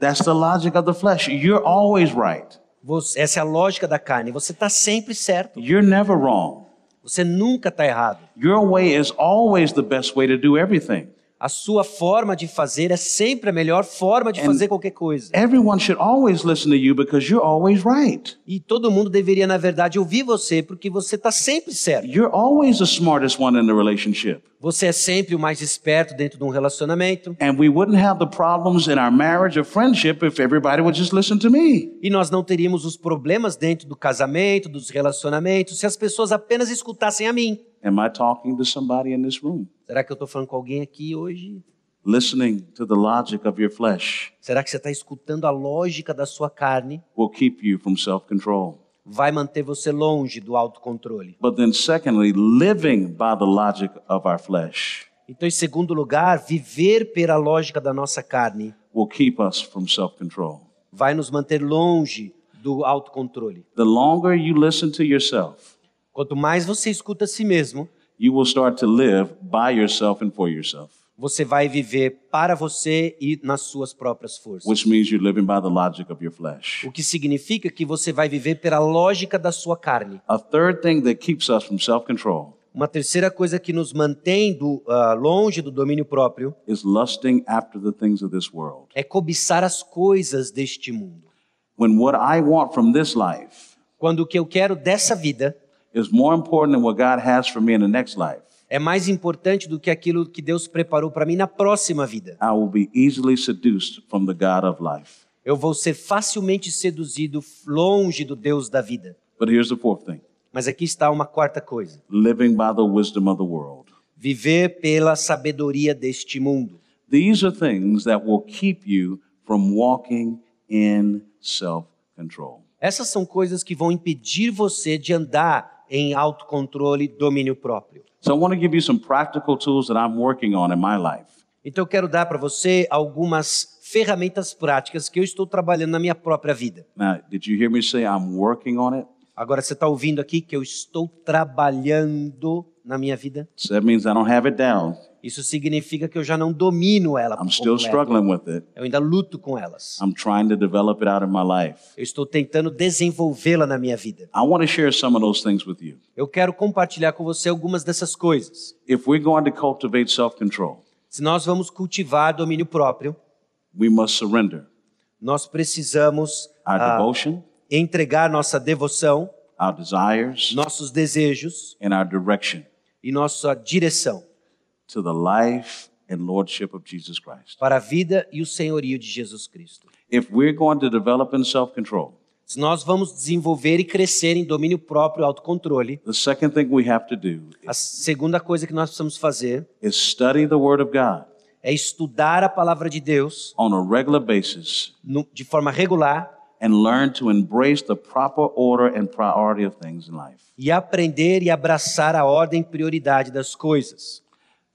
Speaker 2: That's the logic of the flesh. You're always right.
Speaker 1: Você- essa é a lógica da carne. Você está sempre certo.
Speaker 2: You're never wrong.
Speaker 1: Você nunca está errado.
Speaker 2: Your way is always the best way to do everything.
Speaker 1: A sua forma de fazer é sempre a melhor forma de
Speaker 2: And-
Speaker 1: fazer qualquer coisa.
Speaker 2: Everyone should always listen to you because you're always right.
Speaker 1: E todo mundo deveria, na verdade, ouvir você, porque você está sempre certo.
Speaker 2: You're always the smartest one in the relationship.
Speaker 1: Você é sempre o mais esperto dentro de um relacionamento.
Speaker 2: And we wouldn't have the problems in our marriage or friendship if everybody would just listen to me.
Speaker 1: E nós não teríamos os problemas dentro do casamento, dos relacionamentos, se as pessoas apenas escutassem a mim.
Speaker 2: Am I talking to somebody in this room?
Speaker 1: Será que eu estou falando com alguém aqui hoje?
Speaker 2: Listening to the logic of your flesh
Speaker 1: Será que você está escutando a lógica da sua carne?
Speaker 2: will keep you from self control.
Speaker 1: Vai manter você longe do autocontrole.
Speaker 2: But then, secondly, living by the logic of our flesh
Speaker 1: Então, em segundo lugar, viver pela lógica da nossa carne
Speaker 2: will keep us from self control.
Speaker 1: vai nos manter longe do autocontrole.
Speaker 2: The longer you listen to yourself,
Speaker 1: Quanto mais você escuta a si mesmo,
Speaker 2: you will start to live by yourself and for yourself,
Speaker 1: você vai viver para você e nas suas próprias forças.
Speaker 2: which means you're living by the logic of your flesh.
Speaker 1: O que significa que você vai viver pela lógica da sua carne.
Speaker 2: A third thing that keeps us from self control
Speaker 1: Uma terceira coisa que nos mantém do, ah, longe do domínio próprio
Speaker 2: is lusting after the things of this world.
Speaker 1: é cobiçar as coisas deste mundo.
Speaker 2: When what I want from this life
Speaker 1: Quando o que eu quero dessa vida
Speaker 2: is more important than what God has for me in the next life,
Speaker 1: é mais importante do que aquilo que Deus preparou para mim na próxima vida.
Speaker 2: I will be easily seduced from the God of life.
Speaker 1: Eu vou ser facilmente seduzido longe do Deus da vida.
Speaker 2: But here's the fourth thing
Speaker 1: Mas aqui está uma quarta coisa:
Speaker 2: living by the wisdom of the world.
Speaker 1: viver pela sabedoria deste mundo.
Speaker 2: These are things that will keep you from walking in self control.
Speaker 1: Essas são coisas que vão impedir você de andar em autocontrole, domínio próprio.
Speaker 2: So I want to give you some practical tools that I'm working on in my life
Speaker 1: Então eu quero dar para você algumas ferramentas práticas que eu estou trabalhando na minha própria vida.
Speaker 2: Now, did you hear me say I'm working on it?
Speaker 1: Agora você está ouvindo aqui que eu estou trabalhando na minha vida?
Speaker 2: So that means I don't have it down.
Speaker 1: Isso significa que eu já não domino ela. por
Speaker 2: I'm still
Speaker 1: completo.
Speaker 2: struggling with it.
Speaker 1: Eu ainda luto com elas.
Speaker 2: I'm trying to develop it out of my life.
Speaker 1: Eu estou tentando desenvolvê-la na minha vida.
Speaker 2: I want to share some of those things with you.
Speaker 1: Eu quero compartilhar com você algumas dessas coisas.
Speaker 2: If we're going to cultivate self control,
Speaker 1: Se nós vamos cultivar domínio próprio,
Speaker 2: we must surrender
Speaker 1: nós precisamos
Speaker 2: our
Speaker 1: ah,
Speaker 2: devotion,
Speaker 1: entregar nossa devoção,
Speaker 2: our desires,
Speaker 1: nossos desejos
Speaker 2: and our direction
Speaker 1: e nossa direção
Speaker 2: to the life and lordship of Jesus Christ.
Speaker 1: para a vida e o senhorio de Jesus Cristo.
Speaker 2: If we're going to develop in self control,
Speaker 1: Se nós vamos desenvolver e crescer em domínio próprio e autocontrole,
Speaker 2: the second thing we have to do
Speaker 1: a segunda coisa que nós precisamos fazer
Speaker 2: is study the Word of God
Speaker 1: é estudar a palavra de Deus
Speaker 2: on a regular basis
Speaker 1: no- de forma regular
Speaker 2: and learn to embrace the proper order and priority of things in life.
Speaker 1: e aprender e abraçar a ordem e prioridade das coisas.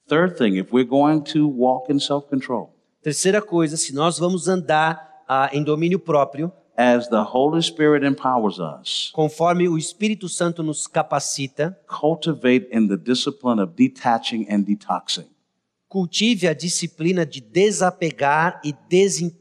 Speaker 2: Third thing, if we're going to walk in self control,
Speaker 1: Terceira coisa, se nós vamos andar ah, em domínio próprio,
Speaker 2: as the Holy Spirit empowers us,
Speaker 1: conforme o Espírito Santo nos capacita,
Speaker 2: cultivate in the discipline of detaching and detoxing.
Speaker 1: cultive a disciplina de desapegar e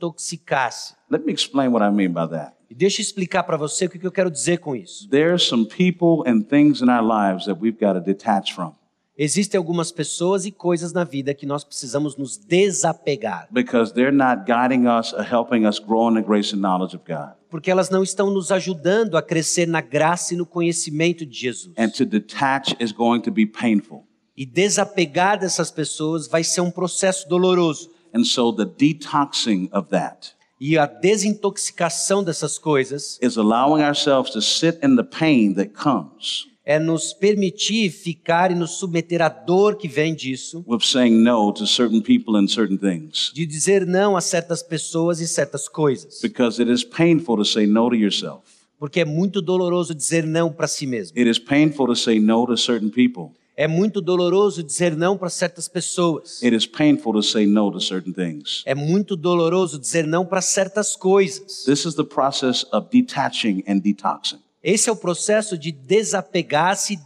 Speaker 1: desintoxicar-se.
Speaker 2: Let me explain what I mean by that.
Speaker 1: E deixa eu explicar para você o que que eu quero dizer com isso.
Speaker 2: There are some people and things in our lives that we've got to detach from
Speaker 1: Existem algumas pessoas e coisas na vida que nós precisamos nos desapegar,
Speaker 2: because they're not guiding us or helping us grow in the grace and knowledge of God.
Speaker 1: porque elas não estão nos ajudando a crescer na graça e no conhecimento de Jesus.
Speaker 2: And to detach is going to be painful.
Speaker 1: E desapegar dessas pessoas vai ser um processo doloroso.
Speaker 2: And so the detoxing of that
Speaker 1: E a desintoxicação dessas coisas
Speaker 2: is allowing ourselves to sit in the pain that comes
Speaker 1: é nos permitir ficar e nos submeter à dor que vem disso,
Speaker 2: with saying no to certain people and certain things
Speaker 1: de dizer não a certas pessoas e certas coisas.
Speaker 2: because it is painful to say no to yourself.
Speaker 1: Porque é muito doloroso dizer não para si mesmo.
Speaker 2: It is painful to say no to certain people.
Speaker 1: É muito doloroso dizer não para certas pessoas.
Speaker 2: It is painful to say no to certain things.
Speaker 1: É muito doloroso dizer não para certas coisas.
Speaker 2: This is the process of detaching and detoxing.
Speaker 1: Esse é o processo de desapegar-se e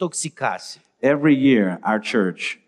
Speaker 1: desintoxicar-se.
Speaker 2: Every year, our church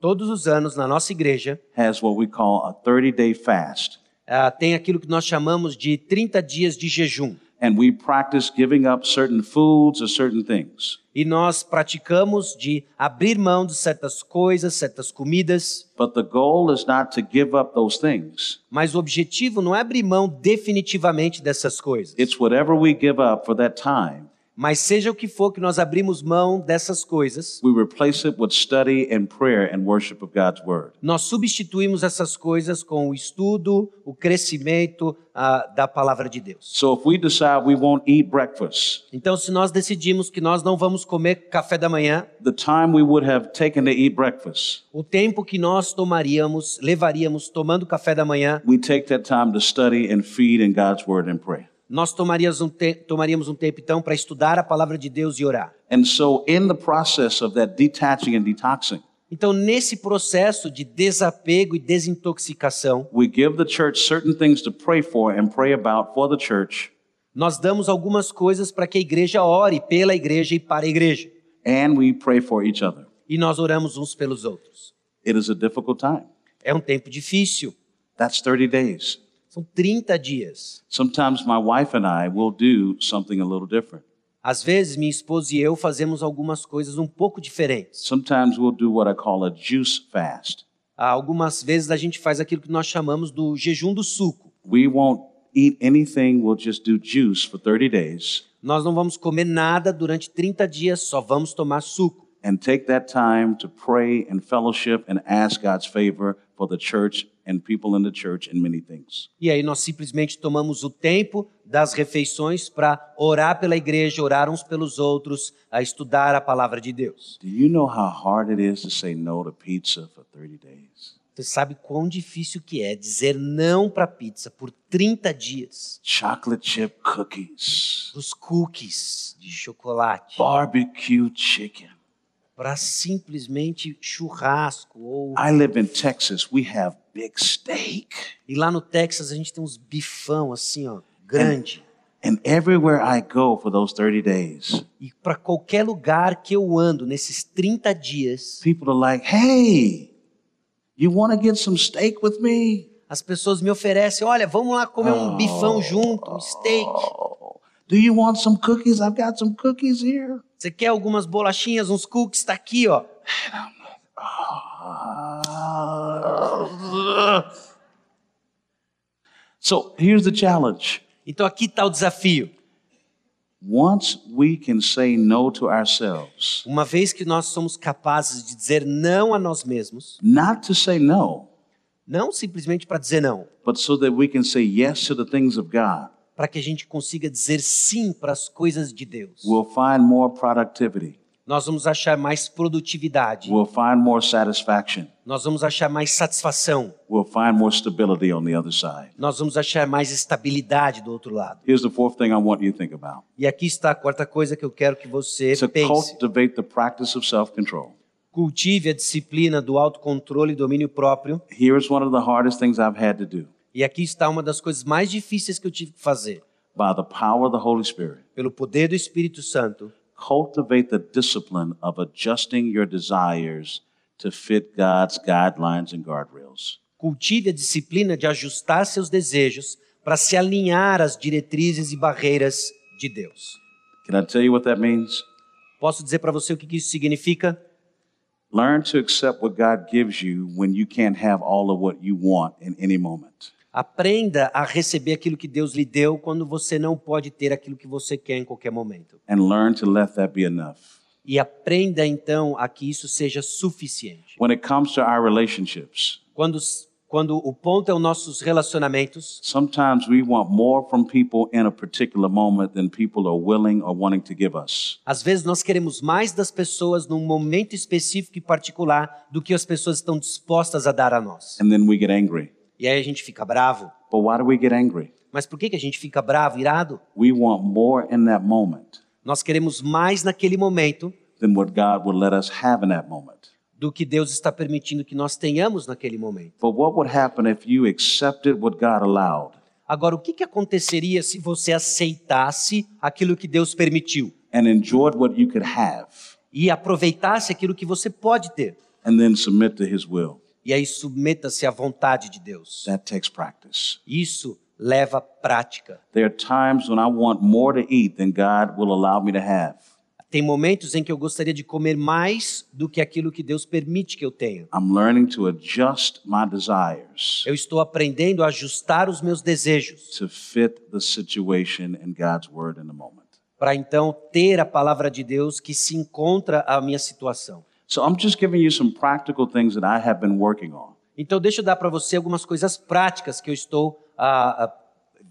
Speaker 1: Todos os anos, na nossa igreja,
Speaker 2: has what we call a 30 day fast,
Speaker 1: ah, tem aquilo que nós chamamos de 30 dias de jejum.
Speaker 2: and we practice giving up certain foods or certain things.
Speaker 1: E nós praticamos de abrir mão de certas coisas, certas comidas,
Speaker 2: But the goal is not to give up those things.
Speaker 1: Mas o objetivo não é abrir mão definitivamente dessas coisas.
Speaker 2: It's whatever we give up for that time,
Speaker 1: Mas seja o que for que nós abrimos mão dessas coisas,
Speaker 2: we replace it with study and prayer and worship of God's Word.
Speaker 1: nós substituímos essas coisas com o estudo, o crescimento ah, da palavra de Deus.
Speaker 2: So if we decide we won't eat breakfast,
Speaker 1: Então, se nós decidimos que nós não vamos comer café da manhã,
Speaker 2: the time we would have taken to eat breakfast,
Speaker 1: o tempo que nós tomaríamos, levaríamos tomando café da manhã,
Speaker 2: we take that time to study and feed in God's Word and pray.
Speaker 1: nós tomaríamos um, te- tomaríamos um tempo então para estudar a palavra de Deus e orar.
Speaker 2: And so, in the process of that detaching and detoxing,
Speaker 1: Então, nesse processo de desapego e desintoxicação,
Speaker 2: we give the church certain things to pray for and pray about for the church
Speaker 1: nós damos algumas coisas para que a igreja ore pela igreja e para a igreja.
Speaker 2: and we pray for each other.
Speaker 1: E nós oramos uns pelos outros.
Speaker 2: It is a difficult time.
Speaker 1: É um tempo difícil,
Speaker 2: That's 30 days.
Speaker 1: são 30 dias.
Speaker 2: Sometimes my wife and I will do something a little different.
Speaker 1: Às vezes, minha esposa e eu fazemos algumas coisas um pouco diferentes.
Speaker 2: Sometimes we'll do what I call a juice fast.
Speaker 1: Há Ah, Algumas vezes a gente faz aquilo que nós chamamos do jejum do suco.
Speaker 2: We won't eat anything, we'll just do juice for 30 days
Speaker 1: Nós não vamos comer nada durante 30 dias, só vamos tomar suco.
Speaker 2: and take that time to pray and fellowship and ask God's favor for the church and people in the church and many things.
Speaker 1: E aí nós simplesmente tomamos o tempo das refeições para orar pela igreja, orar uns pelos outros, a estudar a palavra de Deus.
Speaker 2: Do you know how hard it is to say no to pizza for 30 days?
Speaker 1: Você sabe quão difícil que é dizer não para pizza por 30 dias,
Speaker 2: Chocolate chip cookies,
Speaker 1: os cookies de chocolate,
Speaker 2: barbecue chicken.
Speaker 1: para simplesmente churrasco ou
Speaker 2: I live in Texas. We have big steak.
Speaker 1: e lá no Texas a gente tem uns bifão assim, ó, grande.
Speaker 2: And everywhere I go for those 30 days,
Speaker 1: E para qualquer lugar que eu ando nesses 30 dias,
Speaker 2: people are like, hey, you want to get some steak with me?
Speaker 1: as pessoas me oferecem, olha, vamos lá comer um bifão junto, um steak.
Speaker 2: Oh, do you want some cookies? I've got some cookies here.
Speaker 1: Você quer algumas bolachinhas, uns cookies? Tá aqui, ó.
Speaker 2: Ah. So here's the challenge.
Speaker 1: Então aqui tá o desafio.
Speaker 2: Once we can say no to ourselves,
Speaker 1: Uma vez que nós somos capazes de dizer não a nós mesmos,
Speaker 2: not to say no,
Speaker 1: não simplesmente para dizer não,
Speaker 2: but so that we can say yes to the things of God,
Speaker 1: para que a gente consiga dizer sim para as coisas de Deus,
Speaker 2: we'll find more productivity.
Speaker 1: nós vamos achar mais produtividade,
Speaker 2: We'll find more satisfaction.
Speaker 1: nós vamos achar mais satisfação,
Speaker 2: We'll find more stability on the other side.
Speaker 1: nós vamos achar mais estabilidade do outro lado.
Speaker 2: Here's the fourth thing I want you to think about.
Speaker 1: E aqui está a quarta coisa que eu quero que você
Speaker 2: To
Speaker 1: pense.
Speaker 2: cultivate the practice of self-control.
Speaker 1: Cultive a disciplina do autocontrole e domínio próprio.
Speaker 2: Here is one of the hardest things I've had to do.
Speaker 1: E aqui está uma das coisas mais difíceis que eu tive que fazer.
Speaker 2: By the power of the Holy Spirit,
Speaker 1: pelo poder do Espírito Santo,
Speaker 2: cultivate the discipline of adjusting your desires to fit God's guidelines and guardrails.
Speaker 1: cultive a disciplina de ajustar seus desejos para se alinhar às diretrizes e barreiras de Deus.
Speaker 2: Can I tell you what that means?
Speaker 1: Posso dizer para você o que que isso significa?
Speaker 2: Learn to accept what God gives you when you can't have all of what you want in any moment.
Speaker 1: Aprenda a receber aquilo que Deus lhe deu quando você não pode ter aquilo que você quer em qualquer momento.
Speaker 2: And learn to let that be enough.
Speaker 1: E aprenda então a que isso seja suficiente.
Speaker 2: When it comes to our relationships,
Speaker 1: Quando, quando o ponto é os nossos relacionamentos,
Speaker 2: sometimes we want more from people in a particular moment than people are willing or wanting to give us.
Speaker 1: às vezes nós queremos mais das pessoas num momento específico e particular do que as pessoas estão dispostas a dar a nós.
Speaker 2: And then we get angry.
Speaker 1: E aí a gente fica bravo.
Speaker 2: But why do we get angry?
Speaker 1: Mas por que, que a gente fica bravo, irado?
Speaker 2: We want more in that moment
Speaker 1: Nós queremos mais naquele momento
Speaker 2: than what God would let us have in that moment.
Speaker 1: do que Deus está permitindo que nós tenhamos naquele momento.
Speaker 2: But what would happen if you accepted what God allowed
Speaker 1: Agora, o que, que aconteceria se você aceitasse aquilo que Deus permitiu
Speaker 2: and enjoyed what you could have
Speaker 1: e aproveitasse aquilo que você pode ter?
Speaker 2: and then submit to His will?
Speaker 1: E aí submeta-se à vontade de Deus.
Speaker 2: That takes practice.
Speaker 1: Isso leva prática.
Speaker 2: There are times when I want more to eat than God will allow me to have.
Speaker 1: Tem momentos em que eu gostaria de comer mais do que aquilo que Deus permite que eu tenha.
Speaker 2: I'm learning to adjust my desires
Speaker 1: Eu estou aprendendo a ajustar os meus desejos.
Speaker 2: to fit the situation and God's word in the moment.
Speaker 1: para então ter a palavra de Deus que se encontra à minha situação.
Speaker 2: So I'm just giving you some practical things that I have been working on.
Speaker 1: Então, deixa eu dar para você algumas coisas práticas que eu estou ah, ah,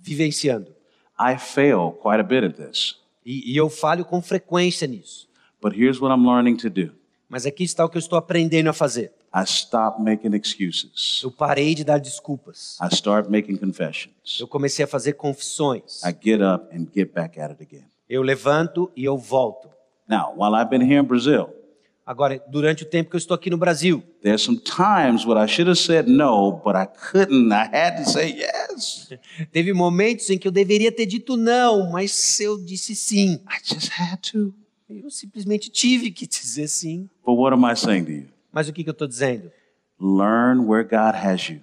Speaker 1: vivenciando.
Speaker 2: I fail quite a bit at this,
Speaker 1: E, e eu falho com frequência nisso.
Speaker 2: but here's what I'm learning to do
Speaker 1: Mas aqui está o que eu estou aprendendo a fazer.
Speaker 2: I stop making excuses,
Speaker 1: Eu parei de dar desculpas.
Speaker 2: I start making confessions.
Speaker 1: Eu comecei a fazer confissões.
Speaker 2: I get up and get back at it again.
Speaker 1: Eu levanto e eu volto.
Speaker 2: Now, while I've been here in Brazil,
Speaker 1: Agora, durante o tempo que eu estou aqui no Brasil,
Speaker 2: There's some times when I should have said no, but I couldn't. I had to say yes.
Speaker 1: teve momentos em que eu deveria ter dito não, mas eu disse sim.
Speaker 2: I just had to.
Speaker 1: Eu simplesmente tive que dizer sim.
Speaker 2: But what am I saying to you?
Speaker 1: Mas o que, que eu estou dizendo?
Speaker 2: Learn where God has you.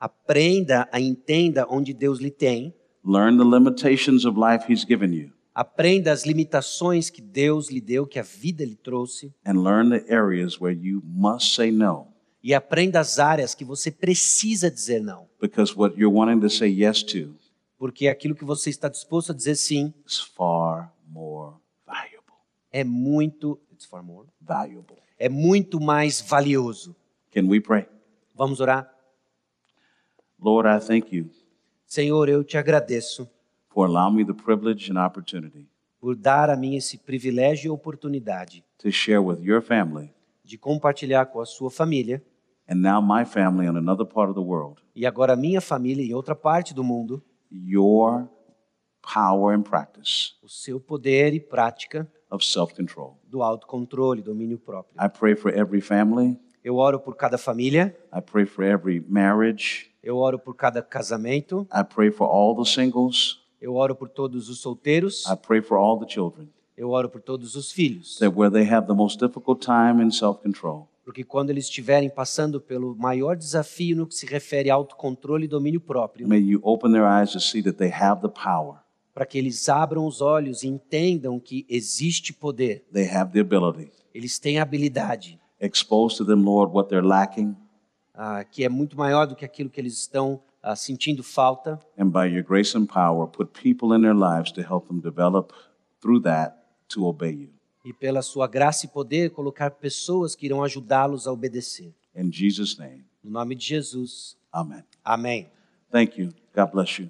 Speaker 1: Aprenda a entenda onde Deus lhe tem.
Speaker 2: Learn the limitations of life He's given you,
Speaker 1: Aprenda as limitações que Deus lhe deu, que a vida lhe trouxe.
Speaker 2: and learn the areas where you must say no.
Speaker 1: E aprenda as áreas que você precisa dizer não.
Speaker 2: Because what you're wanting to say yes to
Speaker 1: Porque aquilo que você está disposto a dizer sim
Speaker 2: is far more valuable.
Speaker 1: é muito,
Speaker 2: Valuable.
Speaker 1: é muito mais valioso.
Speaker 2: Can we pray?
Speaker 1: Vamos orar?
Speaker 2: Lord, I thank you
Speaker 1: Senhor, eu te agradeço
Speaker 2: for allowing me the privilege and opportunity
Speaker 1: por dar a mim esse privilégio e oportunidade
Speaker 2: to share with your family
Speaker 1: de compartilhar com a sua família
Speaker 2: and now my family in another part of the world
Speaker 1: e agora a minha família em outra parte do mundo
Speaker 2: your power and practice
Speaker 1: o seu poder e prática
Speaker 2: of self control.
Speaker 1: do autocontrole, domínio próprio.
Speaker 2: I pray for every family.
Speaker 1: Eu oro por cada família,
Speaker 2: I pray for every marriage.
Speaker 1: eu oro por cada casamento,
Speaker 2: I pray for all the singles.
Speaker 1: eu oro por todos os solteiros,
Speaker 2: I pray for all the children
Speaker 1: eu oro por todos os filhos.
Speaker 2: that where they have the most difficult time in self control,
Speaker 1: Porque quando eles estiverem passando pelo maior desafio no que se refere a autocontrole e domínio próprio,
Speaker 2: may you open their eyes to see that they have the power,
Speaker 1: para que eles abram os olhos e entendam que existe poder,
Speaker 2: they have the ability.
Speaker 1: eles têm habilidade,
Speaker 2: Expose to them, Lord, what they're lacking,
Speaker 1: ah, que é muito maior do que aquilo que eles estão ah, sentindo falta,
Speaker 2: and by your grace and power, put people in their lives to help them develop through that to obey you.
Speaker 1: e pela sua graça e poder colocar pessoas que irão ajudá-los a obedecer.
Speaker 2: In Jesus' name,
Speaker 1: No nome de Jesus.
Speaker 2: amen.
Speaker 1: Amém.
Speaker 2: Thank you. God bless you.